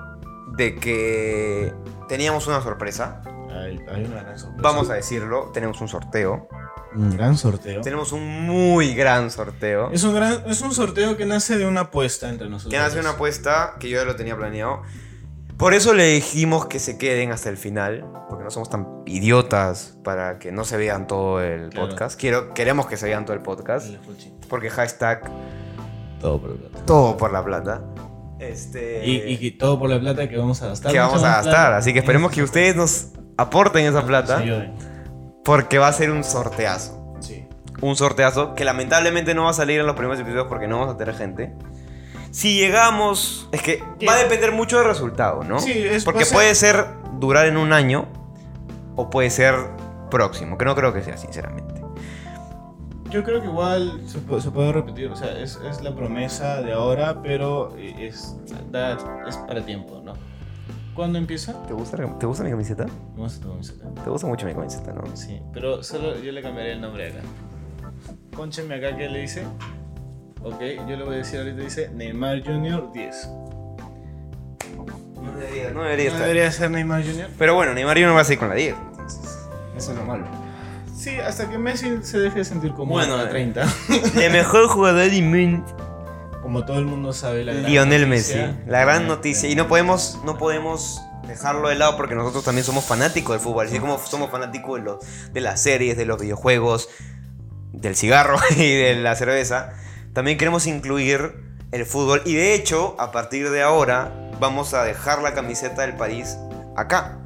de que teníamos una sorpresa. Hay, hay una gran sorpresa. Vamos a decirlo, tenemos un sorteo. Un gran sorteo. Tenemos un muy gran sorteo. Es un, gran, es un sorteo que nace de una apuesta entre nosotros. Que hace una apuesta que yo ya lo tenía planeado. Por eso le dijimos que se queden hasta el final, porque no somos tan idiotas para que no se vean todo el Claro. podcast. Quiero, queremos que se vean todo el podcast, El fuchi. porque hashtag Todo por la plata. todo por la plata. Este, Y, y que todo por la plata que vamos a gastar. que mucha vamos a más gastar. plata. Así que esperemos que ustedes nos aporten esa plata, Nos ayuden. porque va a ser un sorteazo. Sí. un sorteazo que lamentablemente no va a salir en los primeros episodios porque no vamos a tener gente. Si llegamos, es que ¿Qué? va a depender mucho del resultado, ¿no? Sí, es- va porque a ser- puede ser durar en un año o puede ser próximo, que no creo que sea, sinceramente. Yo creo que igual se puede, se puede repetir, o sea, es, es la promesa de ahora, pero eh, es, da- es para tiempo, ¿no? ¿Cuándo empieza? ¿Te gusta, ¿Te gusta mi camiseta? Vamos a tomar camiseta. Te gusta mucho mi camiseta, ¿no? Sí, pero solo yo le cambiaré el nombre acá. Pónchenme acá que le dice. Ok, yo le voy a decir ahorita, dice Neymar Jr. 10. No debería, no debería ¿No estar. debería ser Neymar Jr.? Pero bueno, Neymar no va a seguir con la 10. Eso es lo malo. Sí, hasta que Messi se deje sentir como Bueno, a eh. 30. El mejor jugador del mundo. Como todo el mundo sabe, la gran Lionel Messi. noticia- La gran noticia. Y no podemos, no podemos dejarlo de lado porque nosotros también somos fanáticos del fútbol. Así como somos fanáticos de, los, de las series, de los videojuegos, del cigarro [LAUGHS] y de la cerveza, también queremos incluir el fútbol. Y de hecho, a partir de ahora, vamos a dejar la camiseta del país acá.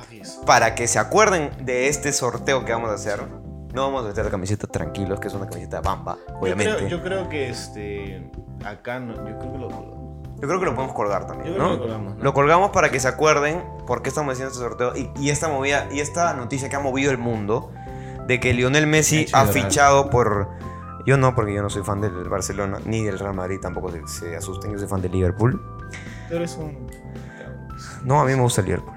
Así es. Para que se acuerden de este sorteo que vamos a hacer. No vamos a meter la camiseta tranquilos, que es una camiseta bamba, obviamente. Yo Yo creo, creo, yo creo que este. Acá no, yo creo que lo. Yo que lo podemos colgar también, creo ¿no? que lo colgamos, ¿no? Lo colgamos para que se acuerden por qué estamos haciendo este sorteo y, y esta movida y esta noticia que ha movido el mundo de que Lionel Me ha Messi hecho ha llorar. fichado por yo no porque yo no soy fan del Barcelona ni del Real Madrid tampoco se, se asusten yo soy fan del Liverpool Tú eres un. no a mí me gusta el Liverpool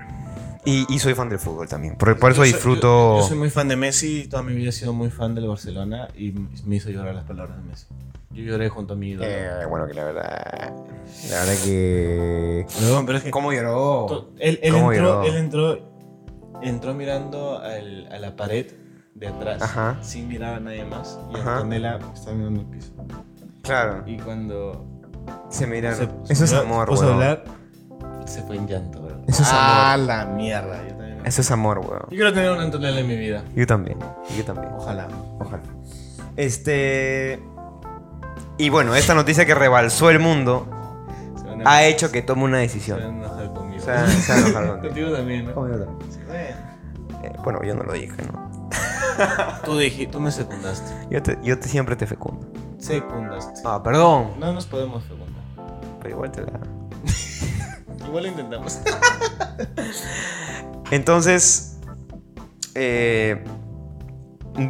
y, y soy fan del fútbol también por, por eso Yo soy- disfruto Yo, yo soy muy fan de Messi, toda mi vida he sido muy fan del Barcelona y me hizo llorar las palabras de Messi. Yo lloré junto a mi ídolo. Eh, bueno que la verdad la verdad que Huevón, pero es que. cómo lloró Eh, to- Él, él ¿Cómo entró, lloró? él entró. Entró mirando al- a la pared de atrás, Ajá. sin mirar a nadie más. Y Ajá. Antonella estaba mirando el piso. claro Y cuando. se miraron se- eso es se- amor puso a weón. hablar, se fue en llanto, bro. Eso es ah, la mierda. Yo también. eso es amor weón Yo quiero tener una Antonella en mi vida. yo también yo también Ojalá. Ojalá. Este. Y bueno, esta noticia que rebalsó el mundo Se van a- ha hecho que tome una se van a decisión. enojar O conmigo. sea, se ha enojado [LAUGHS] contigo. [LAUGHS] Contigo también, ¿no? Sí, Eh, Bueno, yo no lo dije, ¿no? Tú dijiste, tú me secundaste. Yo, te, yo te- siempre te fecundo. Secundaste. Ah, perdón. No nos podemos fecundar. Pero igual te la. Igual [LAUGHS] lo intentamos. Entonces. eh,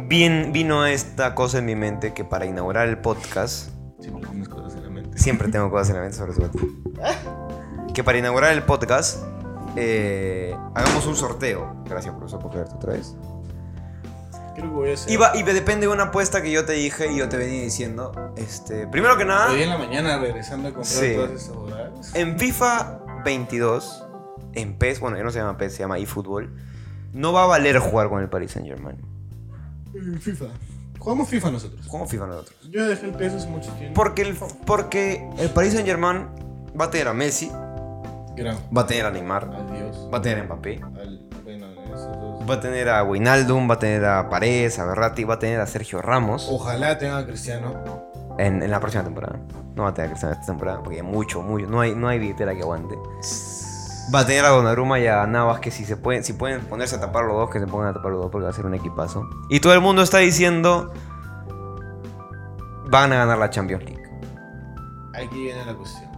bien, vino esta cosa en mi mente que para inaugurar el podcast. Siempre tienes cosas en la mente. Siempre tengo cosas en la mente sobre su Que para inaugurar el podcast, eh, hagamos un sorteo. Gracias, profesor, por verte otra vez. Creo que voy a hacer. Y, va- y depende de una apuesta que yo te dije y yo te venía diciendo. Este, primero que nada, Hoy en la mañana regresando a comprar Sí. Eh. todas esas bobadas. en FIFA 22, en PES, bueno, ya no se llama PES, se llama eFootball, no va a valer jugar con el Paris Saint-Germain. FIFA. Jugamos FIFA nosotros. ¿Cómo FIFA nosotros? Yo dejé el peso hace mucho tiempo. Porque el, porque el Paris Saint-Germain va a tener a Messi, Gran. va a tener a Neymar, Adiós. va a tener a Mbappé, Al, bueno, esos dos. va a tener a Wijnaldum, va a tener a Paredes, a Berratti, va a tener a Sergio Ramos. Ojalá tenga a Cristiano. En, en la próxima temporada. No va a tener que estar en esta temporada porque hay mucho, mucho. No hay, no hay billetera que aguante. Va a tener a Donnarumma y a Navas que si, se pueden, si pueden ponerse a tapar los dos, que se pongan a tapar los dos porque va a ser un equipazo. Y todo el mundo está diciendo... Van a ganar la Champions League. Aquí viene la cuestión.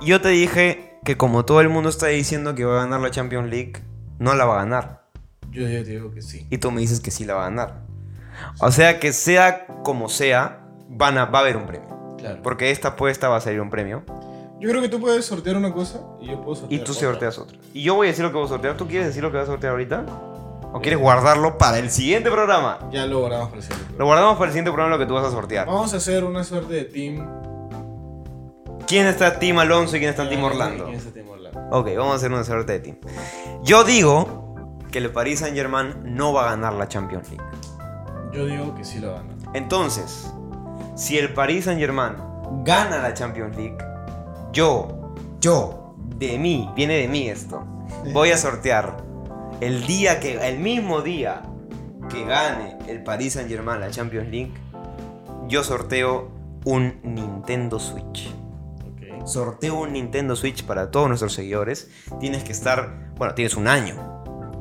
Y Yo te dije que como todo el mundo está diciendo que va a ganar la Champions League, no la va a ganar. Yo, yo digo que sí. Y tú me dices que sí la va a ganar. O sea que sea como sea, van a, va a haber un premio. Claro. Porque esta apuesta va a salir un premio. Yo creo que tú puedes sortear una cosa y yo puedo Y sortear tú otra. sorteas otra. Y yo voy a decir lo que voy a sortear. ¿Tú quieres decir lo que vas a sortear ahorita? ¿O quieres guardarlo para el siguiente programa? Ya lo guardamos para el siguiente Lo programa. guardamos para el siguiente programa lo que tú vas a sortear. Vamos a hacer una suerte de team. ¿Quién está Team Alonso y quién está Team Orlando? ¿Quién está Team Orlando? Ok, vamos a hacer una suerte de team. Yo digo que el Paris Saint Germain no va a ganar la Champions League. Yo Yo digo que sí lo gana. Entonces, si el Paris Saint Germain gana la Champions League, yo, yo, de mí, viene de mí esto, voy a sortear el día que, el mismo día que gane el Paris Saint Germain la Champions League, yo sorteo un Nintendo Switch. Ok. Sorteo un Nintendo Switch para todos nuestros seguidores. Tienes que estar, bueno, tienes un año,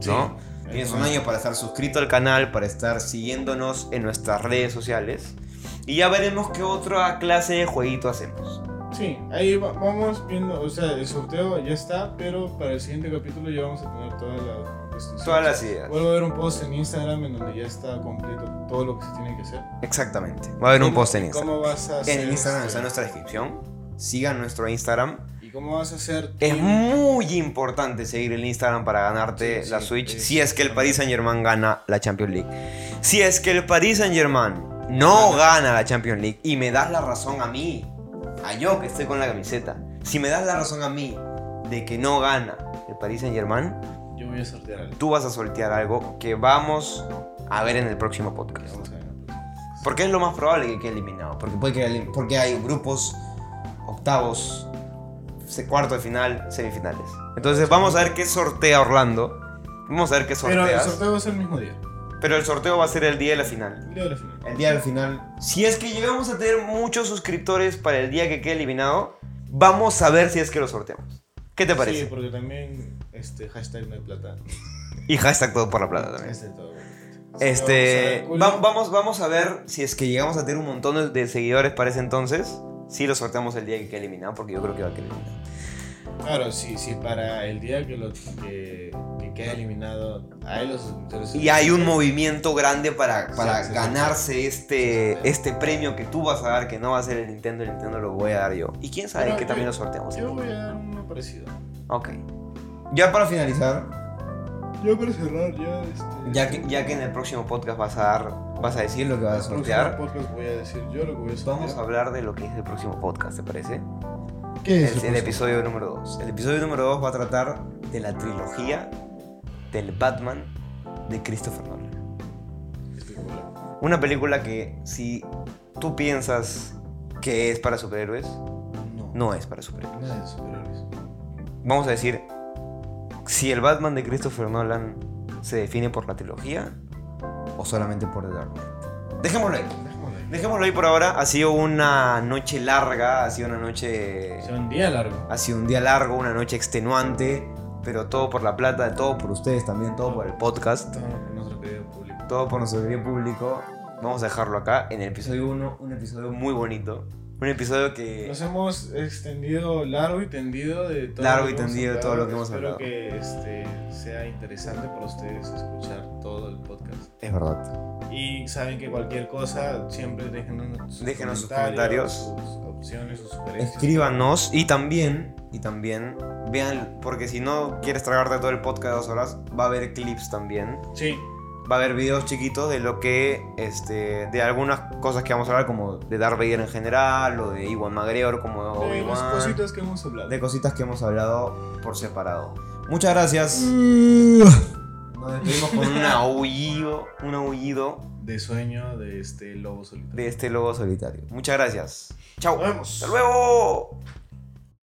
¿no? Tienes un año para estar suscrito al canal, para estar siguiéndonos en nuestras redes sociales. Y ya veremos qué otra clase de jueguito hacemos. Sí, ahí va- vamos viendo, o sea, el sorteo ya está, pero para el siguiente capítulo ya vamos a tener todas las cuestiones. Todas las ideas. Vuelvo a ver un post en Instagram en donde ya está completo todo lo que se tiene que hacer. Exactamente. Va a haber un ¿Cómo- post en Instagram. ¿Cómo vas a hacer? En Instagram este- está nuestra descripción. Sigan nuestro Instagram. ¿Y cómo vas a hacer? Es tu- muy importante seguir el Instagram para ganarte Sí, la sí, Switch. es- si es que el Paris Saint Germain gana la Champions League. Si es que el Paris Saint Germain no gana la Champions League y me das la razón a mí, a yo que estoy con la camiseta, si me das la razón a mí de que no gana el Paris Saint Germain, Yo voy a sortear algo. tú vas a sortear algo que vamos a ver en el próximo podcast. Vamos a ver. Porque es lo más probable que quede eliminado. Porque, puede quedar elim- porque hay grupos, octavos, se- cuarto de final, semifinales. Entonces vamos a ver qué sortea Orlando. Vamos a ver qué Pero el sorteas. sorteo va a ser el mismo día. Pero el sorteo va a ser el día de la final. El día de la final. El día del final. Si es que llegamos a tener muchos suscriptores para el día que quede eliminado, vamos a ver si es que lo sorteamos. ¿Qué te Sí, pues. parece? porque también este hashtag no hay plata. Y hashtag todo por la plata también. Este todo. Este, Vamos a ver, va- vamos, vamos a ver si es que llegamos a tener un montón de, de seguidores para ese entonces. Si lo sorteamos el día que quede eliminado, porque yo creo que va a quedar eliminado. Claro, sí, sí, para el día que, lo, que, que quede eliminado, hay los suscriptores. Y hay un movimiento grande para, para sí, sí. ganarse Sí, este, sí. este premio que tú vas a dar, que no va a ser el Nintendo, el Nintendo lo voy a dar yo. Y quién sabe Pero que yo- también lo sorteamos. Yo voy a dar uno parecido. Ok. Ya para finalizar, Yo para cerrar, ya este. Ya que, ya que en el próximo podcast vas a dar, vas a decir lo que el vas a próximo sortear, podcast voy a decir yo lo que voy a sortear. vamos a hablar de lo que es el próximo podcast, ¿te parece? ¿Qué El, el episodio número 2. El episodio número 2 va a tratar de la trilogía del Batman de Christopher Nolan. Este, Espectacular. Una película que si tú piensas que es para superhéroes, No, no es para superhéroes. nada de superhéroes. Vamos a decir, si el Batman de Christopher Nolan se define por la trilogía o solamente por The Dark Knight. Dejémoslo ahí. Déjamelo ahí. Dejémoslo ahí por ahora. Ha sido una noche larga, ha sido una noche... Sea un día largo. Ha sido un día largo, una noche extenuante, pero todo por la plata, todo por ustedes también, todo por el podcast, Todo con nuestro querido público. todo por nuestro querido público. Vamos a dejarlo acá en el episodio 1, un episodio muy bonito, un episodio que Nos hemos extendido largo y tendido de todo Largo lo y que hemos tendido de todo lo hablado. que hemos hablado. Espero que este, sea interesante para ustedes escuchar todo el podcast. es verdad. Y saben que cualquier cosa, siempre déjenos sus, Déjenos sus sus opciones, sus sugerencias. Escríbanos y también, y también, vean, porque si no quieres tragarte todo el podcast de dos horas, va a haber clips también. Sí, Va a haber videos chiquitos de lo que, este, de algunas cosas que vamos a hablar, como de Darth Vader en general, o de Iwan McGregor, como de de las Obi-Wan. cositas que hemos hablado. de cositas que hemos hablado por separado. Muchas gracias. Nos despedimos con un aullido, un aullido de sueño de este lobo solitario. de este lobo solitario. Muchas gracias. Chao. Nos vemos. Hasta luego.